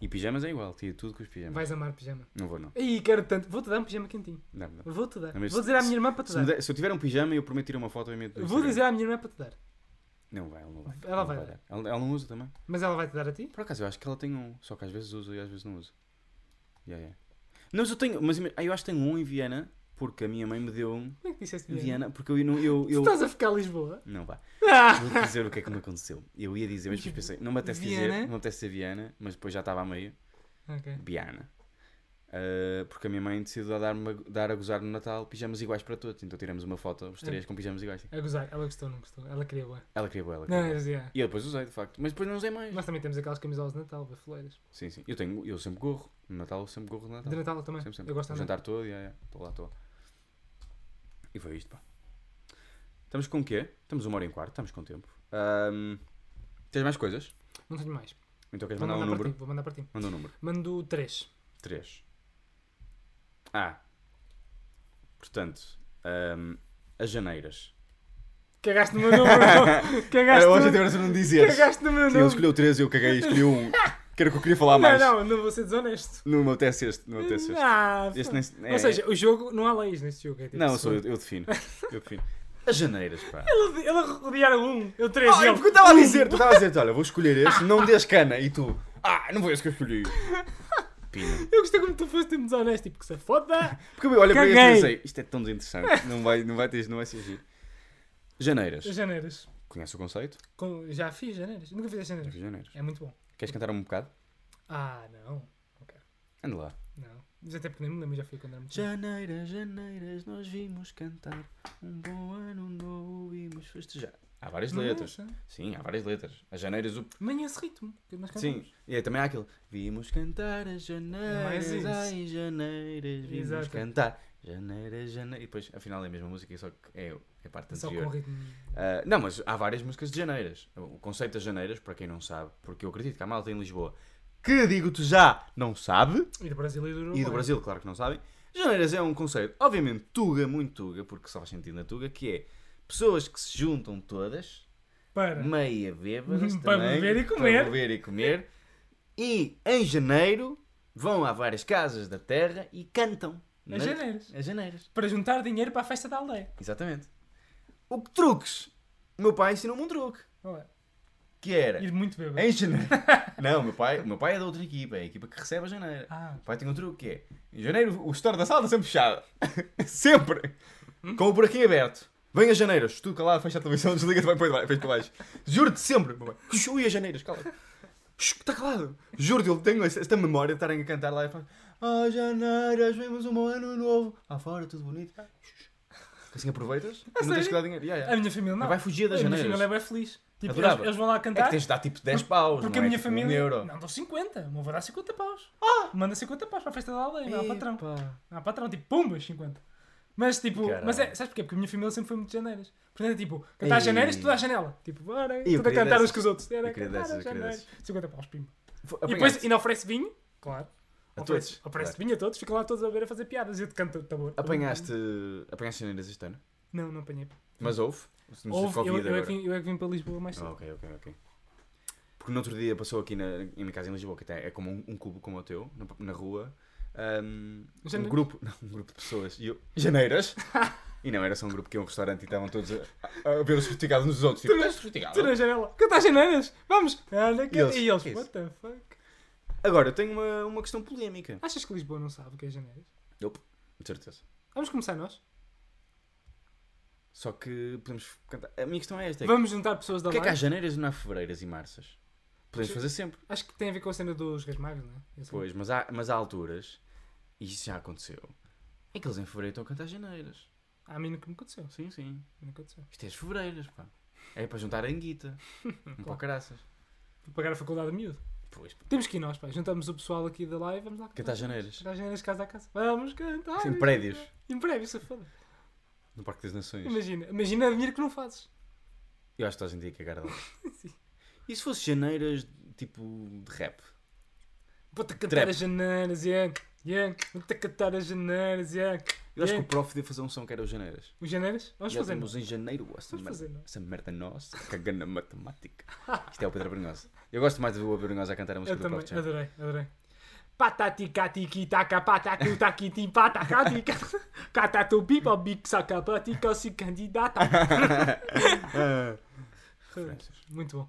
B: E pijamas é igual, tira tudo com os
A: estar.
B: pijamas.
A: Vais amar pijama.
B: Não vou, não.
A: Aí, quero tanto. Vou-te dar um pijama quentinho.
B: Não, não.
A: Vou-te dar.
B: Não, mas
A: Vou
B: se-
A: dizer à
B: se-
A: minha irmã para te
B: Se, me
A: dar.
B: der- se eu tiver um pijama, eu prometo tirar uma foto e meto no
A: Vou
B: Instagram.
A: dizer à minha irmã para te dar.
B: Não vai, ela não vai.
A: Ela vai
B: dar. Ela, ela não usa também.
A: Mas ela vai te dar a ti?
B: Por acaso, eu acho que ela tem um, só que às vezes uso e às vezes não uso. Yeah, yeah. Não, mas eu tenho, mas ima- ah, eu acho que tenho um em Viena, porque a minha mãe me deu um
A: Como é que disseste
B: em
A: Viena?
B: Viena, porque eu. não- eu,
A: Tu
B: eu...
A: estás a ficar a Lisboa?
B: Não vá.
A: Ah!
B: Vou dizer o que é que me aconteceu. Eu ia dizer, mas depois pensei, não me apetece dizer,
A: Viena?
B: não me apetece dizer Viena, mas depois já estava a meio.
A: Ok.
B: Biana. Ah, porque a minha mãe decidiu dar, dar a gozar no Natal pijamas iguais para todos. Então tiramos uma foto, os
A: É.
B: três, com pijamas iguais.
A: A gozar. Ela gostou, não gostou. Ela queria boa.
B: Ela queria boa, ela queria
A: Não, é.
B: bué.
A: mas, yeah.
B: E eu depois usei, de facto. Mas depois não usei mais.
A: Nós também temos aquelas camisolas de Natal, bafoleiras.
B: Sim, sim. Eu, tenho, eu sempre gorro. No Natal eu sempre gorro no Natal.
A: De Natal também.
B: Sempre, sempre.
A: Eu gosto de
B: O
A: Natal.
B: jantar todo, já, já. Estou lá, estou lá. E foi isto, pá. Estamos com o quê? Estamos uma hora e um quarto, estamos com tempo. Ahm, tens mais coisas?
A: Não tenho mais.
B: Então queres
A: Vou
B: mandar
A: mandar,
B: um
A: para
B: número?
A: ti. Vou mandar para ti.
B: Manda um número.
A: Mando três.
B: 3. Ah. Portanto, ahm, as janeiras.
A: Cagaste no meu número. Cagaste,
B: hoje
A: no...
B: até não dizias.
A: Cagaste no meu
B: Ele
A: número.
B: escolheu 3 e eu caguei e escolhi um. Que era o que eu queria
A: Não,
B: falar um mais.
A: não, não vou ser desonesto.
B: Não me apetece este. Não me apetece este.
A: Ah,
B: Este
A: pô.
B: nem- é-
A: Ou seja, o jogo não há leis neste jogo. É tipo,
B: Não,
A: se-
B: sou eu, eu defino. Eu defino. As janeiras, pá.
A: Ele, ele rodearam um, eu três.
B: Ah,
A: e
B: é
A: ele-
B: porque eu estava a dizer, tu estava a dizer, olha, vou escolher este, não me des cana. E tu, ah, não foi esse que eu escolhi. Pina.
A: Eu gostei como tu foste tipo desonesto. Tipo, que se foda.
B: Porque eu olho para este e
A: Caguei.
B: pensei, isto é tão desinteressante, não vai, não vai ter, não vai ser giro. Janeiras.
A: Janeiras.
B: Conhece o conceito?
A: Com- Já fiz janeiras. Nunca fiz
B: Já
A: janeiras.
B: fiz janeiras.
A: É muito bom.
B: Queres cantar um bocado?
A: Ah, não.
B: Anda lá.
A: Não. Mas até porque nem me lembro, já fui quando era muito
B: Janeiras, janeiras, nós vimos cantar. Um bom ano novo vimos festejar. Há várias
A: Não é?
B: letras.
A: deixa.
B: Sim, há várias letras. As janeiras, o...
A: Mas esse ritmo que nós cantamos.
B: Sim, e aí também há aquele. Vimos cantar as janeiras,
A: É Mais isso.
B: ai janeiras, vimos
A: Exato.
B: cantar. Janeiras, janeiras. E depois, afinal, é a mesma música, só que é, é a parte
A: Só com
B: anterior.
A: o ritmo.
B: Ah, não, mas há várias músicas de janeiras. O conceito das janeiras, para quem não sabe, porque eu acredito que há malta em Lisboa que, digo-te já, não sabe,
A: E do Brasil e do Uruguai.
B: e do Brasil, claro que não sabem. Janeiras é um conceito, obviamente, tuga, muito tuga, porque só faz sentido na tuga, que é pessoas que se juntam todas,
A: Para.
B: meia bêbadas também,
A: Para beber e comer.
B: para beber e comer, e em janeiro vão a várias casas da terra e cantam.
A: As
B: nas-
A: janeiras.
B: As janeiras,
A: Para juntar dinheiro para a festa da aldeia.
B: exatamente. O que truques? O meu pai ensinou-me um truque,
A: Olha,
B: que era...
A: Ir muito bêbado.
B: Em janeiro. Não, o meu pai, o meu pai é da outra equipa, é a equipa que recebe a janeiro.
A: Ah.
B: O pai tem um truque que é: em janeiro o store da sala está sempre fechado. sempre! Com o buraquinho aberto. Vem a janeiros, tu calado, fecha a televisão, desliga-te, vai para baixo. Vais para baixo. Juro-te sempre, meu pai. Ui, a janeiros, cala. Está tá calado. Juro-te, eu tenho esta memória de estarem a cantar lá e falar: Ah, janeiras, vemos um ano novo. Lá fora, tudo bonito. Assim aproveitas e não tens
A: Ah, sério?
B: que dar dinheiro. Yeah,
A: A
B: yeah.
A: minha família não.
B: Vai fugir das
A: a minha
B: janeiras.
A: família é bem feliz. Tipo, eles,
B: Adorava.
A: eles vão lá
B: É
A: cantar.
B: que tens de dar tipo 10 paus,
A: porque
B: não
A: a
B: é
A: minha
B: tipo
A: família.
B: Um euro. Ah!
A: Não, dou 50. O meu avô dá 50 paus. Manda 50 paus para a festa da aldeia. Não há patrão.
B: Epá.
A: Não há patrão. Tipo, pumbas, 50. Mas tipo,
B: Caralho.
A: mas é, sabes porquê? Porque a minha família sempre foi muito de janeiras. Portanto, é tipo, cantar às janeiras,
B: Ei.
A: tu dá à janela. Tipo, bora,
B: eu
A: tudo a
B: queria
A: cantar
B: é dessas.
A: uns com os outros. Era
B: Eu queria
A: cantar
B: é dessas,
A: às
B: eu queria
A: janeiras.
B: dessas.
A: 50 paus, pimba. E
B: Apanhaste.
A: depois ainda oferece vinho, claro.
B: A
A: oferece,
B: todos,
A: Oferece
B: claro.
A: vinho a todos, ficam lá todos a ver a fazer piadas e eu te canto de tambor.
B: Apanhaste. Apanhaste janeiras este ano?
A: Não, não apanhei.
B: Mas houve? Não
A: Houve, eu, eu,
B: Covid
A: é
B: agora.
A: que vim, eu é que vim para Lisboa mais
B: Ah,
A: cedo.
B: ok, ok, ok. Porque no outro dia passou aqui na, em minha casa em Lisboa, que até é como um, um clube como o teu, na, na rua, um, um
A: Janeiras?
B: grupo, não, um grupo de pessoas, e eu, janeiras, e não, era só um grupo que ia a um restaurante e estavam todos a, a ver os frutigados nos outros, tipo,
A: Tu não-
B: "Estás frutigado?"
A: Tu na janela. Canta às janeiras. Vamos. Olha que... é
B: E eles,
A: E eles,
B: que é isso?
A: what the fuck?
B: Agora, eu tenho uma, uma questão polémica.
A: Achas que Lisboa não sabe o que é janeiras?
B: Nope, de certeza.
A: Vamos começar nós.
B: Só que podemos cantar, a minha questão é esta, é que-
A: Vamos juntar pessoas da
B: porque é que há
A: live.
B: janeiras e não há fevereiras e marças? Podemos
A: Sim.
B: fazer sempre.
A: Acho que tem a ver com a cena dos Reis Magos, não é? Eu sei.
B: Pois, mas há, mas há alturas, e isso já aconteceu, em que eles em fevereiro estão a cantar janeiras.
A: Ah, A mim nunca me aconteceu.
B: Sim, sim.
A: Nunca aconteceu.
B: Isto é as febreiras, pá. É para juntar a anguita. Não para caraças.
A: Vou pagar a faculdade de miúdo.
B: Pois, pá.
A: Temos que ir nós, pá. Juntamos o pessoal aqui da live e vamos lá
B: Cantar às janeiras.
A: Cantar às janeiras casa a casa. Vamos cantar.
B: Em prédios.
A: Em prédios, se foda.
B: No Parque das Nações.
A: Imagina. Imagina a dinheiro que não fazes.
B: Eu acho que estás em dia que cagar lá.
A: Sim.
B: E se fosse janeiras, tipo, de rap?
A: Vou-te
B: Trap.
A: cantar as janeiras, yeah. Yeah. Vou-te cantar as janeiras, yeah.
B: Eu acho
A: Yeah.
B: que o prof devia fazer um som que era o janeiras.
A: Os janeiras? É. Vamos
B: Já
A: fazer.
B: temos em janeiro oh, essa,
A: Vamos
B: merda,
A: fazer, não?
B: essa merda é nossa. Cagando na matemática. Isto é o Pedro Brunhosa. Eu gosto mais do Brunhosa a cantar a música
A: Eu
B: do
A: também,
B: prof. Jam.
A: adorei, adorei. Pataticatikitaka, patacutakiti, patacática, catatubiba, bicaca, patica, se candidata.
B: Ah, referências.
A: Muito bom.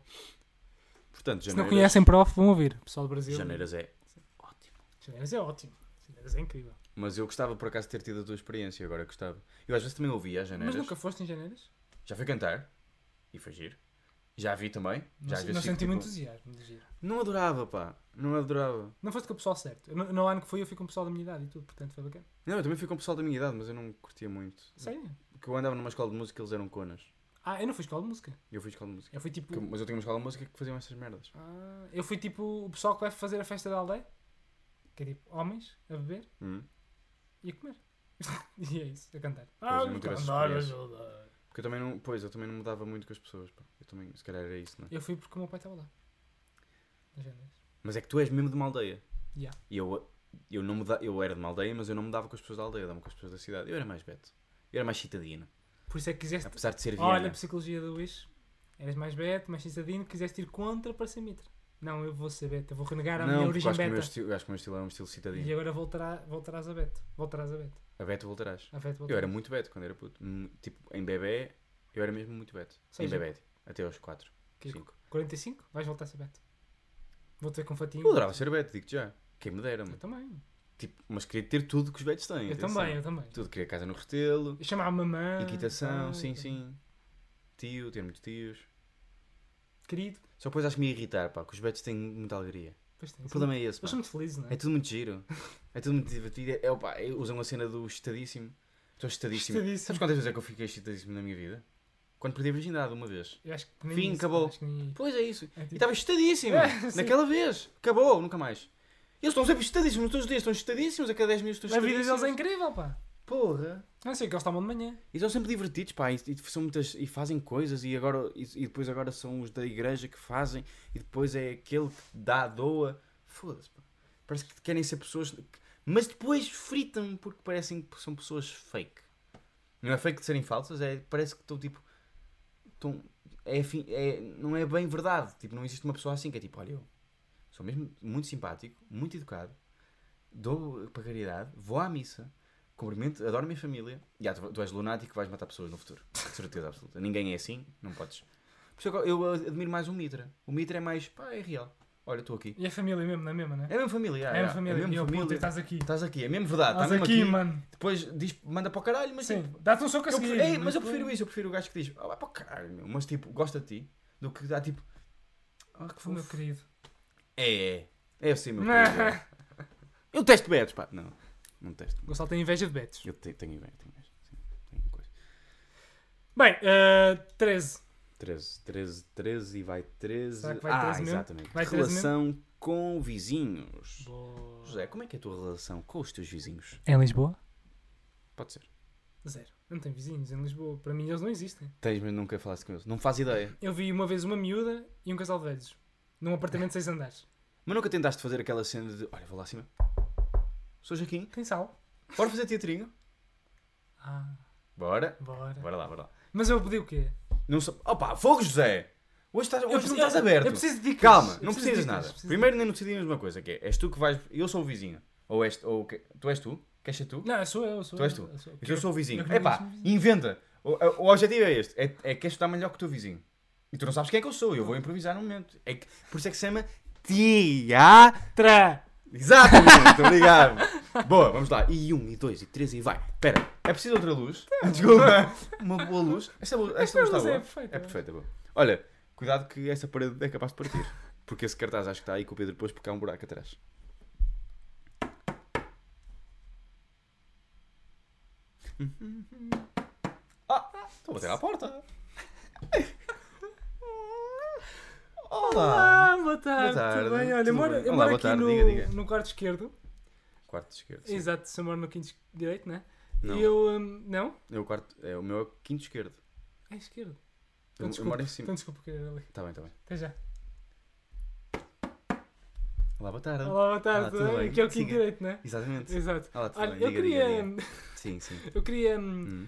B: Portanto,
A: Se não
B: janeiras,
A: conhecem prof, vão ouvir. Pessoal do Brasil.
B: janeiras é ótimo.
A: Janeiras é ótimo. Janeiras é incrível.
B: Mas eu gostava por acaso de ter tido a tua experiência, agora gostava. Eu às vezes também ouvia as
A: Mas
B: janeiras.
A: nunca foste em Janeiras?
B: Já fui cantar e foi giro. Já a vi também.
A: Não,
B: já às
A: se-
B: vezes
A: não
B: fico,
A: senti
B: tipo,
A: muito entusiasmo de giro.
B: Não adorava, pá. Não adorava.
A: Não foste com o pessoal certo. Eu, no, no ano que fui, eu fui com o pessoal da minha idade e tudo, portanto foi bacana.
B: Não, eu também fui com o pessoal da minha idade, mas eu não curtia muito.
A: Sério?
B: Porque eu andava numa escola de música e eles eram conas.
A: Ah, eu não fui escola de música.
B: E eu fui escola de música.
A: Eu fui tipo.
B: Que- Mas eu tinha uma escola de música que faziam essas merdas.
A: Ah, eu fui tipo o pessoal que vai fazer a festa da aldeia. Que é tipo homens a beber.
B: Hum.
A: e a comer. e é isso, a cantar.
B: é muito graças por isso.
A: ajuda.
B: Porque eu também não. Pois, eu também não mudava muito com as pessoas, pá. Eu também, se calhar era isso, não é?
A: Eu fui porque o meu pai estava lá. Nas janeiras.
B: Mas é que tu és mesmo de uma aldeia.
A: Yeah.
B: E eu, eu não muda, Eu era de uma aldeia, mas eu não mudava com as pessoas da aldeia, eu dava com as pessoas da cidade. Eu era mais beto. Eu era mais citadino.
A: Por isso é que quiseste.
B: Apesar de ser
A: Olha a
B: viana.
A: psicologia do Luís. Eras mais beto, mais cidadino, quiseste ir contra para ser mitra. Não, eu vou ser beta, eu vou renegar a minha
B: não, porque
A: origem
B: eu acho, que o
A: beta.
B: meu estilo, eu acho que o meu estilo era um estilo citadino.
A: E agora voltará, voltarás a beta. Voltarás a beta.
B: A Beto voltarás.
A: A beta
B: Eu
A: voltarás.
B: era muito beto quando era puto. Hum, Tipo, em bebê, eu era mesmo muito beto.
A: Seis
B: em bebê, tipo, até aos 4,
A: Que-
B: 5.
A: 45? Vais voltar a ser beta. Vou ter com fatinho.
B: Eu adorava ser beto, digo já. Quem me dera,
A: Eu
B: mano.
A: também.
B: Tipo, mas queria ter tudo que os betos têm.
A: Eu
B: atenção.
A: também, eu Ah, também.
B: Tudo, queria casa no restelo,
A: Eu chamava mamãe.
B: equitação,
A: pai,
B: sim, sim. Tio, ter muitos tios.
A: Querido.
B: Só depois acho que me ia irritar, pá, que os betos têm muita alegria.
A: Pois tem.
B: O problema é esse, pá.
A: Eles são muito felizes, não é?
B: É tudo muito giro. É tudo muito divertido. É, opa, usam a cena do estadíssimo. Estou estadíssimo.
A: Excitadíssimo.
B: Sabes quantas vezes é que eu fiquei excitadíssimo na minha vida? Quando perdi a virgindade uma vez.
A: Eu acho que nem
B: Fim,
A: isso,
B: acabou.
A: acho que nem-
B: Pois é isso.
A: É
B: E
A: tipo-
B: estava excitadíssimo.
A: É, sim.
B: naquela vez. Acabou, nunca mais. Eles estão sempre excitadíssimos todos os dias. Estão excitadíssimos. A cada 10 minutos estão
A: A vida
B: excitadíssimos.
A: deles é incrível, pá.
B: Porra.
A: Não sei o que eles tomam de manhã.
B: E são sempre divertidos, pá. E, e são muitas, e fazem coisas. E, agora, e, e depois agora são os da igreja que fazem. E depois é aquele que dá a doa. Foda-se, pá. Parece que querem ser pessoas... Mas depois fritam porque parecem que são pessoas fake. Não é fake de serem falsas. É, parece que estão tipo... Estão, é, fi- é- não é bem verdade. Tipo, não existe uma pessoa assim que é tipo, olha, eu sou mesmo muito simpático, muito educado, dou para caridade, vou à missa, cumprimento, adoro a minha família. Ya, tu, tu és lunático e vais matar pessoas no futuro. De certeza absoluta. Ninguém é assim, não podes. Por isso é que eu eu admiro mais o Mitra. O Mitra é mais, pá, é real. Olha, estou aqui.
A: E a família mesmo, não é mesmo, né?
B: É mesmo família, ya,
A: É
B: ya,
A: a família.
B: mesmo
A: E eu, puto,
B: família.
A: estás aqui.
B: Estás aqui, é mesmo verdade.
A: Estás
B: Estás
A: aqui,
B: aqui,
A: mano.
B: Depois diz, manda para o caralho, mas
A: Sim,
B: tipo,
A: dá-te um soco a
B: eu
A: seguir.
B: prefiro, Ei, mas eu prefiro isso, eu prefiro o gajo que diz, ah, vai para o caralho, meu, mas tipo, gosta de ti, do que dá tipo, ah, que
A: O meu
B: fofo.
A: querido.
B: É, é, é assim, meu
A: Não.
B: querido. é. Eu testo betos, pá. Não, não testo.
A: O Gonçalo tem inveja de Betos.
B: Eu te, tenho bem, tenho inveja. Sim, tenho coisa.
A: Bem, eh, 13.
B: 13, 13, 13 e vai 13.
A: Será que vai
B: ah,
A: 13 mesmo?
B: exatamente.
A: Vai 13
B: relação com vizinhos.
A: Boa.
B: José, como é que é a tua relação com os teus vizinhos?
A: Em Lisboa?
B: Pode ser.
A: Zero. Não tem vizinhos em Lisboa. Para mim eles não existem.
B: Tens, mas nunca falaste com eles. Não faz ideia.
A: Eu vi uma vez uma miúda e um casal de velhos. Num apartamento de 6 andares.
B: Mas nunca tentaste fazer aquela cena de, olha, vou lá acima. Sou Joaquim.
A: Tem sal?
B: Bora fazer teatrinho?
A: Ah,
B: Bora.
A: bora.
B: Bora lá, bora lá.
A: Mas eu pedi o quê?
B: Não sou... Opa, fogo, José! Hoje, estás, hoje
A: preciso-
B: não estás aberto.
A: Eu preciso de dicas.
B: Calma,
A: Eu preciso
B: não
A: de
B: precisas
A: dicas,
B: nada.
A: preciso de
B: Primeiro nem decidimos uma coisa, que é, és tu que vais, eu sou o vizinho. Ou és, ou que- tu és tu? Queres ser tu?
A: dicas. Não, sou eu. Sou
B: Tu és
A: eu,
B: tu.
A: eu sou eu.
B: Então eu sou o vizinho.
A: eu não
B: Epá,
A: sou vizinho.
B: inventa. O, o objetivo é este, é, é que queres estar melhor que o teu vizinho. E tu não sabes quem é que eu sou, eu vou improvisar num momento. É que, por isso é que se chama Tia.
A: Tra!
B: Exatamente, obrigado. Boa, vamos lá. E um, e dois, e três, e vai. Espera, é preciso outra luz. Desculpa. Uma boa luz. Esta, bo- esta
A: Tá. Esta
B: luz está
A: luz é
B: boa.
A: perfeita.
B: É perfeita, boa. Olha, cuidado que essa parede é capaz de partir. Porque esse cartaz acho que está aí com o Pedro depois porque há um buraco atrás. Ah, estou a bater à porta. Olá.
A: Olá, Ah, boa tarde.
B: Ah, tarde,
A: Tudo bem? Olha, eu
B: tudo
A: moro,
B: bem?
A: eu
B: Olá,
A: moro
B: boa
A: aqui
B: tarde,
A: no,
B: diga, diga.
A: no quarto esquerdo.
B: Quarto esquerdo. sim.
A: Exato, se eu moro no quinto es- direito, né?
B: Não.
A: E eu. hum, não?
B: É o quarto, é o meu é o quinto esquerdo.
A: É esquerdo.
B: Eu,
A: Então,
B: eu
A: desculpa.
B: moro em cima.
A: Então desculpa que era ali.
B: Está bem, está bem.
A: Até já.
B: Olá, boa tarde.
A: Olá, boa tarde.
B: Olá,
A: tudo
B: ah, tudo
A: bem?
B: bem?
A: Que é o quinto
B: Siga.
A: direito, né?
B: Exatamente.
A: Exato.
B: Olá, tudo
A: Olha,
B: bem?
A: eu
B: Diga,
A: queria. hum,
B: diga, diga. Sim, sim.
A: Eu queria hum,
B: Hum,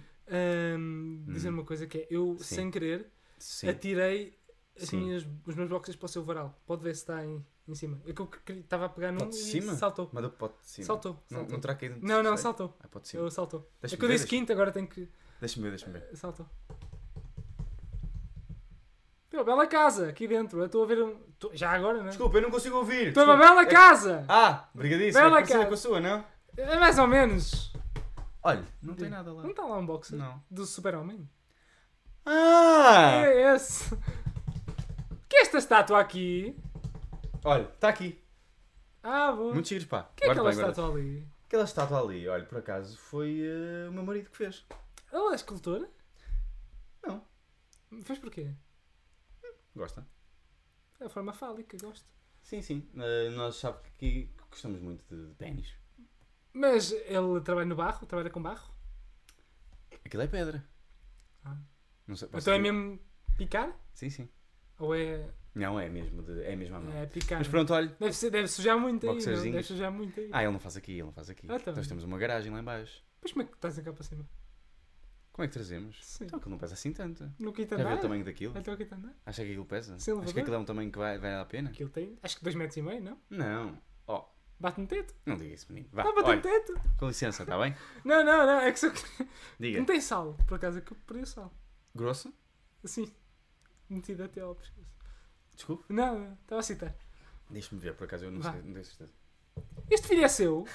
A: hum, dizer
B: Hum.
A: uma coisa que é: eu,
B: Sim.
A: sem querer,
B: sim.
A: atirei assim, as
B: Sim.
A: minhas, os meus boxers para o seu varal. Pode ver se está em, em cima. É que eu queria- estava a pegar num
B: Pode de cima?
A: e saltou.
B: Mandou para o pote de cima.
A: Saltou.
B: Não,
A: saltou.
B: não terá caído.
A: Não, não,
B: sei.
A: saltou.
B: Ah, pode de cima.
A: Eu Ah. saltou. É
B: Deixa-me
A: que eu
B: ver,
A: disse
B: deixa-me-
A: quinto, agora tenho que.
B: Deixa-me ver, deixa-me ver.
A: Saltou. Pô, bela casa aqui dentro. Eu estou a ver um. tô- Já agora, né?
B: Desculpa, eu não consigo ouvir.
A: Estou a uma
B: Desculpa.
A: bela
B: É-
A: casa!
B: Ah, brigadíssimo.
A: Bela
B: é parecida
A: cara.
B: com a sua, não?
A: É mais ou menos.
B: Olha, não tem nada lá.
A: Não está lá um boxer?
B: Não.
A: Do Super-Homem?
B: Ah!
A: É esse. Que é esta estátua aqui.
B: Olha, está aqui.
A: Ah, boa.
B: Muito giro, pá.
A: que é
B: Guarda
A: aquela
B: bem, guarda.
A: estátua ali?
B: Aquela estátua ali, olha, por acaso foi eh, o meu marido que fez.
A: Ela é escultora?
B: Não.
A: Fez porquê?
B: Gosta?
A: É a forma fálica, gosto.
B: Sim, sim. Eh, nós sabemos que gostamos muito de, de ténis.
A: Mas ele trabalha no barro? Trabalha com barro?
B: Aquilo é pedra.
A: Ah.
B: Não sei, posso
A: Então é
B: dizer-
A: mesmo picar?
B: Sim, sim.
A: Ou é,
B: Não, é mesmo, de, é mesmo à mão.
A: é picar?
B: Mas pronto, olha.
A: Deve, ser- deve sujar muito aí, não?
B: Boxerzinhos.
A: Deve sujar muito aí.
B: Ah, ele não faz aqui, ele não faz aqui.
A: Ah, tá
B: Nós
A: bem.
B: temos uma garagem lá em baixo.
A: Mas como é que estás a cá para cima?
B: Como é que trazemos?
A: Sim.
B: Então aquilo não pesa assim tanto.
A: No quinto
B: Já viu o
A: andar?
B: tamanho daquilo?
A: Até o quinto andar?
B: Acha que aquilo pesa?
A: Sim,
B: Acho que
A: elevador.
B: aquilo é um tamanho que vai, vale a pena?
A: Aquilo tem, acho que 2 metros e meio, não?
B: Não. Oh,
A: Bate no teto?
B: não diga isso, menino. Vá,
A: Está a bater no
B: Ah, olha,
A: um teto?
B: com licença, está bem?
A: Não, não, não, é que só...
B: Diga.
A: Não tem sal, por acaso é que eu perdi o sal.
B: Grosso?
A: Assim, metido até ao pescoço.
B: Desculpe.
A: Não, não, estava assim, tá. a citar.
B: Deixa-me ver, por acaso eu não
A: Vá.
B: sei, não tenho certeza.
A: Este filho é seu.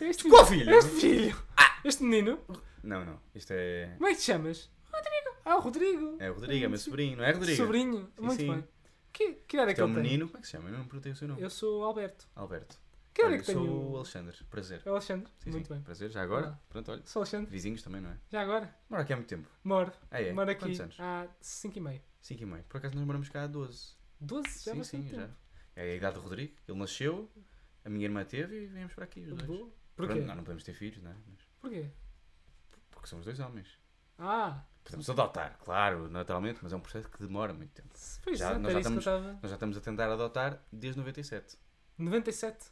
A: este
B: Qual filho? Ah!
A: Este filho. Este menino.
B: Não, não. Isto é.
A: Como é que te chamas? Rodrigo. Ah, o Rodrigo.
B: É o Rodrigo, é meu sobrinho, não é Rodrigo?
A: Sobrinho.
B: Sim,
A: Muito
B: sim.
A: bem. Que, que idade é que
B: Isto é um
A: ele tem?
B: menino, como é que se chama? Eu não perguntei o seu nome.
A: Eu sou o Alberto.
B: Alberto.
A: Que hora
B: Olha,
A: é que
B: sou
A: tenho?
B: o Alexandre, prazer.
A: É o Alexandre.
B: Sim,
A: Muito
B: sim,
A: bem. Ah.
B: Prazer, já agora.
A: Olá.
B: Pronto, olha.
A: Sou o Alexandre.
B: Vizinhos também, não é?
A: Já agora?
B: Moro aqui há muito tempo.
A: Moro.
B: Ah, é?
A: Moro aqui
B: Quantos anos?
A: há 5 e meio.
B: 5 e meio. Por acaso nós moramos cá há 12.
A: 12? Já há
B: sim, sim,
A: bastante
B: já.
A: tempo.
B: É a idade do Rodrigo. Ele nasceu, a minha irmã teve e viemos para aqui os dois.
A: Boa.
B: Pronto,
A: Porquê?
B: Não, não podemos ter filhos, não é? Mas-
A: Porquê?
B: porque somos dois homens.
A: Ah,
B: Podemos adotar, claro, naturalmente, mas é um processo que demora muito tempo.
A: pois
B: Já-
A: já,
B: nós
A: era
B: já
A: isso que eu
B: estamos-
A: estava.
B: Nós já estamos a tentar adotar desde 97.
A: 97.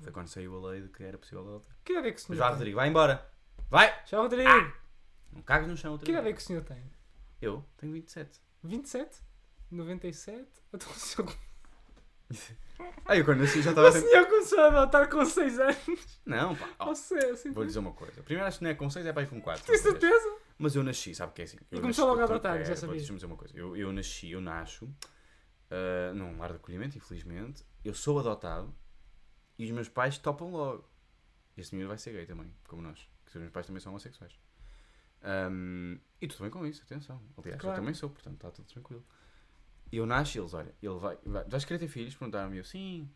B: Foi quando saiu a lei de que era possível adotar.
A: Que idade é que o
B: Mas
A: senhor
B: vá,
A: tem?
B: Rodrigo, Ah, vai embora. Vai!
A: Já, Rodrigo.
B: Não cagues no chão outra
A: que idade é
B: vez.
A: que o senhor tem?
B: Eu tenho 27.
A: 27? 97? Então, o senhor,
B: Ah, eu quando nasci já estava
A: o
B: assim.
A: senhor começou a adotar com 6 anos.
B: Não, pá. ó,
A: Ou seja, assim,
B: vou lhe Oh, dizer uma coisa. Primeiro acho que não é com 6, é para ir com 4.
A: Tens certeza?
B: Mas eu nasci, sabe o que é assim? Eu
A: começou
B: nasci-
A: logo a
B: eu-
A: adotar,
B: é,
A: já sabia.
B: vou- Deixa-me dizer uma coisa. Eu, eu nasci, eu nasço ah, num lar de acolhimento, infelizmente. Eu sou adotado e os meus pais topam logo. Este miúdo vai ser gay também, como nós. Que os meus pais também são homossexuais. Ahm, e tudo bem com isso, atenção. Aliás,
A: Claro.
B: eu também sou, portanto está tudo tranquilo. E eu nasço e eles, olha, ele vai, vai. Vais querer ter filhos? Perguntaram-me eu, sim.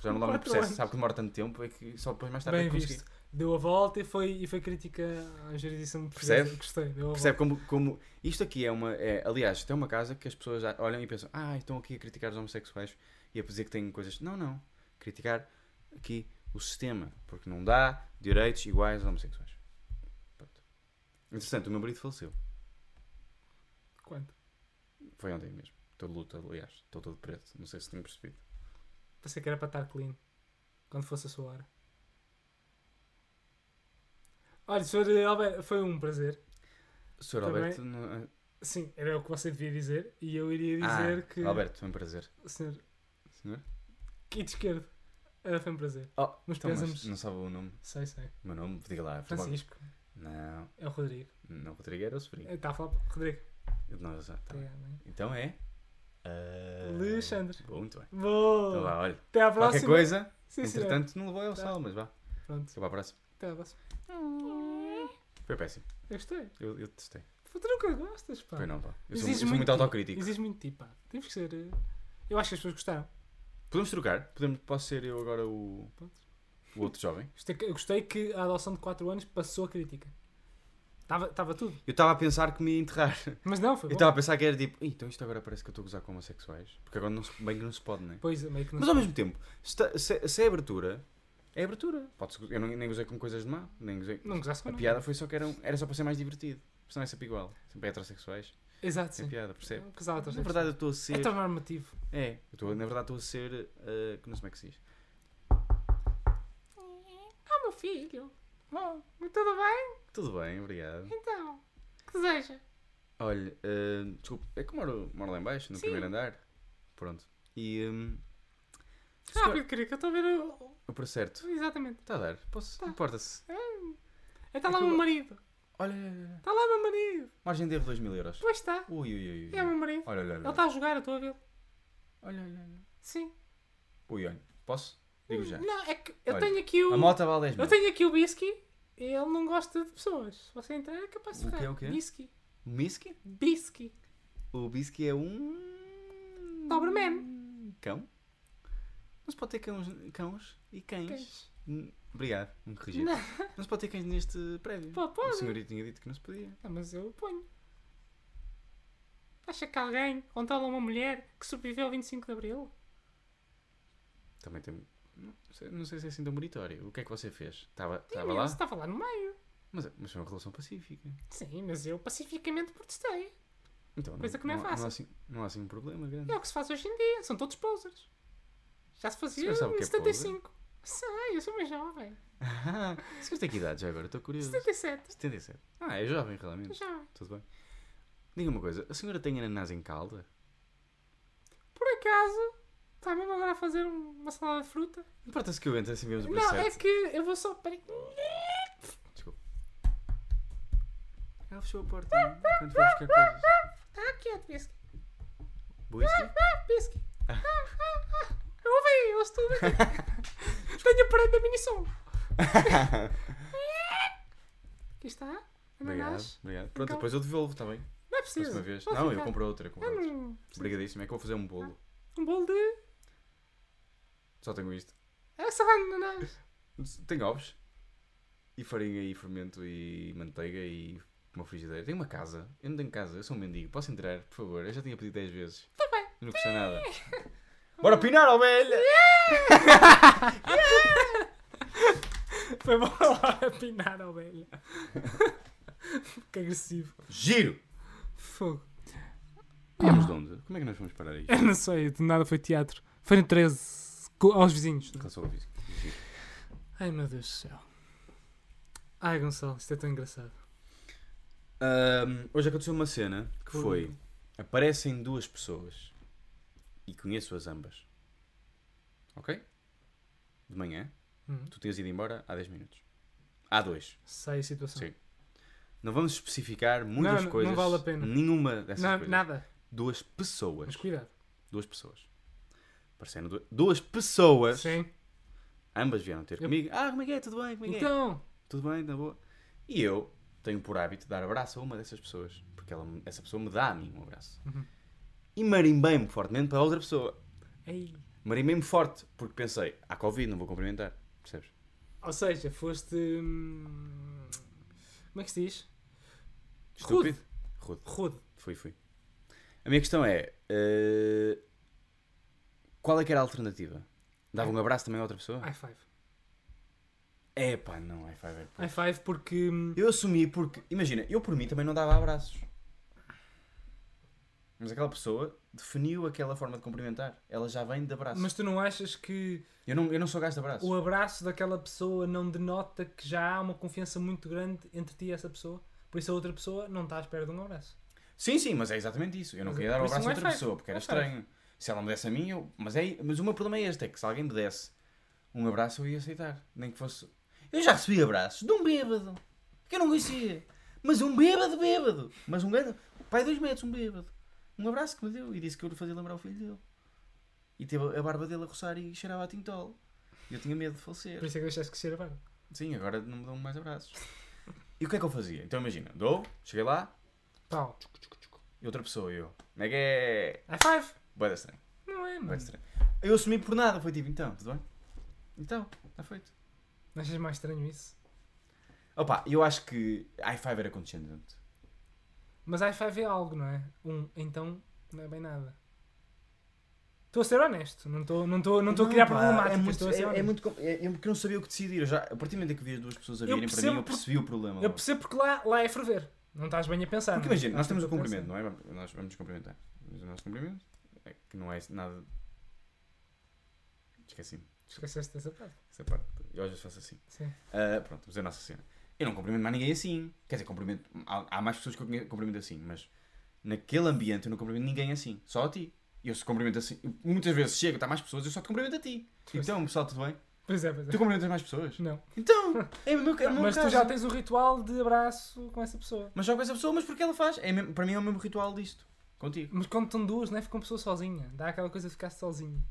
B: Já não dá um
A: Quatro
B: processo,
A: anos.
B: sabe que demora tanto tempo, é que só depois mais tarde é
A: Bem
B: que consegui.
A: visto. Deu a volta e foi, e foi crítica à jurisdição portuguesa.
B: Percebe?
A: Gostei. Deu a
B: Percebe como, como isto aqui é uma. É, aliás, tem uma casa que as pessoas já olham e pensam: ah, estão aqui a criticar os homossexuais e a dizer que têm coisas. Não, não. Criticar aqui o sistema, porque não dá direitos iguais aos homossexuais. Pronto. Entretanto, o meu marido faleceu.
A: volta. Quanto?
B: Foi ontem mesmo. Estou de luta, aliás. Estou todo preto. Não sei se tinham percebido.
A: Pensei que era para estar clean. Quando fosse a sua hora. Olha, senhor Alberto, foi um prazer.
B: Sr.
A: Também-
B: Alberto. não-
A: Sim, era o que você devia dizer. E eu iria
B: Ah,
A: dizer que.
B: Alberto, foi um prazer.
A: Senhor
B: Senhor?
A: Kit esquerdo. Era foi um prazer.
B: Oh,
A: Mas
B: então, mas
A: pésames.
B: não Tá sabe o nome.
A: Sei, sei.
B: O meu nome, diga lá.
A: Francisco.
B: Não,
A: É o Rodrigo.
B: não, Rodrigo era o sobrinho.
A: Está a falar. Rodrigo. Tá
B: Não, já está.
A: Obrigado, hein?
B: Então é. ah,
A: Alexandre.
B: Bom, muito bem. Então
A: Boa!
B: vá, olha.
A: Até à
B: Eh, tá Qualquer
A: próxima.
B: coisa,
A: Sim, senhor.
B: entretanto, não levou ao sal, mas vá.
A: Pronto.
B: Até para a próxima.
A: Até à próxima.
B: Foi péssimo.
A: Eu gostei.
B: Eu, eu testei.
A: Tu nunca gostas, pá.
B: Foi não, pá. Eu sou,
A: Exige
B: eu sou
A: muito
B: muito
A: de ti.
B: autocrítico.
A: Exige muito de ti, pá. Temos que ser. eh, Eu acho que as pessoas gostaram.
B: Podemos trocar? Podemos, posso ser eu agora o,
A: Pronto.
B: o outro jovem?
A: Gostei, é que- eu gostei que a adoção de 4 anos passou a crítica. Estava tava tudo.
B: Eu estava a pensar que me ia enterrar.
A: Mas não,
B: Eu
A: foi bom.
B: estava a pensar que era tipo, "Ih, então isto agora parece que eu estou a gozar com homossexuais. Porque agora não se, bem que não se pode, né?
A: Pois, meio que não.
B: Mas ao mesmo tempo, se, ta- se- se é abertura, é abertura. Pode eu não- nem gozei com coisas de má. Nem gozei.
A: não gozasse com
B: A
A: nada.
B: piada foi só que era, um- era só para ser mais divertido. Senão é sempre igual. Sempre heterossexuais.
A: Exato,
B: Sem
A: sim.
B: piada, percebe?
A: É um casal
B: Na verdade eu estou a ser.
A: É tão normativo.
B: É, eu estou- na verdade estou a ser. ah, que não sei como é que se diz.
A: Ah, meu filho. Oh, tudo bem?
B: Tudo bem, obrigado.
A: Então. Que deseja?
B: Olha, ah, desculpe, é que moro, moro lá em baixo, no
A: Sim.
B: primeiro andar. Pronto. E. hum, senhor-
A: Rápido, querido, que Ah, eu estou a ver. o-
B: eu para certo.
A: o- Exatamente.
B: Está a dar. Posso?
A: Tá.
B: Importa-se.
A: É, Está lá o
B: É que eu-
A: meu marido.
B: Olha, olha, olha.
A: Está lá o meu marido.
B: Margem de erro 2 mil euros.
A: Pois está.
B: Ui, ui, ui. ui.
A: É o meu marido.
B: Olha, olha,
A: Ele
B: olha.
A: está a jogar, eu estou a vê-lo.
B: Olha, olha, olha.
A: Sim.
B: Ui, olha. Posso? Digo já.
A: Não, é que eu
B: Olha,
A: tenho aqui o.
B: A moto vale 10 mil.
A: Eu tenho aqui o Bisky e ele não gosta de pessoas. Se você entrar é capaz de
B: O quê,
A: ficar.
B: o quê?
A: Bisky.
B: O Bisky?
A: Bisky.
B: O Bisky é um.
A: Doberman.
B: Cão? Não se pode ter cãos, cãos e cães.
A: Tens.
B: Hum, Obrigado, me corrigi.
A: Não.
B: Não. se pode ter cães neste prédio.
A: Pô,
B: O
A: pode.
B: senhorito tinha dito que não se podia.
A: Ah, mas eu ponho. Acha que alguém controla uma mulher que sobreviveu ao 25 de Abril?
B: Também tem. Não sei, não sei se é assim tão meritório. O que é que você fez? Estava estava
A: Mas
B: lá?
A: Estava lá no meio.
B: Mas, é, mas foi uma relação pacífica.
A: Sim, mas eu pacificamente protestei.
B: Então,
A: Coisa que não é
B: Não
A: fácil.
B: há, assim, não há assim um problema grande.
A: É o que se faz hoje em dia. São todos posers. Já se fazia
B: senhor sabe o
A: em
B: que é
A: 75. Sei, eu sou mais jovem.
B: Ah, o senhor tem que idade já agora? Estou curioso.
A: 77.
B: 77. Ah, é jovem realmente.
A: Já.
B: Tudo bem. Diga uma coisa, a senhora tem ananás em calda?
A: Por acaso, está mesmo agora a fazer um- uma salada de fruta?
B: Importa-se que eu entre assim mesmo
A: Não,
B: para
A: é
B: certo.
A: que eu vou só. Peraí.
B: Desculpa. Ela é- fechou a porta quando foi buscar coisas.
A: Ah, quieto, Bisque.
B: Whisky?
A: Ah, Bisque. Ah, ah, ah. Eu ouvi, eu estou a Tenho parado da mini-som. Aqui está.
B: Obrigado,
A: Ananás.
B: obrigado. Pronto,
A: Então-
B: depois eu devolvo, está bem?
A: Não é
B: Próxima
A: preciso.
B: vez.
A: Pode
B: Não, eu
A: ficar. um
B: compro outra. eu Compro
A: Ah,
B: outra.
A: não.
B: é Obrigadíssimo, é que eu vou fazer um bolo.
A: Um bolo de.
B: Só tenho isto.
A: É, É savana de ananás.
B: Tem ovos. E farinha e fermento e manteiga e uma frigideira. Tenho uma casa. Eu não tenho casa. Eu sou um mendigo. Posso entrar, por favor? Eu já tinha pedido 10 vezes. Tá bem. Eu não custa nada. Bora pinar, ovelha!
A: Foi bom lá a pinar a ovelha. que agressivo.
B: Giro!
A: Fogo. Ah,
B: Viemos de onde? Como é que nós vamos parar isto?
A: Eu não sei, de nada foi teatro. Foi no 13, co- aos vizinhos.
B: Cansou o vídeo. Giro.
A: Ai meu Deus do céu. Ai Gonçalo, isto é tão engraçado.
B: Ahm, hoje aconteceu uma cena que
A: Foi.
B: foi: aparecem duas pessoas e conheço as ambas. Ok? De manhã,
A: Hum.
B: tu tens ido embora há 10 minutos. Há dois.
A: Sai a situação.
B: Sim. Não vamos especificar muitas
A: Não, não- não
B: coisas.
A: vale a pena.
B: Nenhuma dessas
A: Não,
B: coisas.
A: nada,
B: Duas pessoas.
A: mas cuidado.
B: Duas pessoas. Apareceram du- duas pessoas.
A: Sim.
B: Ambas vieram ter
A: Eu-
B: comigo. Ah, como é que é? Tudo bem? Como é que é?
A: Então,
B: tudo bem, na boa. E eu tenho por hábito dar abraço a uma dessas pessoas, porque ela, essa pessoa me dá a mim um abraço.
A: Uhum.
B: E marimbei-me fortemente para a outra pessoa.
A: ei.
B: Marimbei-me forte, porque pensei, há Covid, não vou cumprimentar, percebes?
A: ou seja, foste. hum, Como é que se diz?
B: Estúpido. Rude.
A: Rude.
B: Fui, fui. A minha questão é, eh, qual é que era a alternativa? Dava um abraço também a outra pessoa?
A: High five.
B: É pá, não, é five.
A: High five porque. hum,
B: Eu assumi porque, imagina, eu por mim também não dava abraços. Mas aquela pessoa definiu aquela forma de cumprimentar. Ela já vem de abraço.
A: Mas tu não achas que
B: Eu, não, eu não sou gajo de abraços.
A: o abraço daquela pessoa não denota que já há uma confiança muito grande entre ti e essa pessoa? Por isso a outra pessoa não está à espera de um abraço.
B: Sim, sim, mas é exatamente isso. Eu não
A: Mas-
B: queria dar o
A: mas
B: abraço
A: isso
B: a
A: não é
B: outra
A: feio.
B: pessoa porque era
A: Não é feio.
B: estranho. Se ela me desse a mim, eu. Mas, é... mas o meu problema é este: é que se alguém me desse um abraço, eu ia aceitar. Nem que fosse. Eu já recebi abraços de um bêbado que eu não conhecia. Mas um bêbado, bêbado. Mas um grande. Pai, de dois metros, um bêbado. Um abraço que me deu e disse que eu lhe fazia lembrar o filho dele. E teve a barba dele a roçar e cheirava a tintol. E eu tinha medo de falecer.
A: Por isso é que deixaste crescer a barba.
B: Sim, agora não me dão mais abraços. E o que é que eu fazia? Então imagina, dou, cheguei lá,
A: Pau.
B: e outra pessoa, eu. Como é que é?
A: High five!
B: Bué da estranho,
A: Não é,
B: bué da
A: mano.
B: estranho. Eu assumi por nada, foi tipo, então, tudo bem? Então, está feito.
A: Não achas mais estranho isso?
B: Opa, eu acho que high five era condescendente.
A: Mas high five é algo, não é? Um, então não é bem nada. Estou a ser honesto, não estou não estou- não estou a criar
B: pá,
A: problemáticas,
B: É muito,
A: estou a ser
B: é, é
A: honesto.
B: muito com- é- eu porque não sabia o que decidir. Eu já, a partir do momento em que vi as duas pessoas a
A: Eu
B: virem para mim,
A: percebo
B: eu
A: por-
B: percebi o problema.
A: Eu
B: logo.
A: percebo porque lá, lá é ferver. Não estás bem a pensar.
B: Porque
A: não é?
B: imagina, nós
A: Estás
B: temos o
A: sempre a
B: cumprimento, não é? Vamos- Nós vamos nos cumprimentar. Mas o nosso cumprimento é que não é nada. Esqueci-me.
A: pensar. Esqueceste dessa parte.
B: Essa parte. Eu às vezes faço assim.
A: Sim.
B: Ah, pronto, mas é a nossa cena. Eu não cumprimento mais ninguém assim. Quer dizer, cumprimento. Há, há mais pessoas que eu conhe- cumprimento assim, mas naquele ambiente eu não cumprimento ninguém assim. Só a ti. E Eu se cumprimento assim. Muitas vezes chega, está mais pessoas, eu só te cumprimento a ti.
A: Pois.
B: Então, pessoal, tudo bem?
A: Pois é, pois é.
B: Tu cumprimentas mais pessoas?
A: Não.
B: Então, é o meu, é o meu
A: Mas tu
B: caso.
A: já tens um ritual de abraço com essa pessoa.
B: Mas só com essa pessoa, mas porque ela faz? É mesmo- para mim é o mesmo ritual disto. Contigo.
A: Mas quando estão duas, não é? Fica uma pessoa sozinha. Dá aquela coisa de ficar sozinho.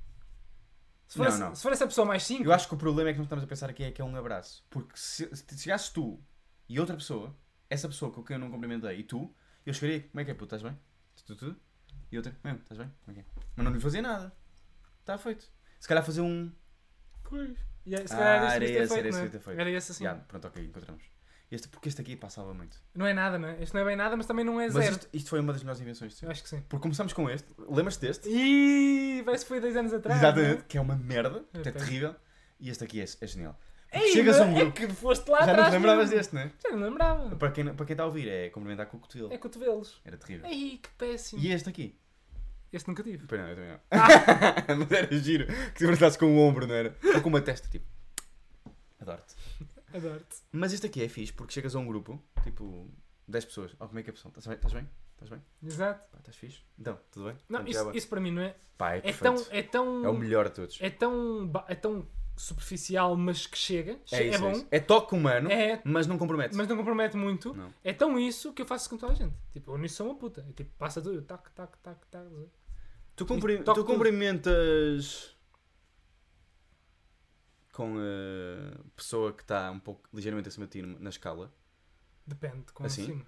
A: Se for,
B: Não,
A: essa,
B: não.
A: se for essa pessoa mais cinco,
B: Eu acho que o problema é que nós estamos a pensar aqui é que é um abraço. Porque se, se chegasse tu e outra pessoa, essa pessoa com quem eu não cumprimentei e tu, eu chegaria, como é que é, puto, estás bem? Tu, tu, tu? E outra, mesmo, estás bem? Como é que é? Mas não lhe fazia nada. Está feito. Se calhar fazer um.
A: Pois. E aí, se
B: Ah,
A: calhar
B: era
A: era isso
B: esse,
A: que devia
B: era esse que
A: ter feito,
B: devia ter
A: não
B: feito.
A: é? Era esse assim.
B: "Ya, ah, pronto, ok, encontramos. Este, porque este aqui passava muito.
A: Não é nada, não é? Este não é bem nada, mas também não é
B: Mas
A: zero.
B: isto, isto foi uma das melhores invenções.
A: Eu acho que sim.
B: Porque começamos com este, lembras-te deste?
A: E parece que foi dois anos atrás.
B: Exatamente, que é uma merda,
A: É,
B: que é
A: pá.
B: terrível. E este aqui é, é genial.
A: não é?
B: Porque chegas a um
A: Ainda
B: grupo.
A: É que foste lá
B: Já não
A: atrás.
B: te lembravas
A: mesmo.
B: deste, não é?
A: Já não me lembrava.
B: Para quem, para quem está a ouvir, é cumprimentar com o cotelo.
A: É cotovelos.
B: Era terrível.
A: Ai, que péssimo.
B: E este aqui?
A: Este nunca tive.
B: Pois não, eu também não.
A: Ah.
B: Mas era giro que se abraçasse com o ombro, não era? Ou com uma testa, tipo. Adoro-te.
A: Adoro-te.
B: Mas este aqui é fixe porque chegas a um grupo, tipo, 10 pessoas. Oh, como é que é pessoal? Estás bem? Estás bem? Estás bem?
A: Exato.
B: Pá, estás fixe? Então, tudo bem?
A: Não,
B: Pronto, já
A: isso,
B: vai.
A: isso para mim não é.
B: Pá, é,
A: É
B: perfeito.
A: tão. É tão.
B: É o melhor de todos.
A: É tão, ba- é tão superficial, mas que chega. Che- É,
B: isso,
A: bom.
B: isso. É toque humano,
A: É,
B: mas não compromete.
A: mas não compromete muito.
B: Não.
A: É tão isso que eu faço com toda a gente. Tipo, eu nisso sou uma puta. Eu, tipo, passa tudo. eu Tac, tac, tac, tac.
B: Tu, cumpri-
A: Isto toca
B: tu
A: tudo.
B: cumprimentas com a pessoa que está um pouco ligeiramente acima de ti na escala.
A: Depende com
B: Assim?
A: assim.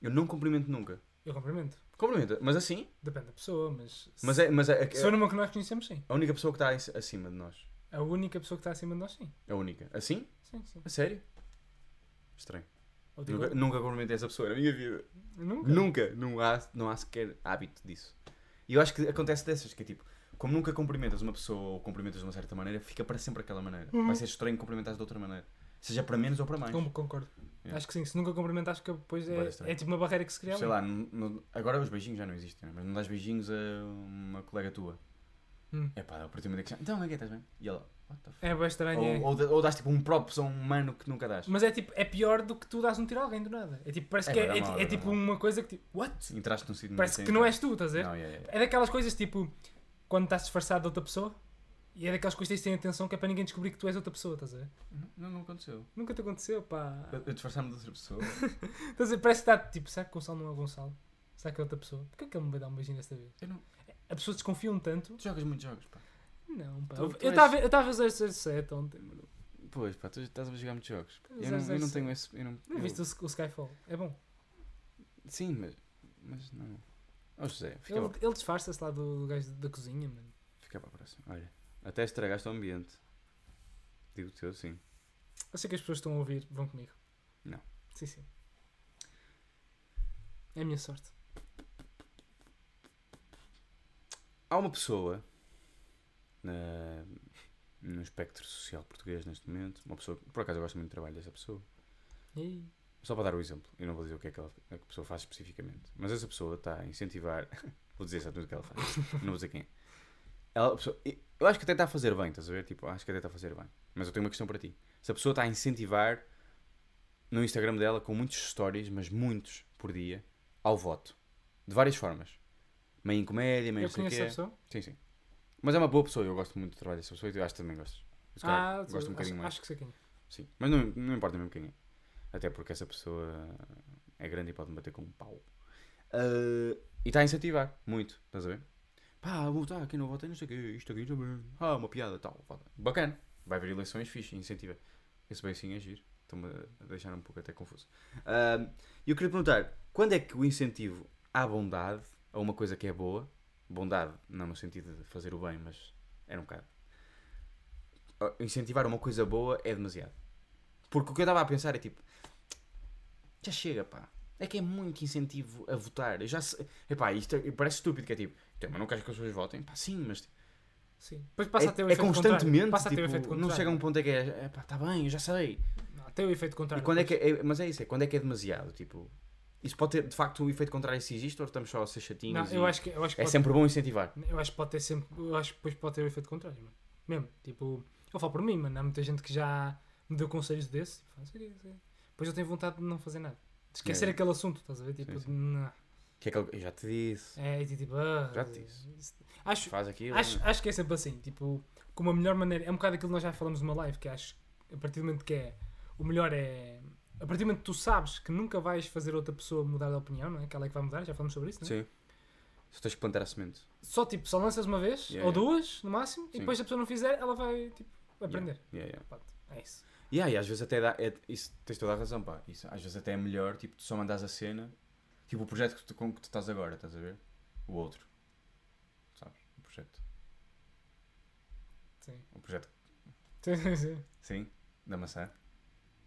B: Eu não cumprimento nunca.
A: Eu cumprimento.
B: Cumprimenta, mas assim.
A: Depende da pessoa, mas.
B: Mas é, mas é, é-
A: Se for numa que nós conhecemos, sim.
B: a única pessoa que está ac- acima de nós.
A: A única pessoa que está acima de nós, sim.
B: A única. Assim?
A: Sim, sim.
B: A sério? Estranho.
A: Ou digo,
B: Nunca, nunca cumprimentei essa pessoa na minha vida.
A: nunca.
B: Nunca. Não há, não há sequer hábito disso. E eu acho que acontece dessas, que é tipo, como nunca cumprimentas uma pessoa ou cumprimentas de uma certa maneira, fica para sempre aquela maneira. Vai ser estranho cumprimentares de outra maneira. Seja para menos ou para mais.
A: Uhum. Como concordo.
B: Yeah.
A: Acho que sim. Se nunca cumprimentaste, que depois
B: Bué
A: é,
B: estranho.
A: é tipo uma barreira que se cria.
B: Sei
A: ali.
B: lá, não- não- agora os beijinhos já não existem, né? mas não dás beijinhos a uma colega tua.
A: Hum.
B: É pá, dá o partir que chama. Então, como é que é, estás bem? E ela, what the f...
A: É bem estranho. é.
B: ou, ou, da- ou dás tipo um props a um humano que nunca dás.
A: Mas é tipo, é pior do que tu dás um tiro a alguém do nada. É tipo, parece
B: É
A: que é,
B: verdade,
A: é ti-
B: não,
A: é
B: é
A: tipo
B: verdade.
A: uma coisa que tipo, what?
B: Entraste num sítio
A: Parece
B: sem
A: que não é, és
B: entrar.
A: tu, estás a ver?
B: Não, yeah, yeah.
A: É daquelas coisas tipo, quando estás disfarçado de outra pessoa, e é daquelas coisas que tens de ter atenção que é para ninguém descobrir que tu és outra pessoa, estás a ver?
B: Não, Não, não aconteceu.
A: Nunca te aconteceu, pá.
B: Eu, eu disfarçar-me de outra pessoa.
A: Estás a ver? Parece que está tipo, será que Gonçalo não é o Gonçalo? Será que é outra pessoa? Porquê que ele me vai dar um beijinho desta vez?
B: Eu não-
A: A pessoa desconfia um tanto.
B: tu jogas muitos jogos, pá.
A: Não, pá.
B: Tu- tu
A: eu
B: Então, és-
A: estava a ver 007 ontem, mano.
B: Pois, pá, tu estás a jogar muitos jogos.
A: Eu
B: Eu não, eu não
A: sei.
B: tenho esse. Eu não,
A: Não
B: eu-
A: viste o, o Skyfall? É bom.
B: Sim, mas. Mas não. Ó José, fica,
A: Ele, tá-
B: para,
A: ele disfarça-se lá do, do gajo da cozinha, mano.
B: fica para a próxima. Olha, até estragaste o ambiente. Digo-te eu, sim.
A: Eu sei que as pessoas que estão a ouvir, vão comigo.
B: Não.
A: Sim, sim. É a minha sorte.
B: Há uma pessoa na- no espectro social português neste momento, uma pessoa que por acaso eu gosto muito do trabalho dessa pessoa,
A: E...
B: só para dar o exemplo, eu não vou dizer o que é que ela, a que pessoa faz especificamente, mas essa pessoa está a incentivar, vou dizer exatamente o que ela faz, não vou dizer quem é. Ela, a pessoa- eu acho que até está a fazer bem, estás a ver? Tipo, acho que até está a fazer bem, mas eu tenho uma questão para ti. Se a pessoa está a incentivar no Instagram dela com muitos stories, mas muitos por dia, ao voto, de várias formas, meio em comédia, meio
A: Eu
B: não sei o
A: conheço
B: quê.
A: a pessoa.
B: Sim, sim. Mas é uma boa pessoa, eu gosto muito do trabalho dessa pessoa e tu acho que também gostas. Eu, se calhar,
A: Ah,
B: gosto um bocadinho
A: acho,
B: mais.
A: acho que sei quem é.
B: Sim. Mas não, não importa mesmo quem é. Até porque essa pessoa é grande e pode me bater com um pau. Ah, e está a incentivar muito, estás a ver? Pá, vou tá, votar, quem não vota não sei o quê, isto aqui também. Ah, uma piada tal. Vota. Bacana. Vai haver eleições fixe, incentiva. Esse bem sim é giro. Estou-me a deixar um pouco até confuso. Ah, E eu queria perguntar, quando é que o incentivo à bondade, a uma coisa que é boa, bondade não no sentido de fazer o bem, mas era um bocado. Ah, Incentivar uma coisa boa é demasiado. Porque o que eu estava a pensar é tipo. Já chega, pá. É que é muito incentivo a votar. Eu já sei. Epá, isto é- parece estúpido que é tipo. "Então, Mas não queres que as pessoas votem? Pá, sim, mas. tipo,
A: Sim. Depois passa
B: é
A: a ter o
B: é
A: efeito
B: constantemente.
A: contrário. Passa a ter o
B: tipo,
A: efeito contrário. Tá,
B: não chega a um ponto em que é. Epá, tá bem, eu já sei.
A: Não, tem o efeito
B: E
A: contrário.
B: quando é que é, é- mas é isso, é quando é que é demasiado? Tipo, isso pode ter de facto um efeito contrário se existe ou estamos só a ser chatinhos?
A: Não,
B: e-
A: eu acho que, eu acho que
B: É
A: pode-
B: sempre bom incentivar.
A: Eu acho que pode ter sempre. Eu acho que depois pode ter o efeito contrário, mano. Mesmo. Tipo, eu falo por mim, mano. Há muita gente que já me deu conselhos desse. Tipo, fala, "Sei que- sei". Depois eu tenho vontade de não fazer nada. De esquecer
B: É.
A: aquele assunto, estás a ver? Tipo,
B: Sim, sim.
A: não.
B: Que é que eu já te disse,
A: É, e tipo, ah,
B: Já te disse.
A: isso- Acho,
B: faz aquilo. né?
A: acho, acho que é sempre assim. Tipo, com uma melhor maneira. É um bocado aquilo que nós já falamos numa live, que acho a partir do momento que é. O melhor é. A partir do momento que tu sabes que nunca vais fazer outra pessoa mudar de opinião, não é? Aquela que vai mudar, já falamos sobre isso, não é?
B: Sim. Só tens que plantar a semente.
A: Só tipo, só lanças uma vez,
B: Yeah,
A: ou
B: yeah.
A: duas, no máximo, e
B: Sim.
A: depois se a pessoa não fizer, ela vai tipo, aprender.
B: Yeah, yeah.
A: Pronto, é isso.
B: Yeah, e às vezes até dá. É, isso, tens toda a razão, pá. Isso, às vezes até é melhor, tipo, tu só mandas a cena, tipo o projeto que tu, com que tu estás agora, estás a ver? O outro. Sabes? O projeto.
A: Sim.
B: O projeto.
A: Sim, sim, sim.
B: Sim, da maçã.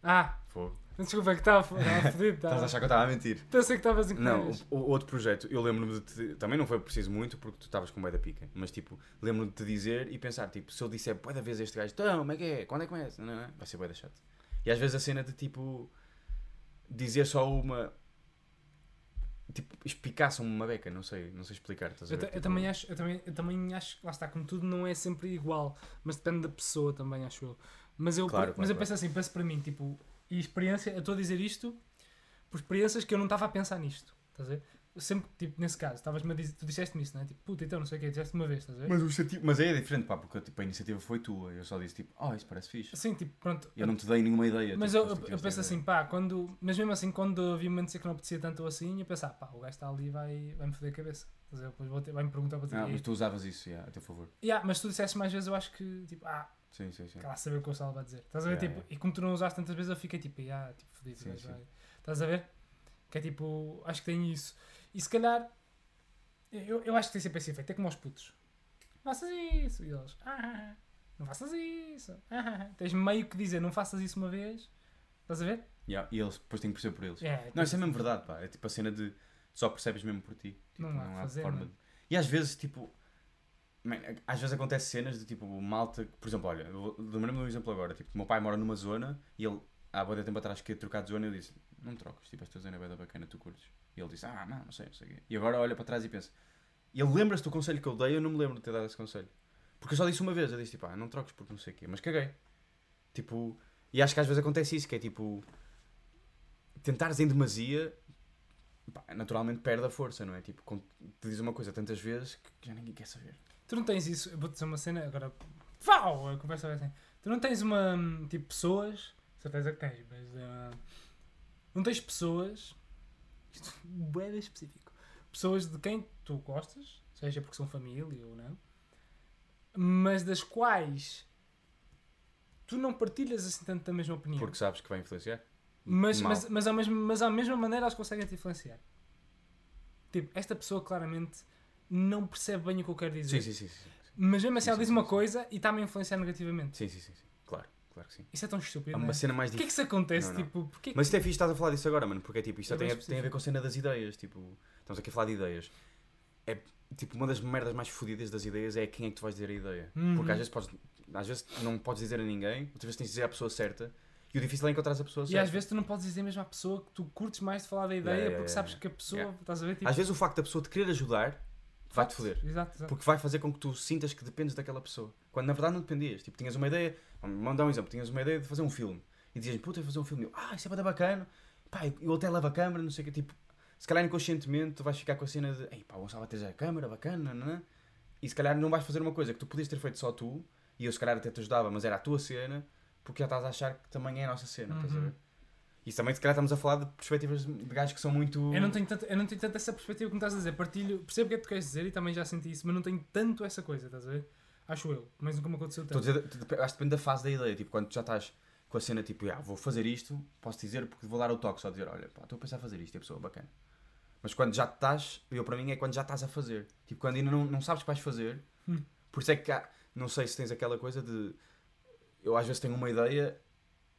A: Ah,
B: Fogo.
A: desculpa que estava estava fodido.
B: Estás
A: Estava
B: a achar que eu estava a mentir?
A: Pensei que estavas em
B: Não,
A: colérias.
B: o, o outro projeto, eu lembro-me de te, também não foi preciso muito porque tu estavas com bué da pica, mas tipo, lembro-me de te dizer e pensar, tipo, se eu disser bué da vez a este gajo, então, como é que é? Quando é que começa? Não, não, não. Vai ser bué da chato. E às vezes a cena de tipo, dizer só uma, tipo, espicaçam-me uma beca, não sei, não sei explicar, estás a
A: Eu, ta-
B: ver?
A: eu
B: Tipo,
A: também acho, eu, também, eu também acho, lá está, como tudo não é sempre igual, mas depende da pessoa também, acho eu. Mas eu,
B: Claro,
A: mas
B: claro,
A: eu
B: claro.
A: penso assim, penso para mim, tipo, e experiência, eu estou a dizer isto por experiências que eu não estava a pensar nisto, estás a ver? Eu Sempre, tipo, nesse caso, estavas-me a dizer, tu disseste-me isso, não é? Tipo, puta, então, não sei o que, disseste uma vez, estás a ver?
B: Mas, o incentivo- mas aí é diferente, pá, porque tipo, a iniciativa foi tua, eu só disse tipo, oh, isso parece fixe.
A: Assim, tipo, pronto,
B: Eu não te dei nenhuma ideia.
A: Mas
B: tipo,
A: eu, eu,
B: foste tu que
A: eu penso
B: tiveste a
A: assim,
B: ideia.
A: pá, quando, mas mesmo assim, quando havia momentos em que não apetecia tanto assim, eu pensava, pá, o gajo está ali e vai, vai me foder a cabeça. Mas eu depois vou ter- vai-me perguntar para ti.
B: Ah, mas
A: Mas...
B: tu usavas isso, yeah, a teu favor.
A: Yeah, mas se tu disseste mais vezes, eu acho que, tipo, ah,
B: Sim, sim, sim.
A: cala saber o que o Sal vai dizer. Estás a ver?
B: Yeah,
A: tipo, E como tu não usaste tantas vezes, eu fiquei tipo, ah, tipo, fodido. o
B: Sim,
A: gajo
B: sim.
A: vai- Estás a ver? Que é tipo, acho que tem isso. E se calhar, eu, eu acho que tem sempre esse efeito, é como aos putos. Faças isso, e eles, ah, Não faças isso. Ah, Tens meio que dizer, não faças isso uma vez. Estás a ver?
B: Yeah, E eles depois têm que perceber por eles.
A: É,
B: Não, isso é mesmo verdade, pá. É tipo a cena de só percebes mesmo por ti. Tipo,
A: Não há que fazer, não é?
B: de... E às vezes, tipo. man, às vezes acontece cenas de tipo malta. que- Por exemplo, olha, eu vou- lembrei-me de um exemplo agora. Tipo, o meu pai mora numa zona e ele, há boa tempo atrás, queria trocar de zona e eu disse: Não me trocas, tipo, esta zona é bué da bacana, tu curtes. E ele disse: Ah, não, não sei, não sei o quê. E agora olha para trás e pensa: Ele lembra-se do conselho que eu dei, eu não me lembro de ter dado esse conselho. Porque eu só disse uma vez, eu disse tipo, ah, não troques porque não sei o quê, mas caguei. Tipo, e acho que às vezes acontece isso, que é tipo, tentares em demasia, pá, naturalmente perde a força, não é? Tipo, quando te diz uma coisa tantas vezes que já ninguém quer saber.
A: Tu não tens isso. Eu vou dizer uma cena agora. Vau! A conversa vai assim. Tu não tens uma. hum, Tipo, pessoas. Certeza que tens, mas. ah, não tens pessoas. Isto é bem específico. Pessoas de quem tu gostas, seja porque são família ou não, mas das quais tu não partilhas assim tanto da mesma opinião.
B: Porque sabes que vai influenciar.
A: Mas,
B: Mal.
A: mas, mas, ao mesmo, mas à mesma maneira elas conseguem te influenciar. Tipo, esta pessoa claramente não percebe bem o que eu quero dizer.
B: Sim, sim, sim. Sim,
A: Mas mesmo assim
B: Sim,
A: ela
B: sim,
A: diz
B: sim,
A: uma
B: sim.
A: coisa e está-me a influenciar negativamente.
B: sim, sim, sim, sim. Claro, claro que sim.
A: Isso é tão estúpido.
B: É
A: não é?
B: uma cena mais
A: Porquê que
B: difícil.
A: isso acontece?
B: Não, não.
A: Tipo, porquê que-
B: Mas isto é fixe, estás a falar disso agora, mano, porque é tipo, isto
A: É
B: tem,
A: bem
B: a, tem a ver com a cena das ideias, tipo, estamos aqui a falar de ideias. É tipo, uma das merdas mais fodidas das ideias é quem é que tu vais dizer a ideia.
A: Uhum.
B: Porque às vezes, podes, às vezes não podes dizer a ninguém, outras vezes tens de dizer à pessoa certa, e o difícil é encontrar a pessoa
A: E
B: certa.
A: às vezes tu não podes dizer mesmo à pessoa que tu curtes mais de falar da ideia
B: yeah,
A: porque
B: yeah,
A: sabes
B: yeah.
A: que a pessoa,
B: Yeah.
A: estás a ver? Tipo,
B: Às vezes o facto da pessoa te querer ajudar vai-te foder.
A: Exato, exato.
B: Porque vai fazer com que tu sintas que dependes daquela pessoa. Quando na verdade não dependias. Tipo, tinhas uma ideia, vamos dar um exemplo, tinhas uma ideia de fazer um filme. E dizias, puta, vou fazer um filme. E Eu, ah, isso é bada bacana. Pá, eu até levo a câmera, não sei o que. Tipo, se calhar inconscientemente tu vais ficar com a cena de, ei pá, o Gonçalo vai ter a câmera, bacana, não E se calhar não vais fazer uma coisa que tu podias ter feito só tu, e eu se calhar até te ajudava, mas era a tua cena, porque já estás a achar que também é a nossa cena, estás a
A: Uhum.
B: ver? Isso também se calhar estamos a falar de perspectivas de gajos que são muito...
A: Eu não, tenho tanto, eu não tenho tanto essa perspectiva que me estás a dizer. Partilho, percebo o que é que tu queres dizer e também já senti isso, mas não tenho tanto essa coisa, estás a ver? Acho eu, mas nunca me aconteceu
B: Estou a
A: tanto.
B: dizer, tu dep- acho que depende da fase da ideia. Tipo, quando tu já estás com a cena, tipo, "Ah, vou fazer isto, posso dizer, porque vou dar o toque, só dizer, olha, pá, estou a pensar a fazer isto, e a pessoa, bacana. Mas quando já estás, eu para mim é quando já estás a fazer. Tipo, quando ainda não, não sabes o que vais fazer.
A: Hum.
B: Por isso é que há- não sei se tens aquela coisa de. Eu às vezes tenho uma ideia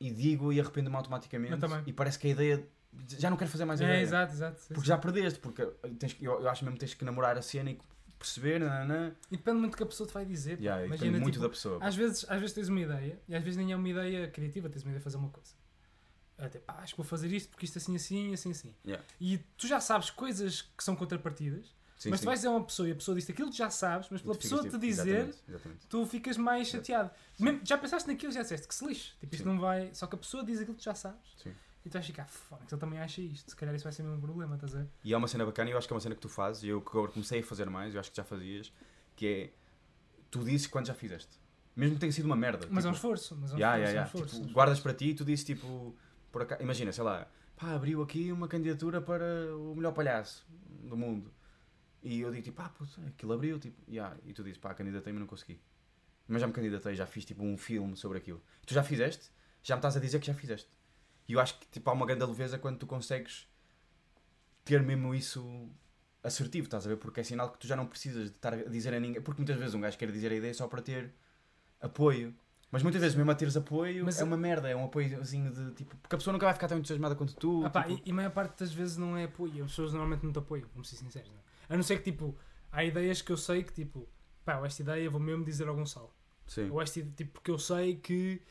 B: e digo e arrependo-me automaticamente.
A: Eu também.
B: E parece que a ideia. Já não quero fazer mais a
A: É,
B: ideia.
A: exato, exato. sim,
B: Porque
A: sim.
B: já perdeste, porque tens, que- eu, eu acho mesmo que tens que namorar a cena e perceber, nananã.
A: E depende muito do que a pessoa te vai dizer. pá.
B: Yeah, e depende
A: Imagina,
B: muito
A: tipo,
B: da pessoa.
A: Às vezes, às vezes tens uma ideia, e às vezes nem é uma ideia criativa, tens uma ideia de fazer uma coisa. Até pá, acho que vou fazer isto porque isto assim, assim, assim, assim.
B: Yeah.
A: E tu já sabes coisas que são contrapartidas,
B: Sim,
A: mas tu
B: sim.
A: vais dizer a uma pessoa e a pessoa diz aquilo que já sabes, mas
B: E
A: pela
B: tu ficas
A: pessoa te
B: tipo-
A: dizer,
B: Exatamente, exatamente.
A: tu ficas mais
B: Exato.
A: chateado. Mesmo- já pensaste naquilo e já disseste que se lixe. Tipo, isto
B: Sim.
A: não vai. Só que a pessoa diz aquilo que já sabes
B: Sim.
A: e tu vais ficar, fone, que ele também acha isto. Se calhar isso vai ser mesmo um problema, estás a ver?
B: E é uma cena bacana, e eu acho que é uma cena que tu fazes, e eu que agora comecei a fazer mais, eu acho que já fazias, que é tu dizes quando já fizeste. Mesmo que tenha sido uma merda.
A: Mas é um
B: tipo,
A: esforço, mas é um
B: yeah,
A: esforço, é um
B: yeah, yeah.
A: esforço, é
B: Tipo,
A: um esforço.
B: guardas para ti e tu dizes tipo, por acaso, imagina, sei lá, pá, abriu aqui uma candidatura para o melhor palhaço do mundo. E eu digo tipo, ah, puta, aquilo abriu, tipo, yeah. e tu dizes, pá, candidatei, mas não consegui. Mas já me candidatei, já fiz tipo um filme sobre aquilo. Tu já fizeste, já me estás a dizer que já fizeste. E eu acho que tipo, há uma grande leveza quando tu consegues ter mesmo isso assertivo, estás a ver? Porque é sinal que tu já não precisas de estar a dizer a ninguém. Porque muitas vezes um gajo quer dizer a ideia só para ter apoio. Mas muitas vezes, mesmo a teres apoio,
A: Mas
B: é
A: eu-
B: uma merda, é um apoiozinho de tipo. Porque a pessoa nunca vai ficar tão entusiasmada quanto tu.
A: Ah pá,
B: tipo,
A: e, e a maior parte das vezes não é apoio. As pessoas normalmente não te apoiam, vamos ser sinceros. Não é? A não ser que, tipo, há ideias que eu sei que, tipo, pá, esta ideia eu vou mesmo dizer ao Gonçalo.
B: Sim.
A: Ou esta, tipo, porque eu sei que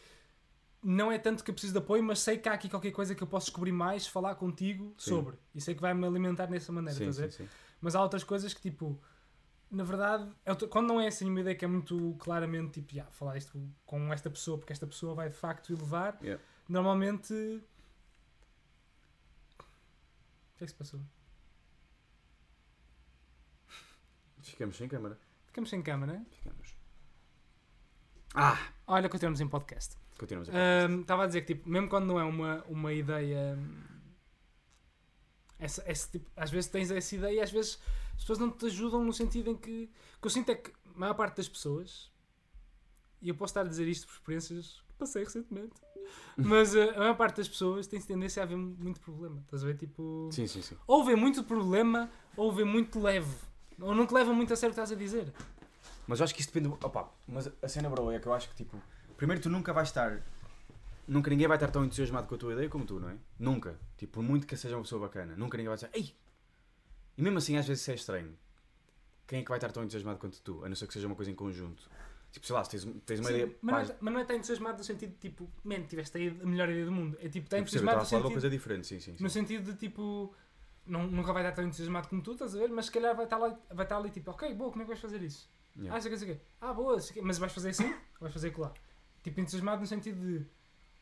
A: não é tanto que eu preciso de apoio, mas sei que há aqui qualquer coisa que eu posso descobrir mais, falar contigo
B: Sim.
A: sobre. E sei que vai-me alimentar dessa maneira,
B: Sim,
A: estás a
B: sim,
A: ver?
B: sim.
A: Mas há outras coisas que, tipo, na verdade, é outra- quando não é assim uma ideia que é muito claramente, tipo, "Ya, falar isto com esta pessoa, porque esta pessoa vai de facto elevar,
B: Yeah.
A: normalmente. O que é que se passou?
B: Ficamos sem câmara.
A: Ficamos sem câmara.
B: Ficamos. Ah!
A: Olha, continuamos em podcast.
B: Continuamos a podcast.
A: Ahm, Estava a dizer que, tipo, mesmo quando não é uma, uma ideia. hum, Essa, esse tipo, às vezes tens essa ideia e às vezes as pessoas não te ajudam no sentido em que. O que eu sinto é que a maior parte das pessoas. E eu posso estar a dizer isto por experiências que passei recentemente. Mas eh, a maior parte das pessoas tem tendência a ver muito problema. Estás a ver? Tipo.
B: Sim, sim, sim.
A: Ou vê muito problema ou vê muito leve. Ou não te leva muito a sério o que estás a dizer.
B: Mas eu acho que isso depende. Opa, mas a cena, bro, é que eu acho que tipo. Primeiro, tu nunca vais estar. Nunca ninguém vai estar tão entusiasmado com a tua ideia como tu, não é? Nunca. Tipo, por muito que seja uma pessoa bacana, nunca ninguém vai dizer. Ei! E mesmo assim, às vezes isso é estranho. Quem é que vai estar tão entusiasmado quanto tu? A não ser que seja uma coisa em conjunto. Tipo, sei lá, se tens, tens uma ideia.
A: mas, não
B: pá,
A: é, mas não é estar entusiasmado no sentido de tipo, man, tiveste aí a melhor ideia do mundo. É tipo, estar
B: eu percebo, eu
A: entusiasmado no
B: estava a falar de
A: sentido,
B: uma coisa diferente, sim, sim. sim.
A: no sentido de tipo, não, nunca vai estar tão entusiasmado como tu, estás a ver? Mas se calhar vai estar, lá, vai estar ali tipo, ok, boa, como é que vais fazer isso?
B: Yeah.
A: Ah, sei o quê, sei o quê. Ah, boa, sei o quê. mas vais fazer assim? ou vais fazer colar? Tipo, entusiasmado no sentido de,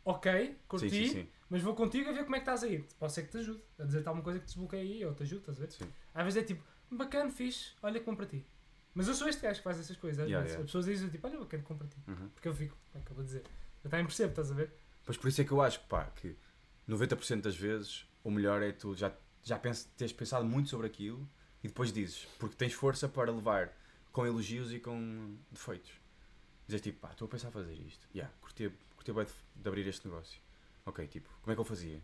A: ok, curti,
B: sim, sim, sim.
A: mas vou contigo a ver como é que estás a ir. Pode ser que te ajude a dizer alguma coisa que te desbloqueia aí, ou te ajude, estás a ver?
B: Sim.
A: Às vezes é tipo, bacana, fixe, olha, compra ti. Mas eu sou este gajo que faz essas coisas. Às
B: Yeah,
A: vezes as
B: yeah.
A: pessoas dizem tipo, olha, bacana, compra ti.
B: Uhum.
A: Porque eu fico, como é que eu vou dizer? Eu também percebo, estás a ver?
B: Pois por isso é que eu acho pá, que 90% das vezes o melhor é tu já, já pens- teres pensado muito sobre aquilo e depois dizes, porque tens força para levar com elogios e com defeitos. Dizes tipo, pá, estou a pensar a fazer isto. Yeah, curti, curti bem de, de abrir este negócio. Ok, tipo, como é que eu fazia?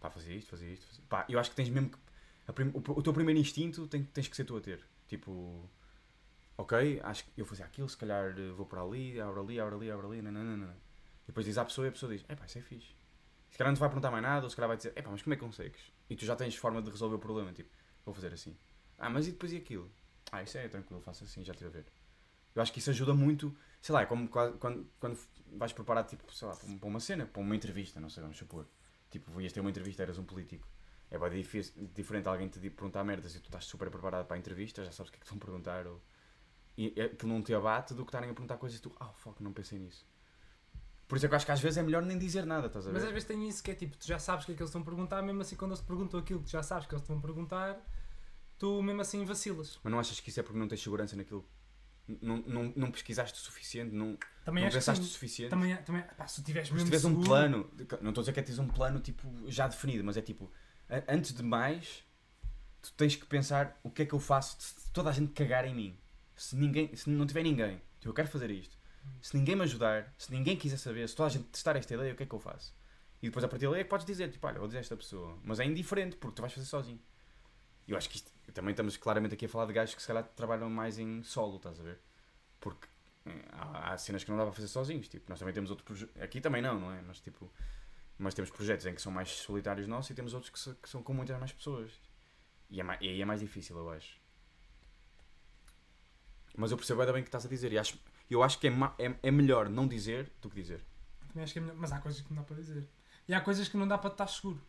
B: Pá, fazia isto, fazia isto, fazia... Pá, eu acho que tens mesmo que... a prim- o, o teu primeiro instinto tem, tens que ser tu a ter. Tipo, ok, acho que eu fazia aquilo, se calhar eh, vou para ali, abro ali, abro ali, abro ali, nananana. E depois diz à pessoa e a pessoa diz: É pá, isso é fixe. Se calhar não te vai perguntar mais nada, ou se calhar vai dizer: É pá, mas como é que consegues? E tu já tens forma de resolver o problema. Tipo, vou fazer assim. Ah, mas e depois e aquilo? Ah, isso é tranquilo, faço assim, já estive a ver. Eu acho que isso ajuda muito, sei lá, é como qua- quando, quando vais preparar, tipo, sei lá, para um- para uma cena, para uma entrevista, não sei, vamos supor. Tipo, ias ter uma entrevista, eras um político. É bem difícil, diferente alguém te di- perguntar merdas e tu estás super preparado para a entrevista, já sabes o que é que te vão perguntar, ou... E é que não te abate do que estarem a perguntar coisas e tu, ah, fuck, não pensei nisso. Por isso é que eu acho que às vezes é melhor nem dizer nada, estás a ver?
A: Mas às vezes tem isso que é tipo, tu já sabes o que é que eles estão a perguntar, mesmo assim quando eles te perguntam aquilo que tu já sabes que eles te vão perguntar, tu mesmo assim vacilas.
B: Mas não achas que isso é porque não tens segurança naquilo? Não, não, não pesquisaste o suficiente? Não,
A: Também
B: não
A: acho
B: pensaste o
A: que
B: suficiente?
A: sim. também, também, pá, se tu tiveres
B: se
A: mesmo
B: tiveres um
A: seguro-
B: plano, não estou a dizer que é teres um plano tipo, já definido, mas é tipo, a- antes de mais, tu tens que pensar o que é que eu faço se toda a gente cagar em mim. Se, ninguém, se não tiver ninguém, tipo, eu quero fazer isto. Se ninguém me ajudar, se ninguém quiser saber, se toda a gente testar esta ideia, o que é que eu faço? E depois a partir daí é que podes dizer, tipo, olha, vou dizer a esta pessoa. Mas é indiferente, porque tu vais fazer sozinho. E eu acho que isto, também estamos claramente aqui a falar de gajos que se calhar trabalham mais em solo, estás a ver? Porque eh, há, há cenas que não dá para fazer sozinhos, tipo, nós também temos outro projeto, aqui também não, não é? Mas tipo, mas temos projetos em que são mais solitários nossos e temos outros que, se- que são com muitas mais pessoas. E, é mais, e aí é mais difícil, eu acho. Mas eu percebo ainda bem o que estás a dizer e acho, eu acho que é, ma- é, é melhor não dizer do que dizer.
A: Também acho que é melhor, mas há coisas que não dá para dizer. E há coisas que não dá para estar seguro.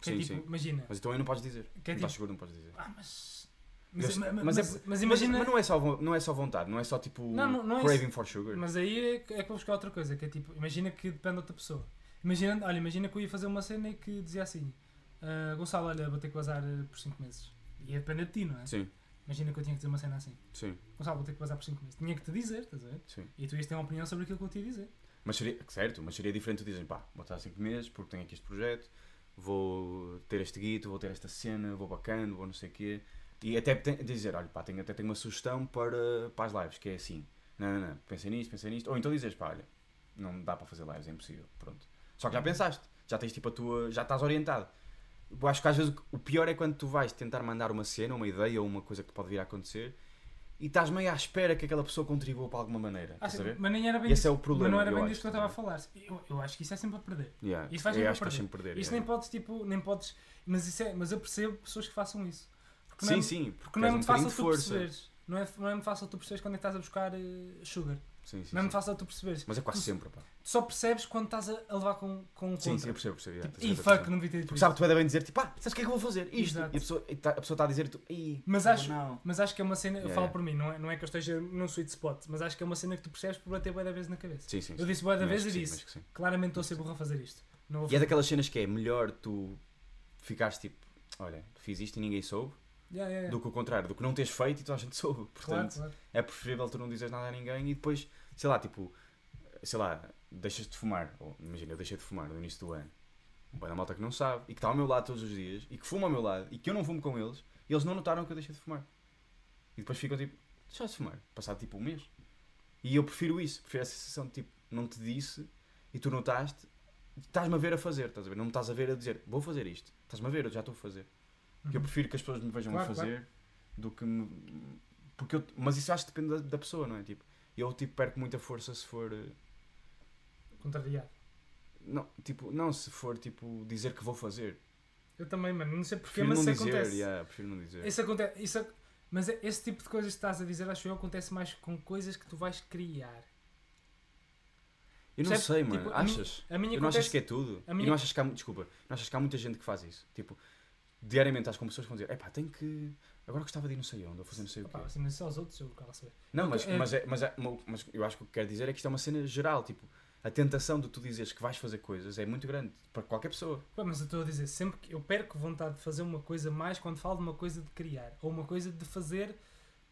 A: Que é
B: Sim,
A: tipo,
B: sim.
A: imagina.
B: Mas então aí não podes dizer.
A: Que é tipo-
B: não estás seguro, não podes dizer.
A: Ah, mas.
B: Mas-
A: Mas, mas,
B: mas é-
A: mas- mas imagina.
B: Mas, mas não, é só, vo- não é só vontade, não é só tipo
A: Não, não- não é
B: craving for sugar.
A: Mas aí é que é que vou buscar outra coisa, que é tipo, imagina que depende de outra pessoa. Imagina, olha, imagina que eu ia fazer uma cena e que dizia assim, "Ah, Gonçalo, olha, vou ter que vazar eh, por 5 meses. Ia depender de ti, não é?
B: Sim,
A: Imagina que eu tinha que dizer uma cena assim,
B: sim,
A: Gonçalo, vou ter que vazar por 5 meses. Tinha que te dizer, estás a ver?
B: sim.
A: E tu ias ter uma opinião sobre aquilo que eu te ia dizer.
B: Mas seria, certo, mas seria diferente tu dizem, pá, vou estar 5 meses porque tenho aqui este projeto, vou ter este guito, vou ter esta cena, vou bacana, vou não sei o quê. E até te- dizer, olha, pá, tenho, até tenho uma sugestão para, para as lives, que é assim. Não, não, não, pensei nisto, pensei nisto. Ou então dizes, pá, olha, não dá para fazer lives, é impossível. Pronto. Só que
A: Uhum.
B: já pensaste, já tens tipo a tua, já estás orientado. Eu acho que às vezes o- o pior é quando tu vais tentar mandar uma cena, uma ideia ou uma coisa que te pode vir a acontecer e estás meio à espera que aquela pessoa contribua para alguma maneira.
A: Ah,
B: estás
A: sim,
B: a ver?
A: mas nem era bem
B: E esse é o
A: mas
B: problema.
A: não era bem
B: eu
A: disso que eu
B: acho.
A: estava a falar. Eu, eu acho que isso é sempre a perder.
B: Yeah.
A: Isso faz
B: eu
A: sempre
B: acho
A: perder.
B: que faz sempre perder.
A: Isso
B: yeah.
A: nem podes, tipo, nem podes. Mas, isso é, mas eu percebo pessoas que façam isso. Porque não
B: Sim,
A: é,
B: sim,
A: Porque não é
B: és um
A: muito
B: bocadinho
A: fácil tu
B: de força.
A: perceberes. Não é, não é muito fácil tu perceberes quando é que estás a buscar eh, sugar.
B: Sim, sim,
A: não é
B: sim.
A: muito fácil tu perceberes.
B: Mas é quase
A: Tu-
B: sempre, pá.
A: Tu só percebes quando estás a, a levar com, com um
B: Sim, sim,
A: contra.
B: eu percebo, percebo. yeah,
A: Tipo,
B: tens
A: Ih,
B: razão, tens
A: fuck,
B: razão.
A: não devia ter dito
B: Porque
A: isso."
B: sabe, tu vai bem dizer, tipo, ah, sabes o que é que eu vou fazer? Isto.
A: Exato. Hum.
B: E a pessoa está a, pessoa tá a dizer, tu, "Ih,
A: Mas
B: pô,
A: acho-
B: não.
A: Mas acho que é uma cena, eu
B: Yeah,
A: falo
B: yeah.
A: por mim, não é, não é que eu esteja num sweet spot, mas acho que é uma cena que tu percebes por bater bué da vez na cabeça.
B: Sim, sim.
A: Eu
B: sim.
A: disse bué da
B: Também
A: vez
B: acho
A: e
B: que sim,
A: disse,
B: acho que sim.
A: claramente estou a ser burro a fazer isto. Não vou
B: E é
A: fazer.
B: daquelas cenas que é melhor tu ficares tipo, olha, fiz isto e ninguém soube,
A: Yeah, yeah, yeah.
B: do que o contrário, do que não teres feito e toda a gente soube.
A: Claro,
B: Portanto,
A: É. claro.
B: é preferível tu não dizeres nada a ninguém e depois, sei lá, tipo, sei lá, deixas de fumar. Ou, imagina, eu deixei de fumar no início do ano. Um bando da malta que não sabe e que está ao meu lado todos os dias e que fuma ao meu lado e que eu não fumo com eles e eles não notaram que eu deixei de fumar. E depois ficam tipo, deixaste de fumar, passado tipo um mês. E eu prefiro isso, prefiro essa sensação de tipo, não te disse e tu notaste, estás-me a ver a fazer, estás a ver? Não me estás a ver a dizer, vou fazer isto, estás-me a ver, eu já estou a fazer. Porque eu
A: Uhum.
B: prefiro que as pessoas me vejam a
A: Claro,
B: fazer do que me Porque eu, mas isso eu acho que depende da, da pessoa, não é? Tipo, eu tipo, perco muita força se for. eh,
A: Contrariado.
B: Não, tipo, não se for tipo dizer que vou fazer.
A: Eu também, mano. Não sei porque,
B: Prefiro
A: mas
B: não
A: isso
B: dizer,
A: acontece.
B: yeah, prefiro não dizer.
A: Isso acontece. Isso... ac- Mas é- esse tipo de coisas que estás a dizer, acho eu, acontece mais com coisas que tu vais criar.
B: Eu não
A: percebes?
B: sei, mano.
A: Tipo, a mim-
B: achas?
A: A minha
B: E não achas
A: acontece...
B: que é tudo?
A: a
B: E
A: minha-
B: não achas que há, mu- desculpa, não achas que há muita gente que faz isso? Tipo, diariamente estás com pessoas que vão dizer, epá, tenho que... Agora gostava de ir não sei onde, ou fazer não sei o quê.
A: Opa, assim, mas só os outros, eu quero saber.
B: Não,
A: eu-
B: mas,
A: é-
B: mas, é- mas, é- mo- mas eu acho que o que quero dizer é que isto é uma cena geral, tipo, a tentação de tu dizeres que vais fazer coisas é muito grande, para qualquer pessoa.
A: Pá, mas eu estou a dizer, sempre que eu perco vontade de fazer uma coisa mais quando falo de uma coisa de criar, ou uma coisa de fazer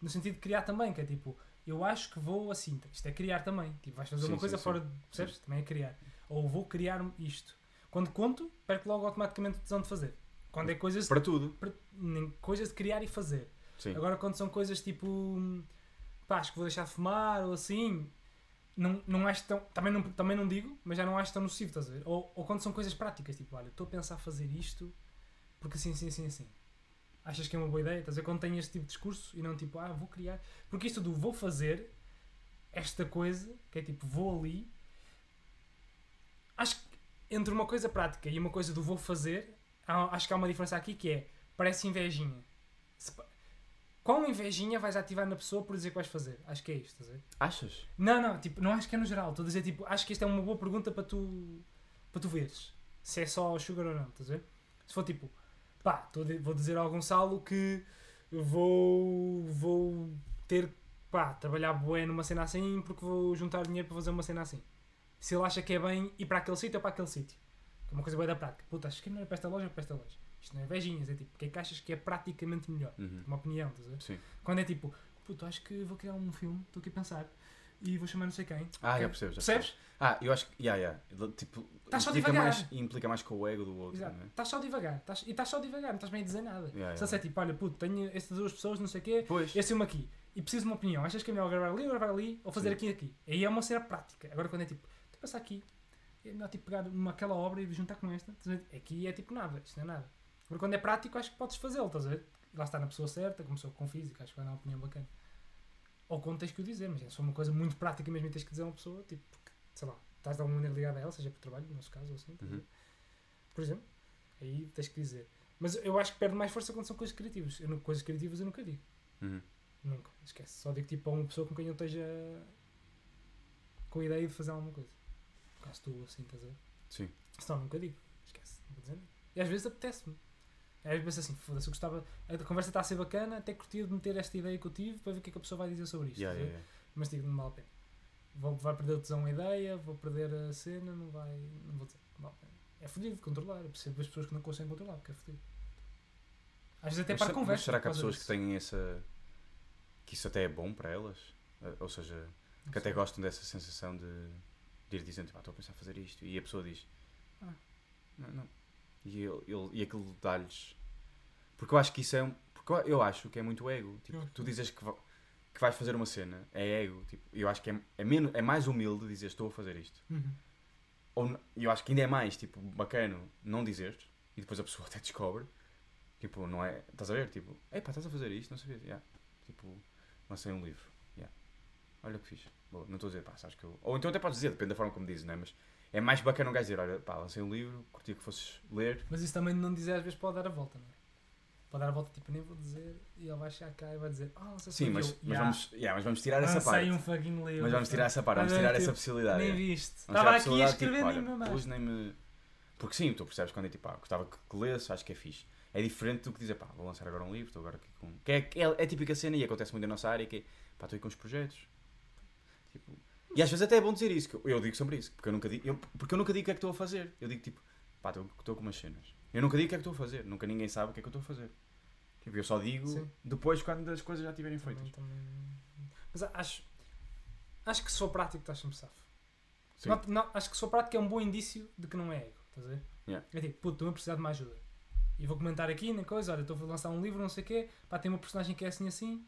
A: no sentido de criar também, que é tipo, eu acho que vou assim, isto é criar também, tipo, vais fazer
B: Sim,
A: uma coisa
B: sim,
A: fora de, percebes? Também é criar. Ou vou criar um- isto. Quando conto, perco logo automaticamente a tesão de fazer. Quando é coisas,
B: Para tudo.
A: per- nem- coisas de criar e fazer.
B: Sim.
A: Agora quando são coisas tipo, hum, pá, acho que vou deixar de fumar, ou assim... Não, não acho tão. Também não, também não digo, mas já não acho tão nocivo, estás a ver? Ou, ou quando são coisas práticas, tipo, olha, estou a pensar fazer isto porque assim, assim, assim, assim. Achas que é uma boa ideia? Estás a ver? Quando tem este tipo de discurso e não tipo, ah, vou criar. Porque isto do vou fazer esta coisa, que é tipo, vou ali. Acho que entre uma coisa prática e uma coisa do vou fazer, há- acho que há uma diferença aqui que é, parece invejinha. Se pa- Qual invejinha vais ativar na pessoa por dizer que vais fazer? Acho que é isto, estás a ver?
B: Achas?
A: Não, não, tipo, não acho que é no geral. Estou a dizer, tipo, acho que isto é uma boa pergunta para tu, para tu veres se é só sugar ou não, estás a ver? Se for tipo, pá, tô a di- vou dizer ao Gonçalo que vou, vou ter, pá, trabalhar bué numa cena assim porque vou juntar dinheiro para fazer uma cena assim. Se ele acha que é bem ir para aquele sítio ou para aquele sítio. Que É uma coisa boa da prática. Puta, acho que é melhor ir para esta loja ou para esta loja. Isto não é vejinhas, é tipo, o que é que achas que é praticamente melhor?
B: Uhum.
A: Uma opinião, estás a ver?
B: Sim.
A: Quando é tipo, puto, acho que vou criar um filme, estou aqui a pensar, e vou chamar não sei quem.
B: Ah,
A: Ok.
B: já percebo, já percebo.
A: Percebes?
B: Ah, eu acho que, yeah, yeah. Tipo,
A: Tá só
B: implica
A: devagar.
B: mais, implica mais com o ego do outro,
A: Exato.
B: não é?
A: Estás só devagar. Estás- E estás só devagar, não estás bem a dizer nada.
B: Yeah,
A: Só
B: yeah.
A: se é tipo, olha, puto, tenho estas duas pessoas, não sei o quê,
B: Pois.
A: este e assim, uma aqui. E preciso de uma opinião. Achas que é melhor gravar ali ou gravar ali? Ou fazer
B: Sim.
A: aqui e aqui? Aí é uma cena prática. Agora quando é tipo, estou a passar aqui, é melhor tipo pegar uma, aquela obra e juntar com esta. Estás a ver? Aqui é tipo nada, isto não é nada. Agora quando é prático, acho que podes fazê-lo, estás a ver? Lá está na pessoa certa, começou com física, acho que vai dar uma opinião bacana. Ou quando tens que o dizer, mas se for uma coisa muito prática mesmo e tens que dizer a uma pessoa, tipo, porque, sei lá, estás de alguma maneira ligado a ela, seja por trabalho, no nosso caso, ou assim, estás a ver?
B: Uhum.
A: por exemplo, aí tens que dizer. Mas eu acho que perde mais força quando são coisas criativas. Eu, não- coisas criativas eu nunca digo.
B: Uhum.
A: Nunca, esquece. Só digo tipo a uma pessoa com quem eu esteja com a ideia de fazer alguma coisa. No caso tu, assim, estás a ver?
B: Sim.
A: Senão nunca digo, esquece, não vou dizer nada. E às vezes apetece-me. Às vezes penso assim, foda-se, eu gostava, a conversa está a ser bacana, até curtia de meter esta ideia que eu tive para ver o que é que a pessoa vai dizer sobre isto.
B: Yeah,
A: estás a
B: yeah,
A: ver?
B: yeah.
A: Mas digo, não vale a pena. Vou, vai perder o tesão a ideia, vou perder a cena, não vai. Não vou dizer, não vale a pena. É fodido controlar, eu percebo as pessoas que não conseguem controlar, porque é fodido. Às vezes até
B: Mas
A: para
B: se-
A: a
B: mas
A: conversa.
B: Será que há
A: por causa
B: pessoas que
A: disso.
B: têm essa. que isso até é bom para elas? Ah, Ou seja, que até gostam dessa sensação de, de ir dizendo, "Pá, estou a pensar em fazer isto. E a pessoa diz, ah, não, não. E, ele, ele- e aquilo dá-lhes. Porque eu acho que isso é um. Porque eu- eu acho que é muito ego. Tipo,
A: Eu acho
B: tu dizes que, va- que vais fazer uma cena, é ego. Tipo, eu acho que é, é, menos, é mais humilde dizer estou a fazer isto.
A: Uhum.
B: Ou n- eu acho que ainda é mais, tipo, bacana não dizer e depois a pessoa até descobre. Tipo, não é. Estás a ver? Tipo, epá, estás a fazer isto? Não sabia. Yeah. Tipo, lancei um livro. Yeah. Olha que fixe. Boa. Não estou a dizer, pá, sabes que eu. Ou então até podes dizer, depende da forma como dizes, não é? Mas é mais bacana um gajo dizer, olha, pá, lancei um livro, curtia que fosses ler.
A: Mas isso também de não dizer às vezes pode dar a volta, não é? Pode dar a volta, tipo, nem vou dizer, e ele vai chegar cá e vai dizer, ah, não sei se
B: Sim,
A: foi
B: mas,
A: eu.
B: mas,
A: Ya,
B: vamos, yeah, mas vamos tirar essa
A: lancei
B: parte.
A: um fucking livro.
B: Mas vamos tirar essa parte,
A: Mas
B: vamos tirar
A: é
B: essa
A: tipo,
B: possibilidade.
A: Nem
B: é.
A: viste. Estava
B: Vamos tirar a
A: aqui a
B: possibilidade,
A: escrever
B: tipo,
A: nem
B: olha,
A: mamar.
B: Hoje nem me. Porque sim, tu percebes quando é tipo, ah, gostava que, que lesse, acho que é fixe. É diferente do que dizer, pá, vou lançar agora um livro, estou agora aqui com. Que é, que é, é a típica cena e acontece muito na nossa área, que é, pá, estou aí com os projetos. Tipo, E às vezes até é bom dizer isso, que eu, eu digo sobre isso, porque eu nunca digo, eu- porque eu nunca digo o que é que estou a fazer. Eu digo tipo, pá, estou- estou com umas cenas. Eu nunca digo o que é que estou a fazer, nunca ninguém sabe o que é que eu estou a fazer. Tipo, eu só digo
A: Sim.
B: depois quando as coisas já estiverem
A: Também-
B: feitas.
A: também- Mas acho, acho que se for prático estás sempre safo.
B: Sim.
A: Não- não, acho que se for prático é um bom indício de que não é ego, estás a ver?
B: Yeah.
A: É tipo, puto, estou a precisar de uma ajuda. E vou comentar aqui na coisa, olha, estou a lançar um livro, não sei o quê, pá, tem uma personagem que é assim assim,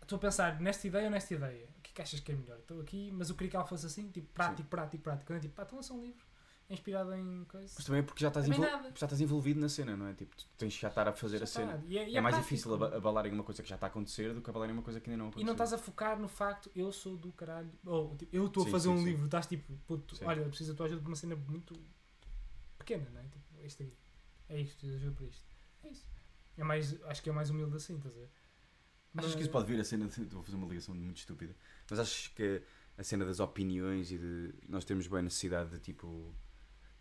A: estou a pensar nesta ideia ou nesta ideia, o que é que achas que é melhor? Estou aqui, mas eu queria que ela fosse assim, tipo, prático, prático, prático. Quando é tipo, pá, então lança um livro, é inspirado em coisa.
B: Mas também é porque já estás,
A: Também
B: envol-
A: nada.
B: já estás envolvido na cena, não é? Tipo, tu tens que já estar a fazer
A: Já
B: a cena.
A: está. E e
B: É, mais
A: prático.
B: difícil aba- abalar em uma coisa que já está a acontecer do que abalar em uma coisa que ainda não aconteceu.
A: E não estás a focar no facto, eu sou do caralho. Ou tipo, eu estou a
B: Sim,
A: fazer
B: sim,
A: um
B: sim.
A: livro, estás tipo, puto,
B: Sim.
A: olha, eu preciso da tua ajuda para uma cena muito pequena, não é? Tipo, isto aqui. É isto, preciso de ajuda para isto. É isso. É mais, acho que é mais humilde assim, estás a ver?
B: Achas
A: Mas-
B: que isso pode vir a cena de... Vou fazer uma ligação muito estúpida. Mas achas que a cena das opiniões e de... Nós temos bem a necessidade de, tipo...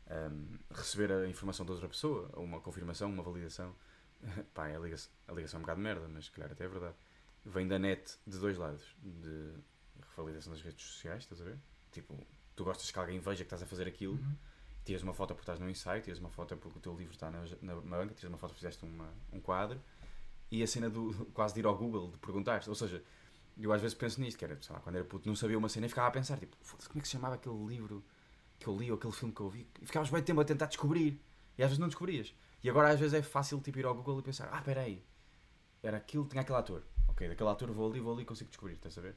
B: ahm, receber a informação da outra pessoa. Ou uma confirmação, uma validação. Pá, a ligação, a ligação é um bocado de merda, mas calhar até é verdade. Vem da net de dois lados. De revalidação das redes sociais, estás a ver? Tipo, tu gostas que alguém veja que estás a fazer aquilo.
A: Uhum.
B: tiras uma foto porque estás num ensaio, tiras uma foto porque o teu livro está na, na banca, tiras uma foto porque fizeste uma- um quadro e a cena do quase de ir ao Google de perguntar, ou seja, eu às vezes penso nisto, que era, sei lá, quando era puto não sabia uma cena e ficava a pensar, tipo, foda-se, como é que se chamava aquele livro que eu li ou aquele filme que eu vi? E ficavas bem tempo a tentar descobrir e às vezes não descobrias. E agora às vezes é fácil tipo ir ao Google e pensar, ah, peraí, era aquilo, tinha aquele ator, ok, daquele ator vou ali, vou ali e consigo descobrir, estás a ver?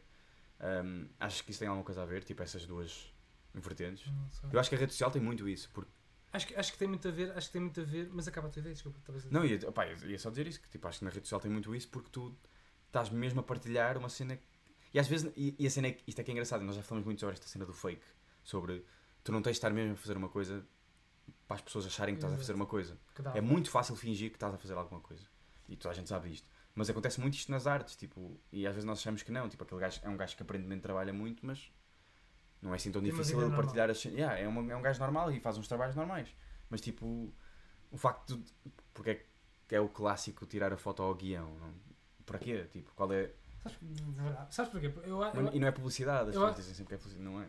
B: Ahm, achas que isso tem alguma coisa a ver, tipo, essas duas vertentes?
A: Não sei.
B: Eu acho que a rede social tem muito isso, porque
A: Acho que, acho que tem muito a ver, acho que tem muito a ver, mas acaba a tua ideia, desculpa, estavas a dizer.
B: Não, ia, opá, ia- ia só dizer isso, que tipo, acho que na rede social tem muito isso porque tu estás mesmo a partilhar uma cena. E às vezes, e, e a cena é, que- isto é que é engraçado, nós já falamos muito sobre esta cena do fake, sobre tu não tens de estar mesmo a fazer uma coisa para as pessoas acharem que estás a fazer
A: Exato.
B: uma coisa.
A: Que dá-
B: É muito fácil fingir que estás a fazer alguma coisa. E toda a gente sabe isto. Mas acontece muito isto nas artes, tipo, e às vezes nós achamos que não, tipo, aquele gajo é um gajo que aparentemente trabalha muito, mas não é assim tão
A: Tem uma
B: difícil
A: vida
B: ele
A: normal.
B: partilhar as cenas. Yeah, é, uma- é um gajo normal e faz uns trabalhos normais. Mas tipo, o facto de. Porque é que é o clássico tirar a foto ao guião, não? Para quê? Tipo, qual é.
A: Sabes, de verdade, sabes porquê? Eu, eu,
B: E não é publicidade, as
A: Eu
B: pessoas
A: a-
B: dizem sempre que é publicidade, não é?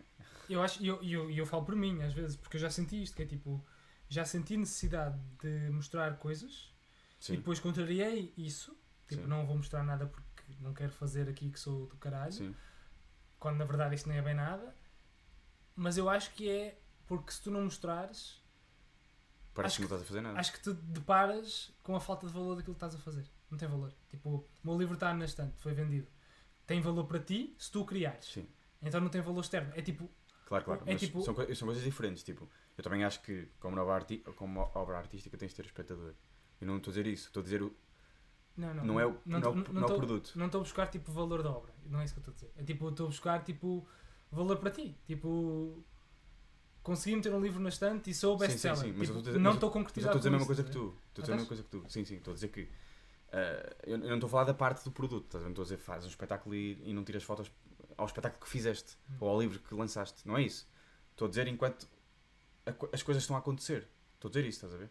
A: Eu acho, e eu, e eu, e eu falo por mim às vezes, porque eu já senti isto, que é tipo, já senti necessidade de mostrar coisas e
B: Sim,
A: depois contrariei isso, tipo,
B: Sim.
A: não vou mostrar nada porque não quero fazer aqui que sou do caralho,
B: sim.
A: quando na verdade isto nem é bem nada, mas eu acho que é porque se tu não mostrares,
B: Parece
A: Acho
B: que não estás a fazer nada.
A: acho que te deparas com a falta de valor daquilo que estás a fazer. Não tem valor. Tipo, o meu livro está na estante, foi vendido. Tem valor para ti se tu o criares.
B: Sim.
A: Então não tem valor externo. É tipo,
B: Claro, claro.
A: É
B: mas
A: tipo-
B: são, coi- são coisas diferentes. Tipo, eu também acho que, como obra, arti como obra artística, tens de ter espectador. Eu não estou a dizer isso. Estou a dizer o.
A: não, não.
B: Não, é o, não, é o- não é o
A: tô-
B: produto.
A: Não estou a buscar tipo valor da obra, não é isso que eu estou a dizer. É tipo, eu estou a buscar tipo valor para ti. Tipo, consegui meter um livro na estante e sou o
B: Sim, sim,
A: best-seller.
B: sim, mas eu
A: Tipo,
B: estou a dizer-
A: não
B: mas
A: estou a
B: Mas eu
A: concretizar.
B: estou a dizer a
A: com
B: mesma
A: isso,
B: coisa que
A: estás
B: tu. Estou a dizer
A: Ah,
B: a mesma coisa que tu. Sim, sim. Estou a dizer que. ah, eu, eu não estou a falar da parte do produto. Estás a ver? Não estou a dizer faz um espetáculo e, e não tiras fotos ao espetáculo que fizeste
A: Hum.
B: ou ao livro que lançaste. Não é isso. Estou a dizer enquanto a co- as coisas estão a acontecer. Estou a dizer isso, estás a ver?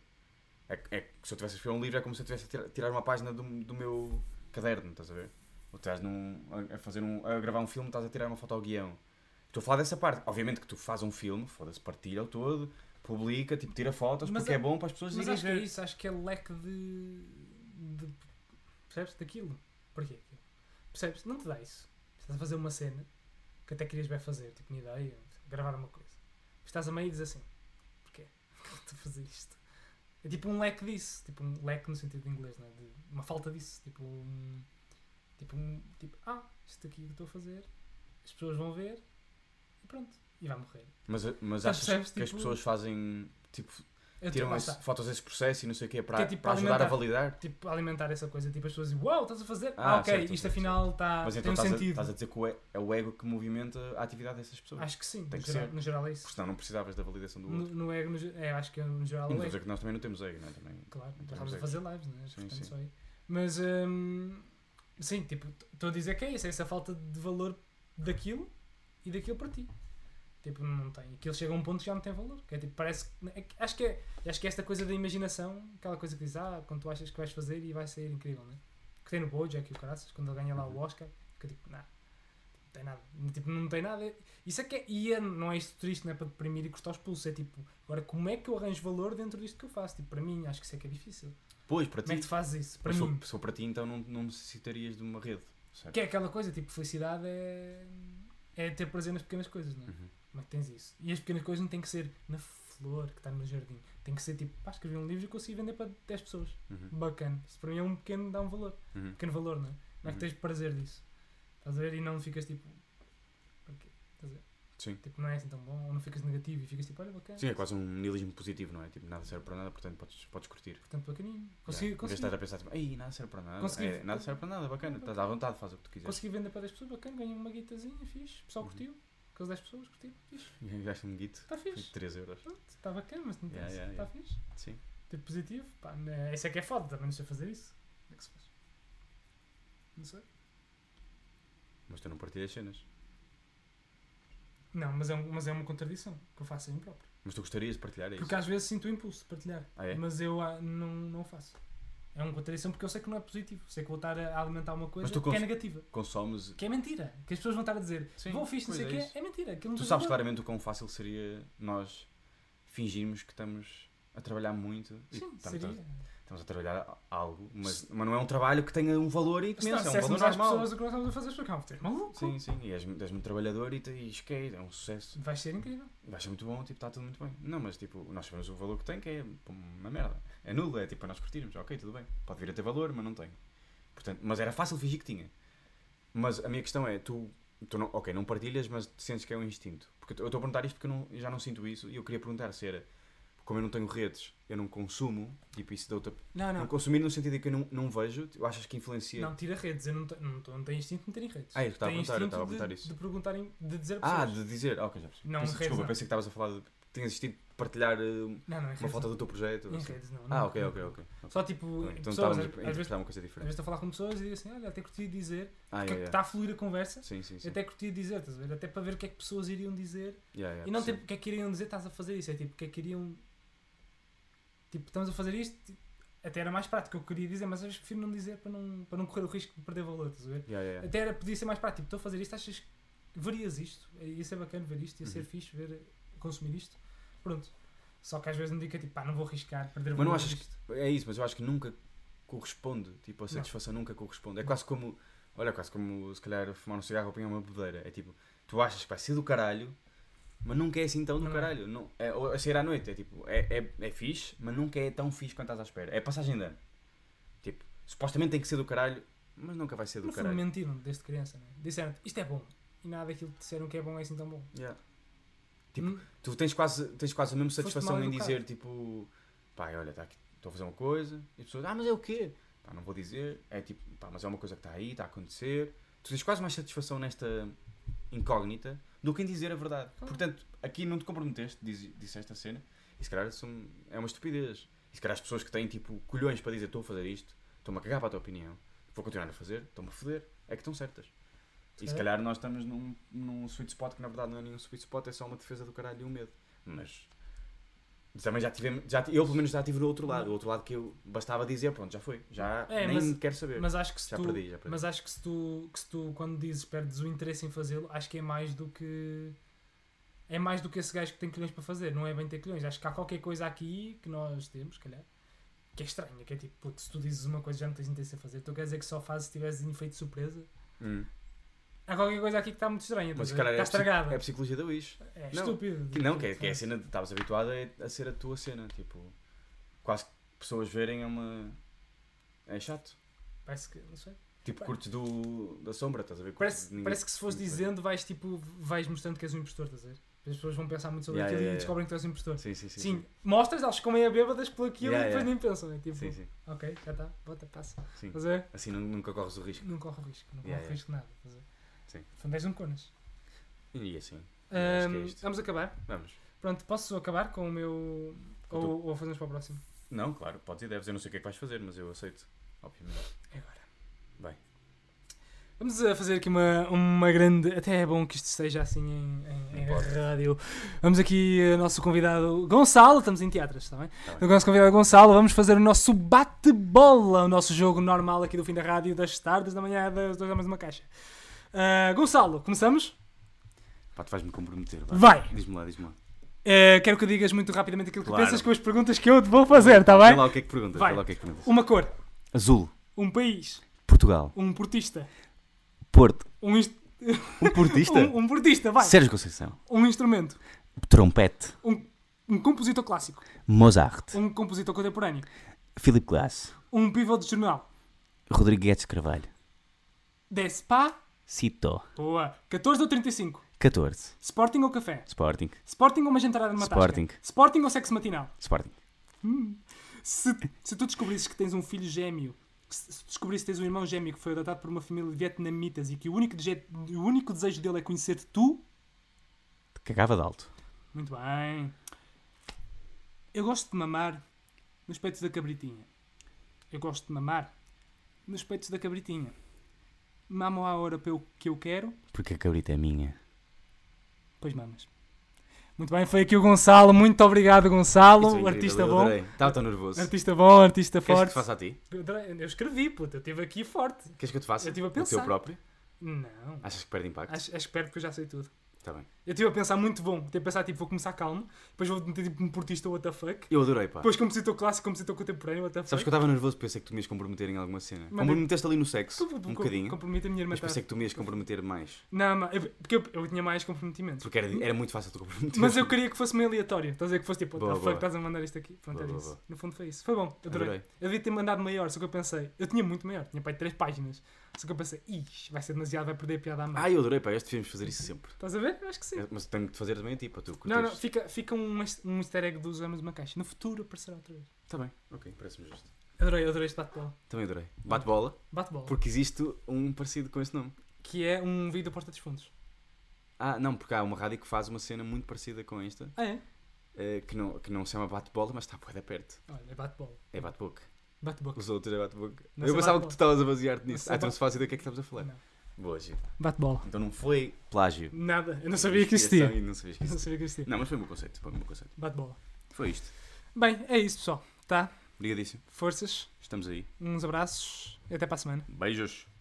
B: É, que- é que se eu tivesse a escrever um livro é como se eu tivesse a tira- tirar uma página do, do meu caderno, estás a ver? Ou estás num, a, a fazer um, a gravar um filme, estás a tirar uma foto ao guião. Estou a falar dessa parte. Obviamente que tu fazes um filme, foda-se, partilha-o todo, publica, tipo, tira fotos,
A: Mas
B: porque
A: a-
B: é bom para as pessoas
A: Mas
B: irem
A: acho que é
B: ver.
A: isso, acho que é leque de. de percebes? Daquilo. Porquê? Percebes? Não te dá isso. Estás a fazer uma cena que até querias bem fazer, tipo, uma ideia, gravar uma coisa. Estás a meio e dizes assim: Porquê? Porquê que estou a fazer isto? É tipo um leque disso, tipo um leque no sentido de inglês, não é? De uma falta disso, tipo um. Tipo um. Tipo, ah, isto aqui que eu estou a fazer, as pessoas vão ver e pronto, e vai morrer.
B: Mas, mas
A: Já
B: achas
A: percebes,
B: que as
A: tipo-
B: pessoas fazem, tipo,
A: Eu
B: tiram
A: lá
B: esse-
A: está.
B: fotos desse processo e não sei o quê para,
A: Que é tipo
B: para ajudar
A: alimentar.
B: a validar?
A: tipo, alimentar essa coisa. Tipo, as pessoas dizem, uau, estás a fazer? Ah,
B: Ah,
A: ok,
B: certo,
A: isto
B: certo,
A: afinal tá,
B: Mas
A: tem
B: então
A: um
B: estás, a,
A: sentido.
B: estás a dizer que o e- é o ego que movimenta a atividade dessas pessoas.
A: Acho que sim,
B: Tem
A: no,
B: que
A: geral,
B: ser.
A: no geral é
B: Porque
A: isso.
B: senão não precisavas da validação do
A: No,
B: outro.
A: no ego, no, ge- é, acho que no geral
B: E
A: é
B: não
A: o ego.
B: estou a dizer que nós também não temos ego, não é? Também.
A: Claro,
B: Não
A: estávamos a
B: temos
A: fazer lives, não é?
B: Sim,
A: Portanto,
B: sim.
A: só aí. Mas, hum, sim, tipo, estou a dizer que é isso, é essa falta de valor daquilo e daquilo para ti. Tipo, não tem. Aquilo chega a um ponto que já não tem valor. Que é tipo, parece que- é que- acho que é, acho que é esta coisa da imaginação, aquela coisa que diz, ah, quando tu achas que vais fazer e vai sair incrível, né? Que tem no Bojack e o caraças, quando ele ganha lá o
B: Uhum.
A: Oscar, que é tipo, nah, não tem nada. Tipo, não tem nada. Isso é que é, e é- não é isto triste, não é para deprimir e cortar os pulsos. É tipo, agora como é que eu arranjo valor dentro disto que eu faço? Tipo, para mim, acho que isso é que é difícil.
B: Pois, para
A: Como é que
B: ti.
A: tu fazes isso? Para
B: Mas se
A: mim.
B: for- se for para ti, então não, não necessitarias de uma rede. Certo?
A: Que é aquela coisa, tipo, felicidade é, é ter prazer nas pequenas coisas, não é?
B: Uhum.
A: Como é que tens isso? E as pequenas coisas não tem que ser na flor que está no jardim. Tem que ser tipo, pá, escrevi um livro e consegui vender para 10 pessoas.
B: Uhum.
A: Bacana. Isso para mim é um pequeno, dá um valor.
B: Uhum.
A: Pequeno valor, não é? Como é que
B: Uhum.
A: tens prazer disso? Estás a ver? E não ficas tipo. Porquê? Estás a ver?
B: Sim.
A: Tipo, não é assim tão bom, ou não ficas negativo e ficas tipo, olha, bacana.
B: Sim, é quase um niilismo positivo, não é? Tipo, nada serve para nada, portanto podes, podes curtir.
A: Portanto, bacaninho. Consegui,
B: Yeah. Em vez de
A: consegui,
B: estar a pensar, tipo, ei, nada serve para nada.
A: Consegui-
B: É, nada serve para nada, bacana. Estás à vontade, faz o que tu quiseres.
A: consegui vender para 10 pessoas, bacana, ganhei uma guitazinha, fixe. O
B: Uhum.
A: pessoal curtiu. Aqueles 10 pessoas curtiram, fixe.
B: Gaste um guito.
A: Está
B: Foi
A: fixe.
B: 3 euros.
A: Está bacana, mas não
B: Yeah,
A: interessa.
B: yeah,
A: Está
B: yeah.
A: fixe.
B: Sim.
A: Tipo positivo. Pá, né, isso é que é foda, também não sei fazer isso. Como é que se faz? Não sei.
B: Mas tu não partilhas cenas.
A: Não, mas é, um- mas é uma contradição que eu faço a mim próprio.
B: Mas tu gostarias de partilhar é isso?
A: Porque às vezes sinto o impulso de partilhar,
B: Ah, é?
A: mas eu ah, não, não o faço. É uma contradição porque eu sei que não é positivo. Sei que vou estar a alimentar uma coisa
B: tu
A: que é
B: cons-
A: negativa.
B: Consomes.
A: Que é mentira. Que as pessoas vão estar a dizer,
B: Sim,
A: vou fixe, não sei o
B: pois é
A: quê.
B: isso.
A: É mentira. aquilo não
B: Tu
A: tem
B: sabes
A: valor.
B: claramente o quão fácil seria nós fingirmos que estamos a trabalhar muito. E
A: Sim,
B: estamos,
A: seria.
B: A, estamos a trabalhar algo, mas, mas não é um trabalho que tenha um valor
A: Se nós
B: imenso, é um valor
A: disséssemos às
B: normal.
A: pessoas é um o que nós estamos a fazer, as pessoas ficam, "Tens maluco.
B: Sim, sim, e és, mu- és muito trabalhador e, te- e esquece, é um sucesso.
A: Vai ser incrível.
B: Vai ser muito bom, tipo, está tudo muito bem. Não, mas tipo, nós sabemos o valor que tem, que é pô, uma merda. É nulo, é tipo para nós curtirmos, ok, tudo bem. Pode vir a ter valor, mas não tem. Portanto, mas era fácil fingir que tinha. Mas a minha questão é, tu, tu não, ok, não partilhas, mas sentes que é um instinto. Porque eu estou a perguntar isto porque eu, não- eu já não sinto isso e eu queria perguntar se era, como eu não tenho redes, eu não consumo, tipo, isso da outra.
A: Não,
B: Não,
A: não.
B: consumir no sentido de que eu não, não vejo, tu achas que influencia.
A: Não, tira redes. Eu não, te- não, tô- não tenho instinto de meter em redes.
B: Ah, é isso que eu
A: Tenho
B: estava a perguntar, eu
A: instinto
B: estava a perguntar
A: de,
B: isso.
A: De perguntarem, de dizer a
B: Ah,
A: pessoas.
B: de dizer. Ah, ok, já percebi.
A: Não,
B: Pensei-
A: redes
B: desculpa,
A: não.
B: pensei que estavas a falar de. Tinhas assistido partilhar uh,
A: Não, não, em
B: uma
A: redes.
B: foto
A: não.
B: do teu projeto.
A: Em
B: assim.
A: redes, não.
B: Ah,
A: não,
B: ok,
A: não.
B: ok, ok. ok.
A: Só tipo,
B: Então
A: pessoas,
B: estávamos a
A: às, às
B: interpretar
A: vezes,
B: uma coisa
A: às
B: diferente.
A: vezes estou a falar com pessoas e digo assim, olha, até curti dizer,
B: Ah,
A: porque
B: yeah,
A: está
B: yeah.
A: tá a fluir a conversa,
B: Sim, sim, sim.
A: até curti dizer, estás a ver? Até para ver o que é que pessoas iriam dizer.
B: Yeah, yeah,
A: E não
B: sim.
A: tipo, o que é que iriam dizer, estás a fazer isso, é tipo, o que é que iriam... Tipo, estamos a fazer isto, tipo, até era mais prático, eu queria dizer, mas às vezes prefiro não dizer para não, para não correr o risco de perder valor, estás a ver?
B: Yeah, yeah, yeah.
A: Até era, podia ser mais prático. Tipo, Estou a fazer isto, achas que verias isto? Ia ser bacana ver isto, ia
B: Uhum.
A: ser fixe ver, consumir isto. Pronto. Só que às vezes me digo que é tipo, pá, não vou arriscar, perder
B: Mas não
A: valor
B: achas
A: disto.
B: É isso, mas eu acho que nunca corresponde. Tipo, a satisfação nunca corresponde. É quase como. Olha, é quase como se calhar fumar um cigarro ou apanhar uma bebedeira. É tipo, tu achas que vai ser do caralho, mas nunca é assim tão do
A: Não é.
B: caralho. Não, é, ou a sair à noite é tipo, é, é, é fixe, mas nunca é tão fixe quanto estás à espera. É passagem de ano. Tipo, supostamente tem que ser do caralho, mas nunca vai ser do
A: No fundo,
B: caralho.
A: mentiram desde criança, né? Disseram-te, isto é bom. E nada daquilo que disseram que é bom é assim tão bom.
B: Yeah. Tipo,
A: Hum,
B: Tu tens quase, tens quase a mesma
A: Foste
B: satisfação
A: mal
B: em
A: educado.
B: dizer tipo, pá, olha, tá aqui, estou a fazer uma coisa, e as pessoas, ah, mas é o quê? Pá, não vou dizer, é tipo, pá, mas é uma coisa que está aí, está a acontecer. Tu tens quase mais satisfação nesta incógnita do que em dizer a verdade. Portanto, aqui não te comprometeste, diz, disseste a cena, e se calhar isso é uma estupidez. E se calhar as pessoas que têm tipo colhões para dizer estou a fazer isto, estou-me a cagar para a tua opinião, vou continuar a fazer, estou-me a foder, é que estão certas. E se
A: É.
B: calhar nós estamos num, num sweet spot que na verdade não é nenhum sweet spot, é só uma defesa do caralho e um medo. Mas também já tivemos, já, ti- eu pelo menos já tive do outro lado, o outro lado que eu bastava dizer, pronto, já foi, já
A: É,
B: nem
A: mas-
B: quero saber.
A: Mas acho que se
B: já
A: tu,
B: perdi, já perdi.
A: mas acho que se tu, que se tu quando dizes, perdes o interesse em fazê-lo, acho que é mais do que. É mais do que esse gajo que tem colhões para fazer, não é bem ter colhões. Acho que há qualquer coisa aqui que nós temos, se calhar, que é estranha. Que é tipo, puto, se tu dizes uma coisa já não tens interesse em fazer, tu quer dizer que só fazes se tiveres em efeito de surpresa?
B: Hum.
A: Há qualquer coisa aqui que está muito estranha,
B: Mas
A: estás
B: se
A: a ver?
B: calhar é,
A: está
B: a psico-
A: estragada.
B: é a psicologia da Wish.
A: É,
B: Não.
A: estúpido.
B: Que não, que é, que é a cena, de- estavas habituado a, a ser a tua cena, tipo, quase que pessoas verem é uma. é chato.
A: Parece que, não sei.
B: Tipo,
A: Pá.
B: curtes do, da sombra, estás a ver? Curtes de
A: Parece,
B: ninguém-
A: parece que se fores
B: ninguém-
A: dizendo, vais tipo, vais mostrando que és um impostor, estás a ver? As pessoas vão pensar muito sobre
B: Yeah,
A: aquilo
B: yeah,
A: e
B: yeah.
A: descobrem que tu és um impostor.
B: Sim, sim, sim.
A: Sim, mostras, elas ficam meio a bêbadas por aquilo
B: Yeah,
A: e depois
B: yeah.
A: nem pensam. É tipo,
B: sim, sim.
A: ok, já está, bota, passa.
B: sim.
A: Estás a ver?
B: Assim nu- nunca corres o risco.
A: Não corre o risco, não corre
B: Yeah,
A: o
B: yeah.
A: risco de nada. Estás a ver?
B: Sim.
A: Portanto, és um conas.
B: E assim, acho que é
A: Ahm,
B: isto.
A: vamos acabar.
B: vamos.
A: Pronto, posso acabar com o meu.
B: Com o teu-
A: Ou, ou fazemos para o próximo?
B: Não, claro, podes e deves. Eu não sei o que é que vais fazer, mas eu aceito. Obviamente.
A: É agora.
B: Vai.
A: Vamos a fazer aqui uma, uma grande. Até é bom que isto seja assim em, em-
B: Não
A: em
B: pode.
A: rádio. Vamos aqui eh, nosso convidado Gonçalo, estamos em teatras, está bem?
B: Tá
A: O nosso convidado Gonçalo, vamos fazer o nosso bate-bola, o nosso jogo normal aqui do fim da rádio, das tardes, da manhã, das duas horas de uma caixa. Ah, Gonçalo, começamos?
B: Pá, tu vais-me comprometer.
A: Vai!
B: Diz-me lá, diz-me lá.
A: Eh, quero que digas muito rapidamente aquilo que
B: Claro.
A: pensas com as perguntas que eu te vou fazer, está
B: Vê
A: bem?
B: lá o que é que perguntas.
A: Vai.
B: Vê lá o que é que perguntas.
A: Uma cor,
B: Azul,
A: um país,
B: Portugal,
A: um portista,
B: Porto,
A: um, inst-
B: um portista,
A: um, um portista, vai!
B: Sérgio Conceição,
A: Um instrumento,
B: trompete,
A: um, um compositor clássico.
C: Mozart,
A: um compositor contemporâneo,
C: Philip Glass,
A: um pivô de jornal,
C: Rodrigues Carvalho,
A: Despa,
C: Cito,
A: boa, 14 ou 35,
D: 14.
A: Sporting ou café?
D: Sporting.
A: Sporting ou uma jantarada numa
D: Sporting.
A: tasca? Sporting ou sexo matinal?
D: Sporting.
A: Se, se tu descobrisses que tens um filho gêmeo, se se descobrisses que tens um irmão gêmeo que foi adotado por uma família de vietnamitas e que o único, deje- o único desejo dele é conhecer-te tu,
D: Cagava de alto.
A: muito bem. Eu gosto de mamar nos peitos da cabritinha. Eu gosto de mamar nos peitos da cabritinha. Mamo à hora pelo que eu quero,
D: Porque a cabrita é minha.
A: pois mamas. Muito bem, foi aqui o Gonçalo. Muito obrigado, Gonçalo.
B: Isso é incrível,
A: artista
B: eu
A: bom.
B: adorei. Estava tão nervoso.
A: Artista bom, artista
B: Queres que
A: forte.
B: te faça a ti?
A: Eu adorei- eu escrevi, puta. Eu estive aqui forte.
B: Queres que eu te faça?
A: Eu estive a
B: O
A: pensar.
B: teu próprio?
A: Não.
B: Achas que perde impacto?
A: Acho, acho que perto que eu já sei tudo.
B: Está bem.
A: Eu estive a pensar muito bom. Estive a pensar, tipo, vou começar calmo. Depois vou meter, tipo, um portista, what the fuck.
B: Eu adorei, pá.
A: Depois compositor clássico, compositor contemporâneo, what the fuck.
B: Sabes que eu estava nervoso, pensei que tu me ias comprometer em alguma cena.
A: Mas- Então
B: Comprometeste ali no sexo,
A: Com- com-
B: um bocadinho.
A: Compromete a minha irmã.
B: Mas
A: tá?
B: pensei que tu me ias comprometer mais.
A: Não, mas eu, porque eu, eu tinha mais comprometimentos.
B: Porque era, era muito fácil tu comprometer.
A: Mas eu queria que fosse meio aleatório. Estás a dizer que fosse tipo, what
B: Boa,
A: the fuck,
B: boa.
A: estás a mandar isto aqui. Pronto,
B: Boa,
A: era
B: boa,
A: isso.
B: boa.
A: No fundo foi isso. Foi bom, adorei.
B: Adorei.
A: Eu devia ter mandado maior, só que eu pensei. Eu tinha muito maior, tinha para aí 3 páginas. Só que eu pensei, ixi, vai ser demasiado, vai perder a piada à mão.
B: Ah, eu adorei, pá. Este devíamos fazer isso sempre.
A: Estás a ver? Eu Acho que sim.
B: É, Mas tenho que te fazer também a ti, para tu
A: Não, não,
B: curtires.
A: fica, fica um, est- um easter egg dos Amas de uma caixa. No futuro aparecerá outra vez.
B: Está bem. Ok, parece-me justo.
A: Adorei, adorei este bate-bola.
B: Também adorei. Bate bola,
A: Bate-bola.
B: porque existe um parecido com esse nome.
A: Que é um vídeo da Porta dos Fundos.
B: Ah, não, porque há uma rádio que faz uma cena muito parecida com esta,
A: Ah, é?
B: eh, que, não, que não se chama bate-bola, mas está bué de perto.
A: Olha, é bate-bola.
B: É bate-boca.
A: Bate-boca.
B: Os outros é bate-boca.
A: Mas
B: Eu
A: é
B: pensava
A: bate-boca.
B: que tu estavas a basear-te
A: Mas
B: nisso.
A: é
B: Ah, então se faz ideia do que é que estamos a falar.
A: Não.
B: Boa, Gil.
A: Bate-bola.
B: Então não foi plágio.
A: Nada, eu não sabia que
B: Inspiração
A: existia.
B: e Não, sabias que
A: Eu não
B: existia.
A: sabia que existia.
B: não, mas foi o meu conceito. Foi o meu conceito.
A: Bate-bola.
B: Foi isto.
A: Bem, é isso, pessoal. Tá?
B: Obrigadíssimo.
A: Forças,
B: Estamos aí.
A: uns abraços e até para a semana.
B: Beijos.